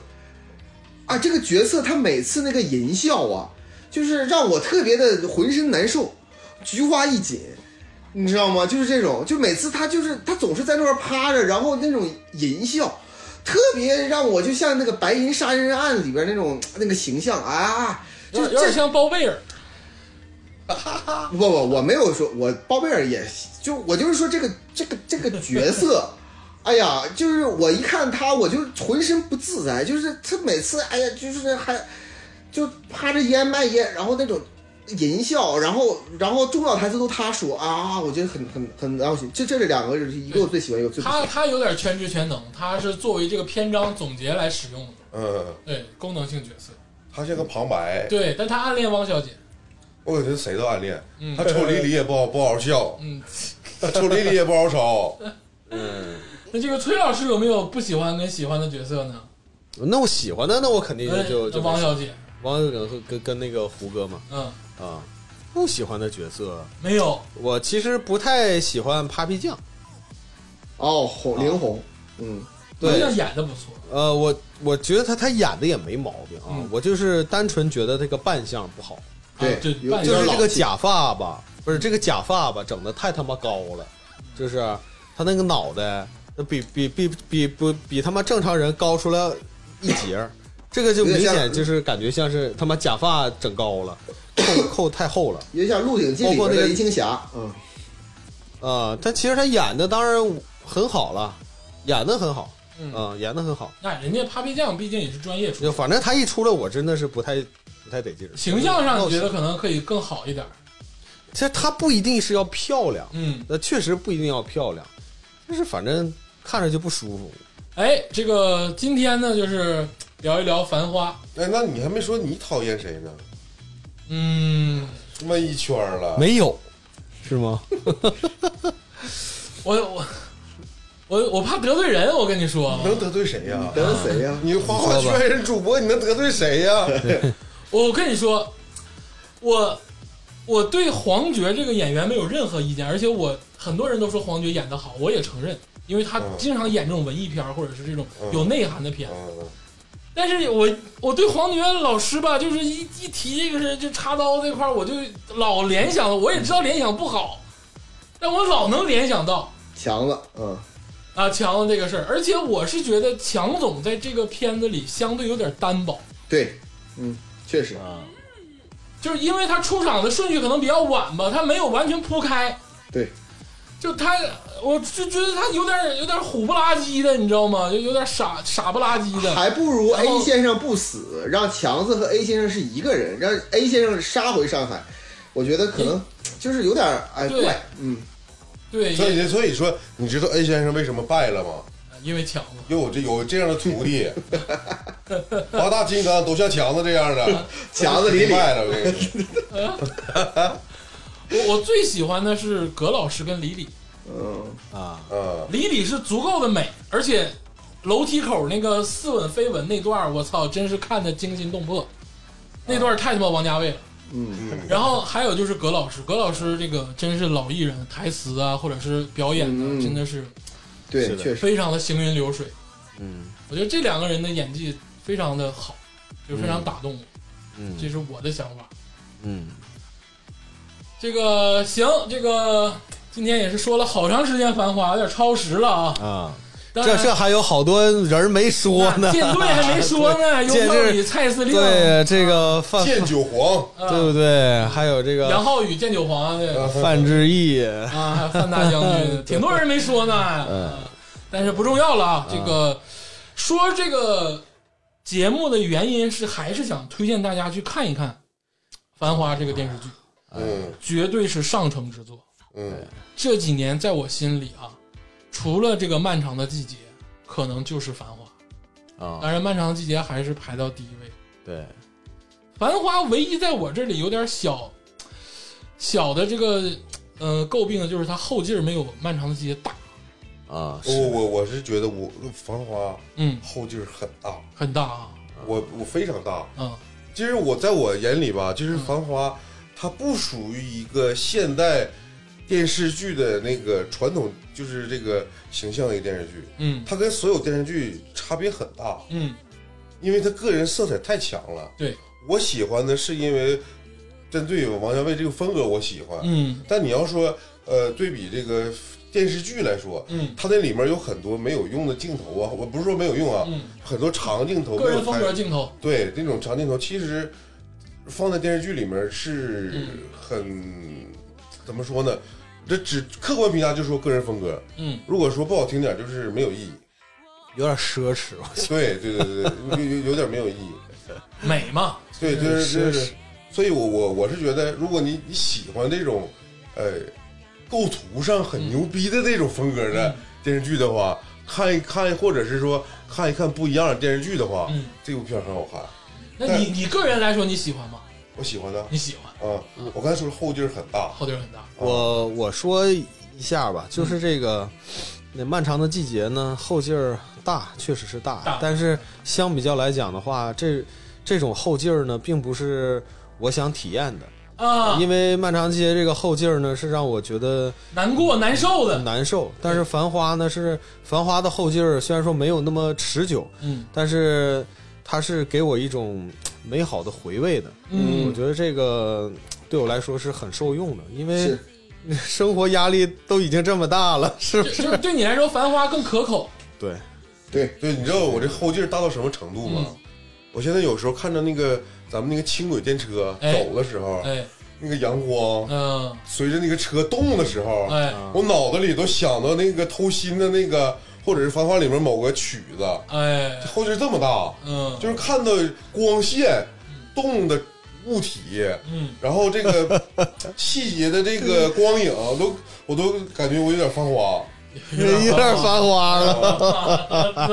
S4: 啊，这个角色他每次那个淫笑啊，就是让我特别的浑身难受，菊花一紧。你知道吗？就是这种，就每次他就是他总是在那块趴着，然后那种淫笑，特别让我就像那个《白银杀人案》里边那种那个形象啊，就
S1: 有
S4: 是
S1: 点有
S4: 这
S1: 点像包贝尔，
S4: 不不，我没有说，我包贝尔也就我就是说这个这个这个角色， 哎呀，就是我一看他我就浑身不自在，就是他每次哎呀，就是还就趴着烟卖烟，然后那种淫笑，然后然后重要台词都他说啊，我觉得很很很闹心。这这是两个人，一个我最喜欢，一个我最不喜
S1: 他
S4: 欢。
S1: 他有点全知全能，他是作为这个篇章总结来使用的，
S3: 嗯，
S1: 对，功能性角色，
S3: 他像个旁白，
S1: 对，但他暗恋汪小姐，
S3: 我感觉谁都暗恋
S1: 嗯，
S3: 他抽离离也不好不好笑，
S1: 嗯，
S3: 他抽离离也不 好吵，
S2: 嗯，
S1: 那这个崔老师有没有不喜欢跟喜欢的角色呢？
S2: 那我喜欢的，那我肯定
S1: 哎
S2: 就就
S1: 汪
S2: 就
S1: 小姐，
S2: 王小跟跟跟那个胡歌嘛
S1: 嗯，
S2: 啊，不喜欢的角色，
S1: 没有，
S2: 我其实不太喜欢 Papi 酱，
S4: 哦，红林红，
S2: 啊
S4: 嗯，
S1: 姑
S2: 对
S1: 娘，演的不错，
S2: 呃，我我觉得他他演的也没毛病啊，
S1: 嗯
S2: 我就是单纯觉得这个扮相不好，
S4: 对
S1: 啊对，
S4: 有
S1: 扮
S2: 就
S1: 演
S2: 是
S1: 老
S2: 这个假发吧，不是这个假发吧，整的太他妈高了，就是他那个脑袋，那比比比比不比他妈正常人高出来一截儿，这个就明显就是感觉像是他妈假发整高了，扣扣太厚了。
S4: 有点像《鹿鼎记》里
S2: 包括那
S4: 边
S2: 个
S4: 的林青霞，嗯，
S2: 啊、他其实他演的当然很好了，演的很好，
S1: 嗯
S2: 啊、演的很好。
S1: 那人家 Papi 酱毕竟也是专业出
S2: 就
S1: 身，
S2: 反正他一出来，我真的是不太不太得劲儿。
S1: 形象上你觉
S2: 闹
S1: 得
S2: 心？
S1: 可能可以更好一点儿，
S2: 其实他不一定是要漂亮，
S1: 嗯，
S2: 那确实不一定要漂亮，就是反正看着就不舒服。
S1: 哎，这个今天呢就是聊一聊《繁花》，
S3: 哎，那你还没说你讨厌谁呢？
S1: 嗯，
S3: 他妈一圈儿了，
S2: 没有， 是吗？
S1: 我我我我怕得罪人，我跟你说，啊
S3: 能得罪谁
S2: 啊
S3: 呀？
S4: 跟谁呀、
S3: 你花花圈人主播，你能得罪谁呀？
S1: 我跟你说，我我对黄觉这个演员没有任何意见，而且我很多人都说黄觉演的好，我也承认，因为他
S3: 嗯
S1: 经常演这种文艺片儿或者是这种
S3: 嗯
S1: 有内涵的片。
S3: 嗯，
S1: 但是我我对黄觉老师吧，就是一一提这个事，就插刀这块儿，我就老联想，我也知道联想不好，但我老能联想到
S4: 强子，嗯，
S1: 啊强子这个事儿，而且我是觉得强总在这个片子里相对有点单薄。
S4: 对，嗯，确实，
S2: 啊，
S1: 就是因为他出场的顺序可能比较晚吧，他没有完全铺开。
S4: 对，
S1: 就他，我就觉得他有点有点虎不拉几的，你知道吗？就有点傻傻不拉几的。
S4: 还不如
S1: 然后
S4: A 先生不死，让强子和 A 先生是一个人，让 A 先生杀回上海，我觉得可能就是有点儿哎
S1: 对
S4: 怪，嗯，
S1: 对，
S3: 所
S1: 也
S3: 以所以说，你知道 A 先生为什么败了吗？
S1: 因为强子，
S3: 因为我这有这样的徒弟，八大金刚都像强子这样的，
S4: 强子李李，
S3: 败了。我跟你说，
S1: 我我最喜欢的是葛老师跟李李，
S4: 嗯，
S2: 啊，
S3: 嗯，
S1: 李李是足够的美，而且楼梯口那个似吻飞吻那段儿，我操，真是看的惊心动魄，那段儿太他妈王家卫了。
S4: 嗯，
S1: 然后还有就是葛老师，葛老师这个真是老艺人，台词啊，或者是表演啊，
S4: 嗯
S1: 真的是
S4: 对
S2: 是，的
S4: 确实，
S1: 非常的行云流水。
S2: 嗯
S1: 我觉得这两个人的演技非常的好，就非常打动我，这
S2: 嗯
S1: 是我的想法。
S2: 嗯，
S1: 这个行，这个今天也是说了好长时间《繁花》，有点超时了啊。
S2: 啊，
S1: 当
S2: 这
S1: 然
S2: 这还有好多人没说
S1: 啊
S2: 呢。
S1: 舰队还没说 呢，
S2: 舰
S1: 尤
S2: 队
S1: 浩宇、蔡司令，
S2: 对这个范，
S3: 剑九皇，
S1: 啊
S2: 对不对？还有这
S1: 杨
S2: 个
S1: 浩宇、剑九皇，对
S3: 啊
S2: 范志毅，
S1: 啊，还有范大将军，挺多人没说呢，
S2: 嗯
S1: 但是不重要了啊。这个说这个节目的原因是，还是想推荐大家去看一看《繁花》这个电视剧，
S2: 哎
S3: 嗯
S1: 绝对是上乘之作。
S3: 嗯，
S1: 这几年在我心里啊，除了这个《漫长的季节》，可能就是《繁花》，
S2: 啊，
S1: 当然，《漫长的季节》还是排到第一位。
S2: 对，啊
S1: 《繁花》唯一在我这里有点小小的这个呃，诟病的就是他后劲儿没有漫长的季节大，哦
S2: 啊，
S3: 我
S2: 是
S3: 我我是觉得我繁花
S1: 嗯，
S3: 后劲儿很大，
S1: 很大啊，
S3: 我我非常大。
S1: 嗯
S3: 其实我在我眼里吧，就是《繁花》，它不属于一个现代电视剧的那个传统，就是这个形象的一个电视剧，
S1: 嗯
S3: 它跟所有电视剧差别很大，
S1: 嗯，
S3: 因为它个人色彩太强了。
S1: 对，
S3: 我喜欢的是因为针对王家卫这个风格我喜欢，
S1: 嗯
S3: 但你要说呃对比这个电视剧来说，
S1: 嗯
S3: 它那里面有很多没有用的镜头啊，我不是说没有用啊，
S1: 嗯，
S3: 很多长镜头没
S1: 个
S3: 有
S1: 人风
S3: 拍
S1: 格镜头，
S3: 对，那种长镜头其实放在电视剧里面是
S1: 嗯
S3: 很、怎么说呢？这只客观评价就说个人风格，
S1: 嗯，
S3: 如果说不好听点，就是没有意义。
S2: 有点奢侈，我
S3: 对对对对对，有有有点没有意义。
S1: 美嘛，
S3: 对，就是
S2: 是
S3: 就是，所以我我我是觉得，如果你你喜欢这种，呃，构图上很牛逼的那种风格的
S1: 嗯
S3: 电视剧的话，看一看，或者是说看一看不一样的电视剧的话，
S1: 嗯，
S3: 这部片儿很好看，
S1: 那你你个人来说你喜欢吗？
S3: 我喜欢的。
S1: 你喜欢，
S3: 啊，我刚才说了后劲儿很大，
S1: 后劲儿很大，
S2: 我我说一下
S1: 嗯
S2: 吧，就是这个、那漫长的季节呢，后劲儿大，确实是大，
S1: 大
S2: 但是相比较来讲的话，这这种后劲儿呢，并不是我想体验的，
S1: 啊，
S4: 嗯
S2: 因为漫长季节这个后劲儿呢，是让我觉得
S1: 难过难受的，
S2: 难受，但是繁花呢是繁花的后劲儿，虽然说没有那么持久，
S1: 嗯
S2: 但是它是给我一种嘖美好的回味的，
S1: 嗯
S2: 我觉得这个嘖对我来说是很受用的，因为
S4: 是。
S2: 生活压力都已经这么大了，是
S1: 就就是对你来说，《繁花》更可口，
S2: 对，
S4: 对，
S3: 对，你知道我这后劲儿大到什么程度吗？
S1: 嗯
S3: 我现在有时候看着那个咱们那个轻轨电车
S1: 哎
S3: 走的时候，
S4: 嗯
S1: 哎，
S3: 那个阳光
S1: 嗯，
S3: 随着那个车动的时候，
S4: 嗯
S1: 哎
S3: 我脑子里都想到那个偷心的那个，或者是《繁花》里面某个曲子，
S1: 哎，
S3: 后劲儿这么大，
S1: 嗯，
S3: 就是看到光线动的物体，
S1: 嗯，
S3: 然后这个 细节的这个光影都，我都感觉我有点犯花。
S2: 有点发花了。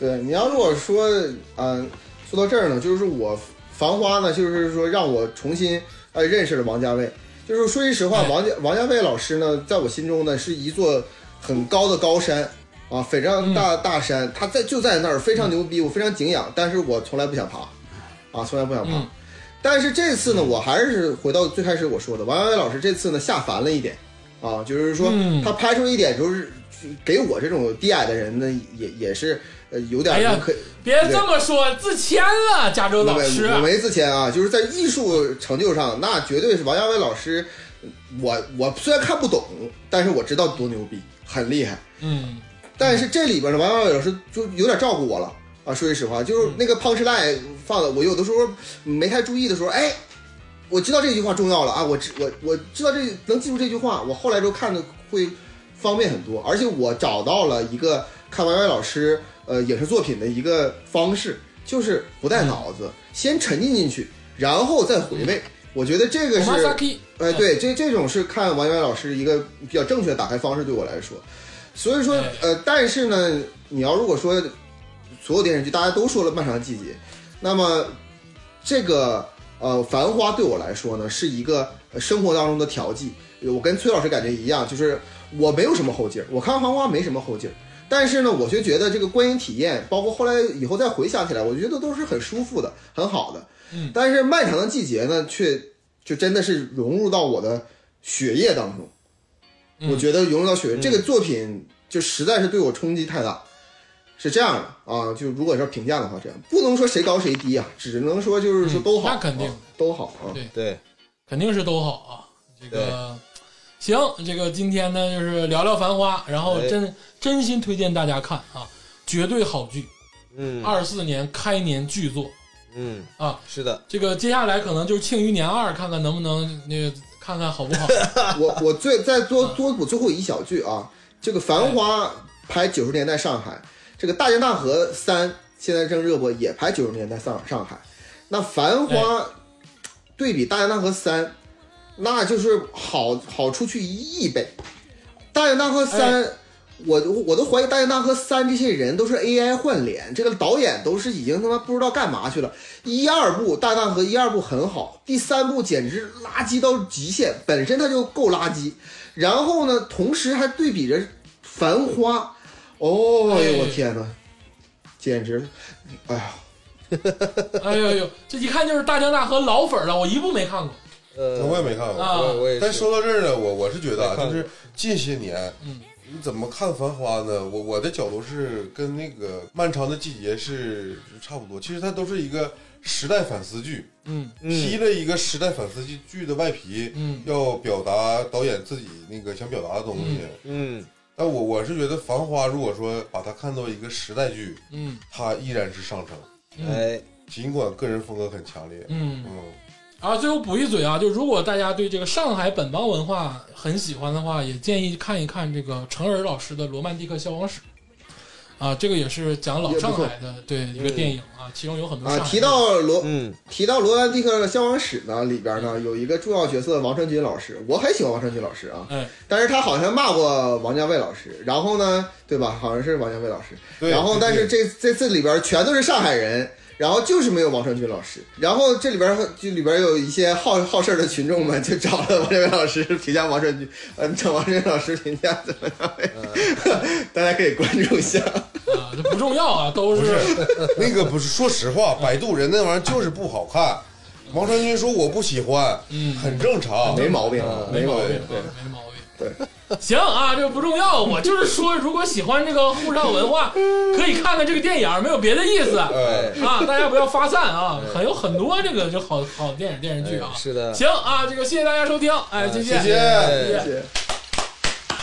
S4: 对，你要如果说，嗯、说到这儿呢，就是我《繁花》呢，就是说让我重新呃认识了王家卫。就是说句实话，
S1: 哎
S4: 王家王家卫老师呢，在我心中呢是一座很高的高山啊，非常
S1: 嗯
S4: 大大山，他在就在那儿，非常牛逼，我非常敬仰，但是我从来不想爬，啊，从来不想爬。
S1: 嗯
S4: 但是这次呢，我还是回到最开始我说的，王家卫老师这次呢下凡了一点，啊，就是说
S1: 嗯
S4: 他拍出一点就是给我这种低矮的人呢，也也是呃有点
S1: 哎呀
S4: 可以。
S1: 别这么说，自谦了，加州老师
S4: 我，没自谦啊，就是在艺术成就上，那绝对是王家卫老师。我我虽然看不懂，但是我知道多牛逼，很厉害。
S1: 嗯
S4: 但是这里边呢，王家卫老师就有点照顾我了啊。说句实话，就是那个 punch line 放的，我有的时候没太注意的时候，哎，我知道这句话重要了啊，我知我我知道这能记住这句话，我后来就看的会方便很多，而且我找到了一个看王家卫老师呃影视作品的一个方式，就是不带脑子，先沉浸进去，然后再回味。我觉得这个是
S1: ，Masaki，
S4: 哎，对，这这种是看王源老师一个比较正确的打开方式，对我来说。所以说
S1: 哎，
S4: 呃，但是呢，你要如果说所有电视剧大家都说了《漫长的季节》，那么这个呃《繁花》对我来说呢，是一个呃生活当中的调剂。我跟崔老师感觉一样，就是我没有什么后劲儿，我看《繁花》没什么后劲儿。但是呢，我就觉得这个观影体验，包括后来以后再回想起来，我觉得都是很舒服的、很好的。
S1: 嗯，
S4: 但是漫长的季节呢，却就真的是融入到我的血液当
S1: 嗯
S4: 中。我觉得融入到血液、这个作品，就实在是对我冲击太大。是这样的啊，就如果要评价的话，这样不能说谁高谁低啊，只能说就是说都好，
S1: 嗯那肯定
S4: 啊都好啊。
S1: 对
S2: 对，
S1: 肯定是都好啊。这个行，这个今天呢就是聊聊《繁花》，然后
S2: 哎
S1: 真、真心推荐大家看啊，绝对好剧，
S2: 嗯
S1: 二四年开年巨作。
S2: 嗯
S1: 啊，
S2: 是的，
S1: 这个接下来可能就是《庆余年二》，看看能不能那个看看好不 好？
S4: 啊我我最再多
S1: 嗯
S4: 多补最后一小句啊，这个《繁花》拍九十年代上海，这个《大江大河三》现在正热播，也拍九十年代上上海。那《繁花》对比《大江大河三》，那就是好好出去一亿倍，《大江大河三》我我都怀疑《大鱼大河三》这些人都是 AI 换脸，这个导演都是已经他妈不知道干嘛去了。一二部《大鱼大河》一二部很好，第三部简直垃圾到极限，本身它就够垃圾。然后呢，同时还对比着《繁花》，哦，哎呦我天哪，简直，哎呀，
S1: 哎呦呦，这一看就是大江大河老粉儿了，我一部没看过。
S2: 呃，
S3: 我也没看过。
S1: 啊
S2: 我我也
S3: 但
S2: 是，
S3: 说到这儿呢，我我是觉得
S2: 没
S3: 啊，
S2: 看
S3: 就
S2: 过
S3: 是近些年，
S1: 嗯，
S3: 你怎么看《繁花》呢？我我的角度是跟那个《漫长的季节》是差不多，其实它都是一个时代反思剧，
S1: 嗯
S3: 披了一个时代反思剧剧的外皮，
S1: 嗯
S3: 要表达导演自己那个想表达的东西。
S2: 嗯
S3: 但我我是觉得《繁花》如果说把它看作一个时代剧，
S1: 嗯
S3: 它依然是上乘，
S2: 嗯，哎，
S3: 尽管个人风格很强烈。
S1: 嗯。
S3: 嗯，
S1: 啊，最后补一嘴啊，就如果大家对这个上海本帮文化很喜欢的话，也建议看一看这个程耳老师的《罗曼蒂克消亡史》。啊，这个也是讲老上海的对一个电影啊，其中有很多
S4: 啊
S1: 上海！
S4: 提到罗
S2: 嗯
S4: 提到《罗兰蒂克消亡史》呢，里边呢有一个重要角色王传君老师，我很喜欢王传君老师啊，
S1: 哎
S4: 但是他好像骂过王家卫老师，然后呢，对吧？好像是王家卫老师，
S3: 对
S4: 然后
S3: 对
S4: 但是
S3: 对
S4: 这这次里边全都是上海人。然后就是没有王传君老师，然后这里边就里边有一些好好事儿的群众们就找了王家卫老师评价王传君，呃，找王传君老师评价怎么样？大家可以关注一下。
S1: 啊，这不重要啊，都是
S3: 那个不是，说实话，摆渡人那玩意儿就是不好看。王传君说我不喜欢，
S1: 嗯
S3: 很正常。
S4: 没毛病啊，
S1: 没毛
S4: 毛
S1: 病
S4: 病。
S1: 啊，
S3: 对
S1: 没毛病。
S4: 对，
S1: 行啊，这不重要，我就是说，如果喜欢这个沪上文化，可以看看这个电影，没有别的意思。
S4: 哎
S3: 呃，
S1: 啊，大家不要发散啊，还有很多这个就好好电影电视剧啊。
S2: 哎是的
S1: 行啊，这个谢谢大家收听，哎，谢
S3: 谢
S1: 谢
S3: 谢
S1: 谢
S4: 谢谢。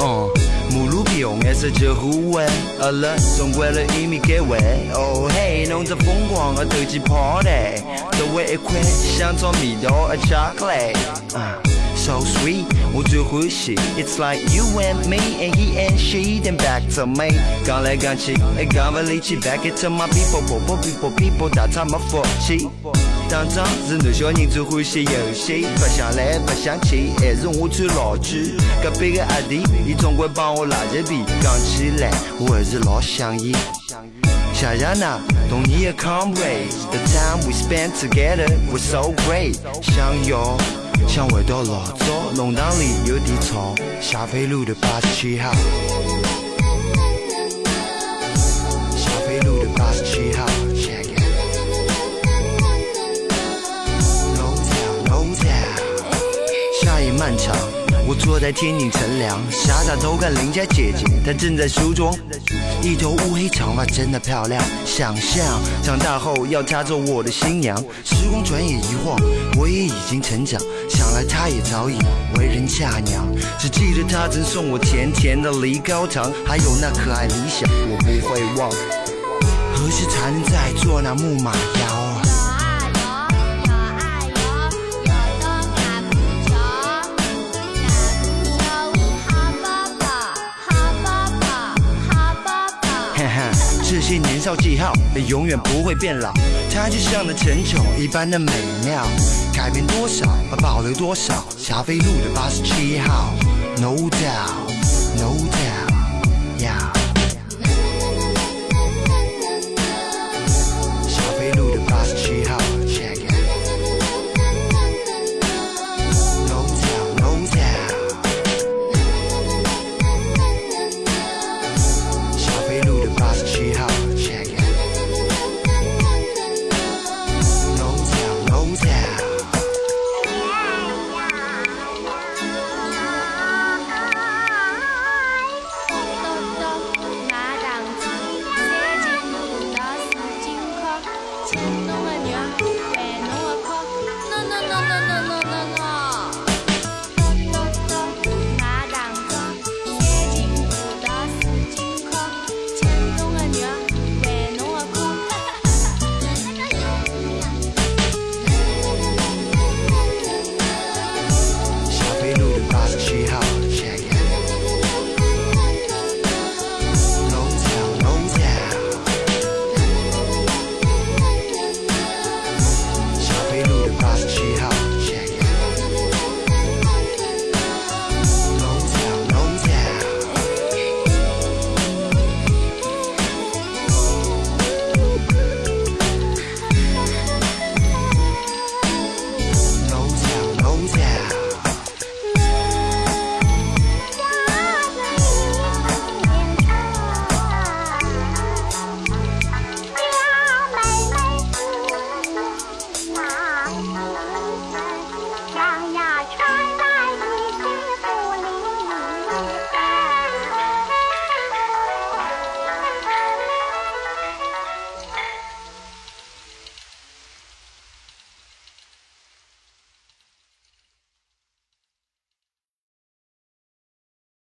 S5: 哦，母乳婊颜色就糊喂，饿了总归了一米给喂。哦嘿，弄着疯狂的投机 party，周围一块香草味道的 chocolate。啊 So sweet，我最欢喜。It's like you and me and he and she, then back to me。讲来讲去，哎，讲不离去，back it to my people, people, people, people，大他们福气。当真是男小人最欢喜游戏，不想来不想去，还是我最老句。隔壁个阿弟，伊总归帮我拉一皮，讲起来我还是老想伊。谢谢呐，同你的 comrades。The time we spent together was so great。想要，想回到老早，弄堂里有点吵，下北路的八十七号。下北路的八十七号，check it。No doubt, no doubt。夏夜漫长，我坐在天井乘凉，傻傻偷看邻家姐姐，她正在梳妆，一头乌黑长发真的漂亮。想象长大后要她做我的新娘，时光转眼一晃，我也已经成长，想来她也早已为人嫁娘，只记得她曾送我甜甜的梨膏糖，还有那可爱理想，我不会忘。何时才能再做那木马腰啊？哈哈，这些年少记号也永远不会变老，它就像那尘土一般的美妙，改变多少，保留多少。霞飞路的八十七号，No doubt，No doubt，yeah。